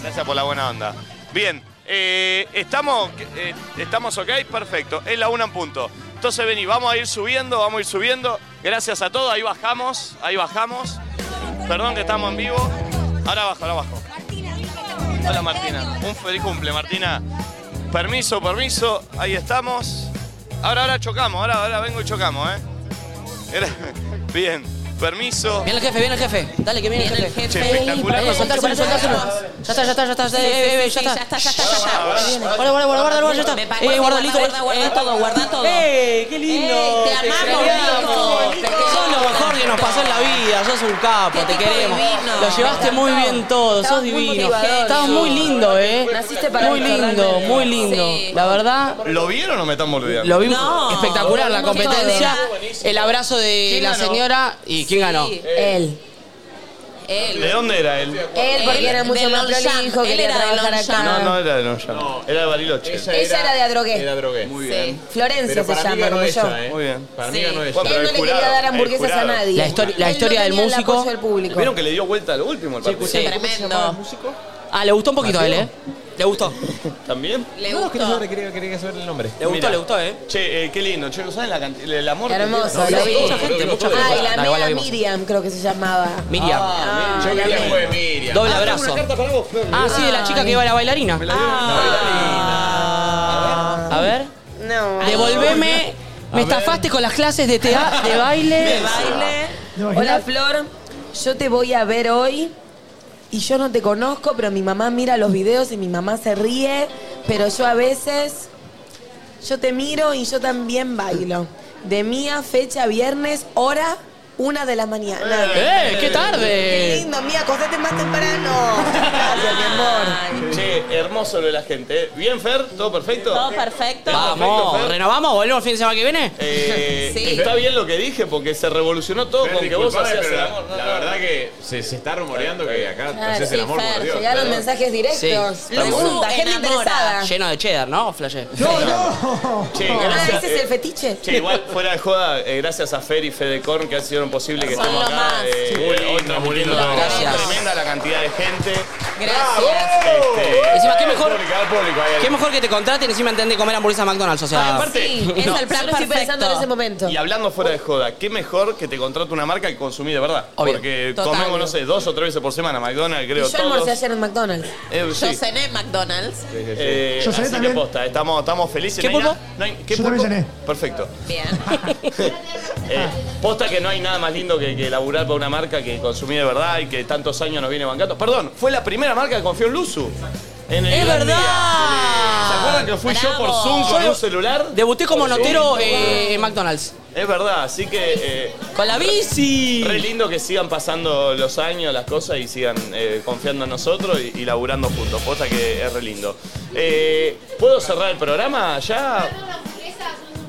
Gracias por la buena onda. Bien, eh, ¿estamos, eh, ¿estamos ok? Perfecto. Es la una en punto. Entonces vení, vamos a ir subiendo, vamos a ir subiendo. Gracias a todos, ahí bajamos, ahí bajamos. Perdón que estamos en vivo. Ahora abajo, ahora abajo. Hola Martina, un feliz cumple Martina. Permiso, permiso, ahí estamos. Ahora, ahora chocamos, ahora, ahora vengo y chocamos, ¿eh? Era- Bien, permiso.
Viene el jefe, viene el jefe. Dale, que viene, el jefe.
Che, espectacular.
Dale, soltá, soltá, soltá, soltá. Ya está, ya está, ya está. Eh, eh, eh, ya está. Guarda, guarda, guarda, guarda, guarda, ya está.
Me pa-
Eh, guarda, Eh,
guarda,
listo.
guarda, guarda
eh,
todo, guarda todo.
¡Ey, qué lindo!
Ey, te amamos,
queremos.
Nico, te
Sos lo
queremos.
mejor que nos pasó en la vida. Sos un capo, te queremos.
divino.
Lo llevaste muy bien todo, sos divino.
motivador,
Estabas muy lindo, ¿eh?
Naciste para
Muy
esto,
lindo,
realmente.
muy lindo.
Sí.
La verdad,
¿Lo vieron o me están mordiendo?
lo vimos espectacular la
vimos todo.
competencia. El abrazo de
¿Quién
la
ganó?
señora. ¿Y quién ganó?
Él.
Él.
¿De dónde era Eh, él?
Él, porque era
Él,
mucho
de
más
Longchamp.
prolijo,
Él
quería
era de
trabajar acá.
Longchamp.
No, no era de Noyano. Era de Bariloche.
Ella era de Adrogué.
Era drogué. Muy
bien. Florencia se llama, como yo.
Muy bien.
¿eh? Para mí
Sí.
ganó ella.
Él no le quería dar hamburguesas a nadie.
La histori- la
Él no
historia del
tenía el
músico.
apoyo del público.
Vieron que le dio vuelta al último el partido.
Sí.
Tremendo.
Ah, le gustó un poquito a él, ¿eh? Le gustó.
¿También?
Le
No, que no
gustó.
sabe, quería, quería saber el nombre.
Le gustó,
Mirá.
le gustó, ¿eh?
Che, eh, qué lindo. Che, ¿no saben la cantidad? El amor. que
Hermoso,
tiene?
lo vi.
Mucha gente, mucha gente.
Ay, la
Dale, igual la
amiga
vimos.
Miriam, creo que se llamaba.
Miriam.
Ah,
Yo
la Ah,
quería
amiga.
fue Miriam.
Doble abrazo. Ah, sí, de la chica que iba a la bailarina. Ah. A ver.
No.
Devolveme. Me estafaste con las clases de teatro, de baile.
Hola Flor, yo te voy a ver hoy y yo no te conozco, pero mi mamá mira los videos y mi mamá se ríe, pero yo a veces yo te miro y yo también bailo. De mía, fecha, viernes, hora, una de la mañana.
¡Eh, qué
Qué
tarde!
lindo, mía, acostate más temprano. Gracias, mi amor.
Che, hermoso lo de la gente. eh. ¿Bien, Fer? ¿Todo perfecto?
Todo perfecto.
Vamos,
Fer.
renovamos, volvemos el fin de semana que viene.
Eh,
Sí.
Está bien lo que dije porque se revolucionó todo
Fer,
con que vos
disculpame,
hacías
pero
el
la-
amor. No,
La
no,
verdad
no.
que se, se está rumoreando que acá
Claro,
haces el
sí,
amor, por
Fer,
Dios.
llegaron
Perdón.
mensajes directos.
Sí.
Pregunta, gente
Enamora.
interesada.
Ah, Lleno de cheddar, ¿no? Flashe.
Che,
Ah,
gracias.
ese es
eh,
el fetiche.
Che, igual fuera de joda, eh, gracias a Fer y Fedecorn que hicieron hicieron posible que
Son lo
estemos acá.
más.
eh,
Sí,
hoy
muy
transmitiendo
lindo
la-
todo.
Tremenda la cantidad de gente.
Gracias.
Oh,
Oh.
Este,
Encima, qué mejor,
público, al público, ahí, al-
qué mejor que te contraten y encima entendés comer hamburguesa McDonald's. O
Ah,
sea,
sí, es el plan estoy pensando en ese momento.
Y hablando fuera de joda, qué mejor que te contrate una marca que consumí de verdad.
Obvio.
Porque
Total.
comemos, no sé, dos o tres veces por semana McDonald's, creo.
Y yo almorcé
todos.
ayer en McDonald's.
Eh,
Yo
sí.
cené en McDonald's.
Eh,
Yo cené
así que
también.
posta, estamos, estamos felices.
¿Qué
no hay
pulpo?
na- no hay- ¿Qué
Yo
pulpo?
también Ah.
Perfecto.
Bien.
Eh, posta que no hay nada más lindo que, que laburar para una marca que consumí de verdad y que tantos años nos viene bancando. Perdón, fue la primera marca que confió en Luzu. En el
¡Es
gran día.
verdad!
¿Se acuerdan que fui yo por Zoom con
Yo
un celular?
Debuté como
Por
notero
Zoom.
eh, en McDonald's.
Es verdad, así que. eh,
Con la bici.
Re lindo que sigan pasando los años, las cosas y sigan eh, confiando en nosotros y, y laburando juntos. Posta que es re lindo. Eh, ¿Puedo cerrar el programa ya?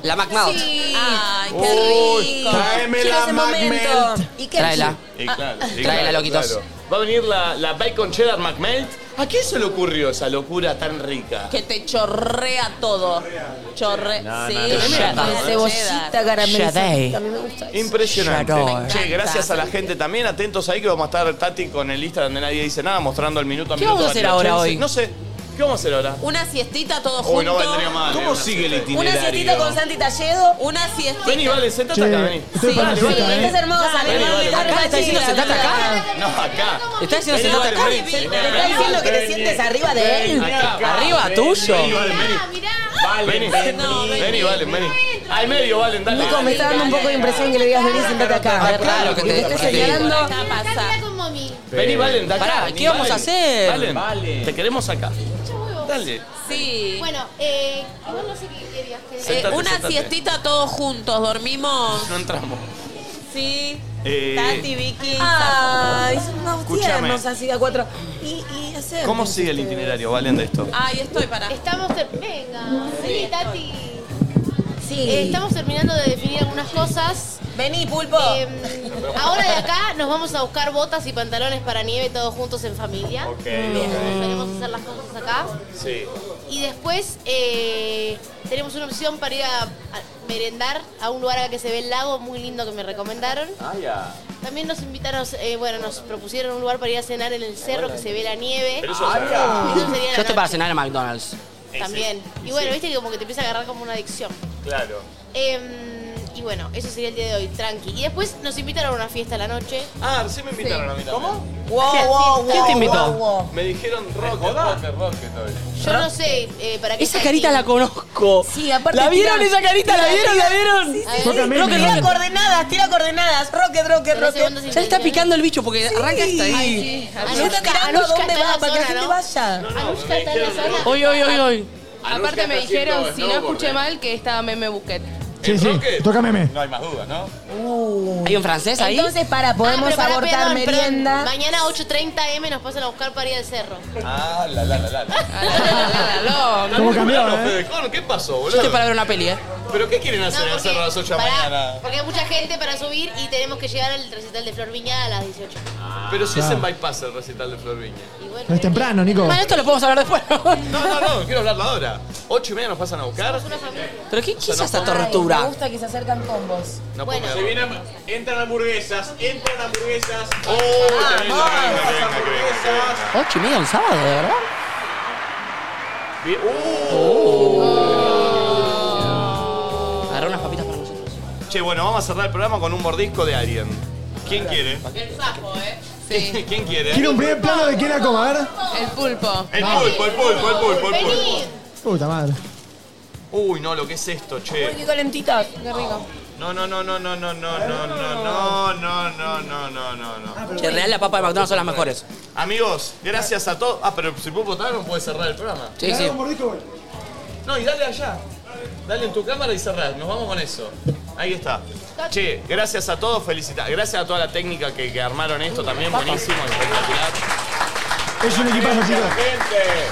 La McMelt.
Sí. Ay, qué
Uy,
rico.
tráeme
Quiero
la
ese
McMelt.
momento.
¿Y
Tráela. Ah,
Y claro, y
Tráela,
claro,
loquitos.
claro. Va a venir la, la Bacon Cheddar McMelt. ¿A quién se le ocurrió esa locura tan rica?
Que te chorrea todo. Chorrea.
No, no,
sí.
no, no, no, no, no.
Cebollita
Shaday.
caramelizada. A mí me gusta eso.
Impresionante.
Me encanta.
Che, gracias a la gente también. Atentos ahí que vamos a estar, Tati, con el Instagram donde nadie dice nada, mostrando el minuto a
¿Qué
minuto.
vamos a hacer
de la
ahora
Chelsea.
hoy?
No sé. ¿Qué vamos a hacer ahora?
Una siestita todos
Uy,
juntos.
no vendría mal. eh, ¿Cómo sigue el
Una siestita con
Santi Talledo.
Una siestita.
Vení, vale, sentate
Che,
acá, vení.
estoy Sí, para la
Vale,
siesta,
vale,
eh.
vení.
Estás hermosa,
Vale,
mi amor,
vale.
estás
Acá
está diciendo sentate acá.
No, acá.
Está diciendo
Vení,
sentate
dale,
acá.
vení.
Vení,
Vení,
Está diciendo que te sientes arriba de él.
Arriba tuyo.
Ah,
Vení, vení, vale, vení. Al medio, Valen, dale.
Nico, me está dando un poco de impresión que le digas venir sentate acá.
Es raro que te-
Porque estoy
que te diga.
señalando.
Vení, Valen, de acá.
Pará,
vení,
¿qué vamos a
Valen.
hacer?
Valen, te queremos acá. Dale.
Sí.
Bueno, eh, igual no sé qué querías que
Eh,
Sentate,
una
sentate.
siestita todos juntos. Dormimos.
No entramos.
Sí.
Eh,
Tati, Vicky.
Ay, son unos
Escúchame.
tiernos así de a cuatro. Y, y hacer.
¿Cómo sigue el itinerario, Valen, de esto?
Ay, estoy para.
Estamos. ter- Venga. Sí, Tati.
Sí.
Eh, estamos terminando de definir algunas cosas. Em,
Vení, pulpo.
ahora de acá nos vamos a buscar botas y pantalones para nieve todos juntos en familia.
Ok,
Queremos hacer las cosas acá.
Sí.
Y después eh, tenemos una opción para ir a, a merendar a un lugar acá que se ve el lago, muy lindo que me recomendaron.
Ah,
También nos invitaron, eh, bueno, nos propusieron un lugar para ir a cenar en el cerro que se ve la nieve.
Pero
eso es
Ah,
Eso
acá.
sería la
Yo estoy para
noche
cenar en McDonald's.
También. Y bueno, viste que como que te empieza a agarrar como una adicción.
Claro.
Em, y bueno, eso sería el día de hoy, tranqui. Y después nos invitaron a una fiesta a la noche.
Ah, sí me invitaron a mí también. ¿Cómo?
Wow, wow, wow, ¿Quién te invitó? wow,
Me dijeron rock, rock, rock,
Yo no sé eh, para qué.
Esa carita la conozco.
Sí, aparte.
¿La vieron
tira-
esa carita? ¿La
tira-
vieron?
tira-
¿La vieron?
Sí, sí,
Ay,
sí.
Rocket, rocket,
Tira
rocket.
coordenadas, tira coordenadas. Rocket, rocket, rocket.
Ya le está picando el bicho porque arranca hasta ahí.
Ay, sí. Está tirando a dónde va para que la gente vaya.
Anushka está en la zona.
Hoy, hoy, hoy, hoy.
Aparte me dijeron, si no escuché mal, que estaba Meme Buquet.
Sí, sí. Toca meme.
No hay más dudas, ¿no?
¿Hay un francés ahí?
Entonces, para, podemos
Ah, pero pará,
abortar
perdón, perdón.
merienda.
Mañana 8.30 M nos pasan a buscar para ir al cerro.
Ah, la, la, la, la.
¿Cómo cambió,
Claro,
eh?
Fede, claro, ¿Qué pasó,
Yo
boludo?
estoy para ver una peli, ¿eh?
¿Pero qué quieren hacer
No,
en el cerro a las 8 de la
Pará,
mañana?
Porque hay mucha gente para subir y tenemos que llegar al recital de Flor Viña a las 18.
Pero si es
Claro.
en bypass el recital de Flor Viña.
Pero es temprano, Nico.
Bueno, esto lo podemos hablar después.
No, no, no, quiero hablarlo ahora. 8 y media nos pasan a buscar.
¿Pero qué qué es esa
Me
tortura?
gusta que se acercan combos.
No
Bueno.
puedo
Se vienen, entran hamburguesas, entran hamburguesas.
¡Oh! que venga, que venga, que venga, que venga, que venga.
¿Ocho y media un sábado, de verdad?
Bien. ¡Uh!
Oh.
Agarrar unas papitas para nosotros.
Che, bueno, vamos a cerrar el programa con un mordisco de alguien. ¿Quién quiere?
El sapo, ¿eh?
Sí. ¿Quién quiere?
Quiero un primer plano de quién la coma, a ver.
El pulpo.
El pulpo, el pulpo, el pulpo, el pulpo.
Vení.
Puta madre.
Uy, no, lo que es esto, che.
Qué calentitas. Qué rico.
No, no, no, no, no, no, no, no, no, no, no, no, no, no, no.
Que en realidad la papa de McDonald's son las mejores.
Amigos, gracias a todos. Ah, pero si Pulpo está, no puede cerrar el programa.
Sí, sí.
No, y dale allá. Dale en tu cámara y cerrar. Nos vamos con eso. Ahí está. Che, gracias a todos, felicita. Gracias a toda la técnica que, que armaron esto también, buenísimo, espectacular.
Es un equipazo, chicos.
Gente.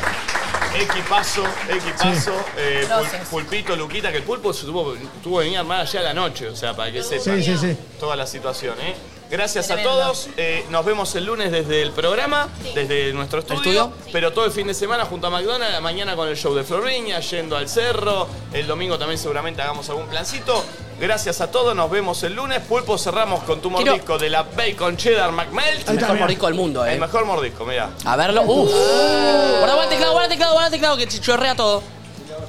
Equipazo, equipazo. Eh, pul-
Gracias.
pulpito, Luquita, que el pulpo se tuvo, tuvo que venir armada ya a la noche, o sea, para que sepan
Sí, sí, sí.
toda la situación, ¿eh? Gracias a
Tremendo.
todos. eh, nos vemos el lunes desde el programa, desde nuestro estudio.
estudio?
Pero todo el fin de semana junto a McDonald's, la mañana con el show de Floriña, yendo al cerro. El domingo también seguramente hagamos algún plancito. Gracias a todos, nos vemos el lunes. Pulpo, cerramos con tu mordisco de la Bacon Cheddar McMelt.
El mejor mordisco del mundo, eh.
El mejor mordisco, mira.
A verlo. uh. Uf.
Uh.
Guarda, guarda el teclado, guarda el teclado, guarda el teclado que chichorrea todo.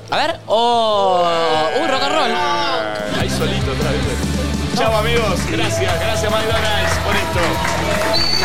A ver. Oh. Uy, rock and roll.
Ahí solito otra vez. Chao amigos, gracias, gracias McDonald's por esto.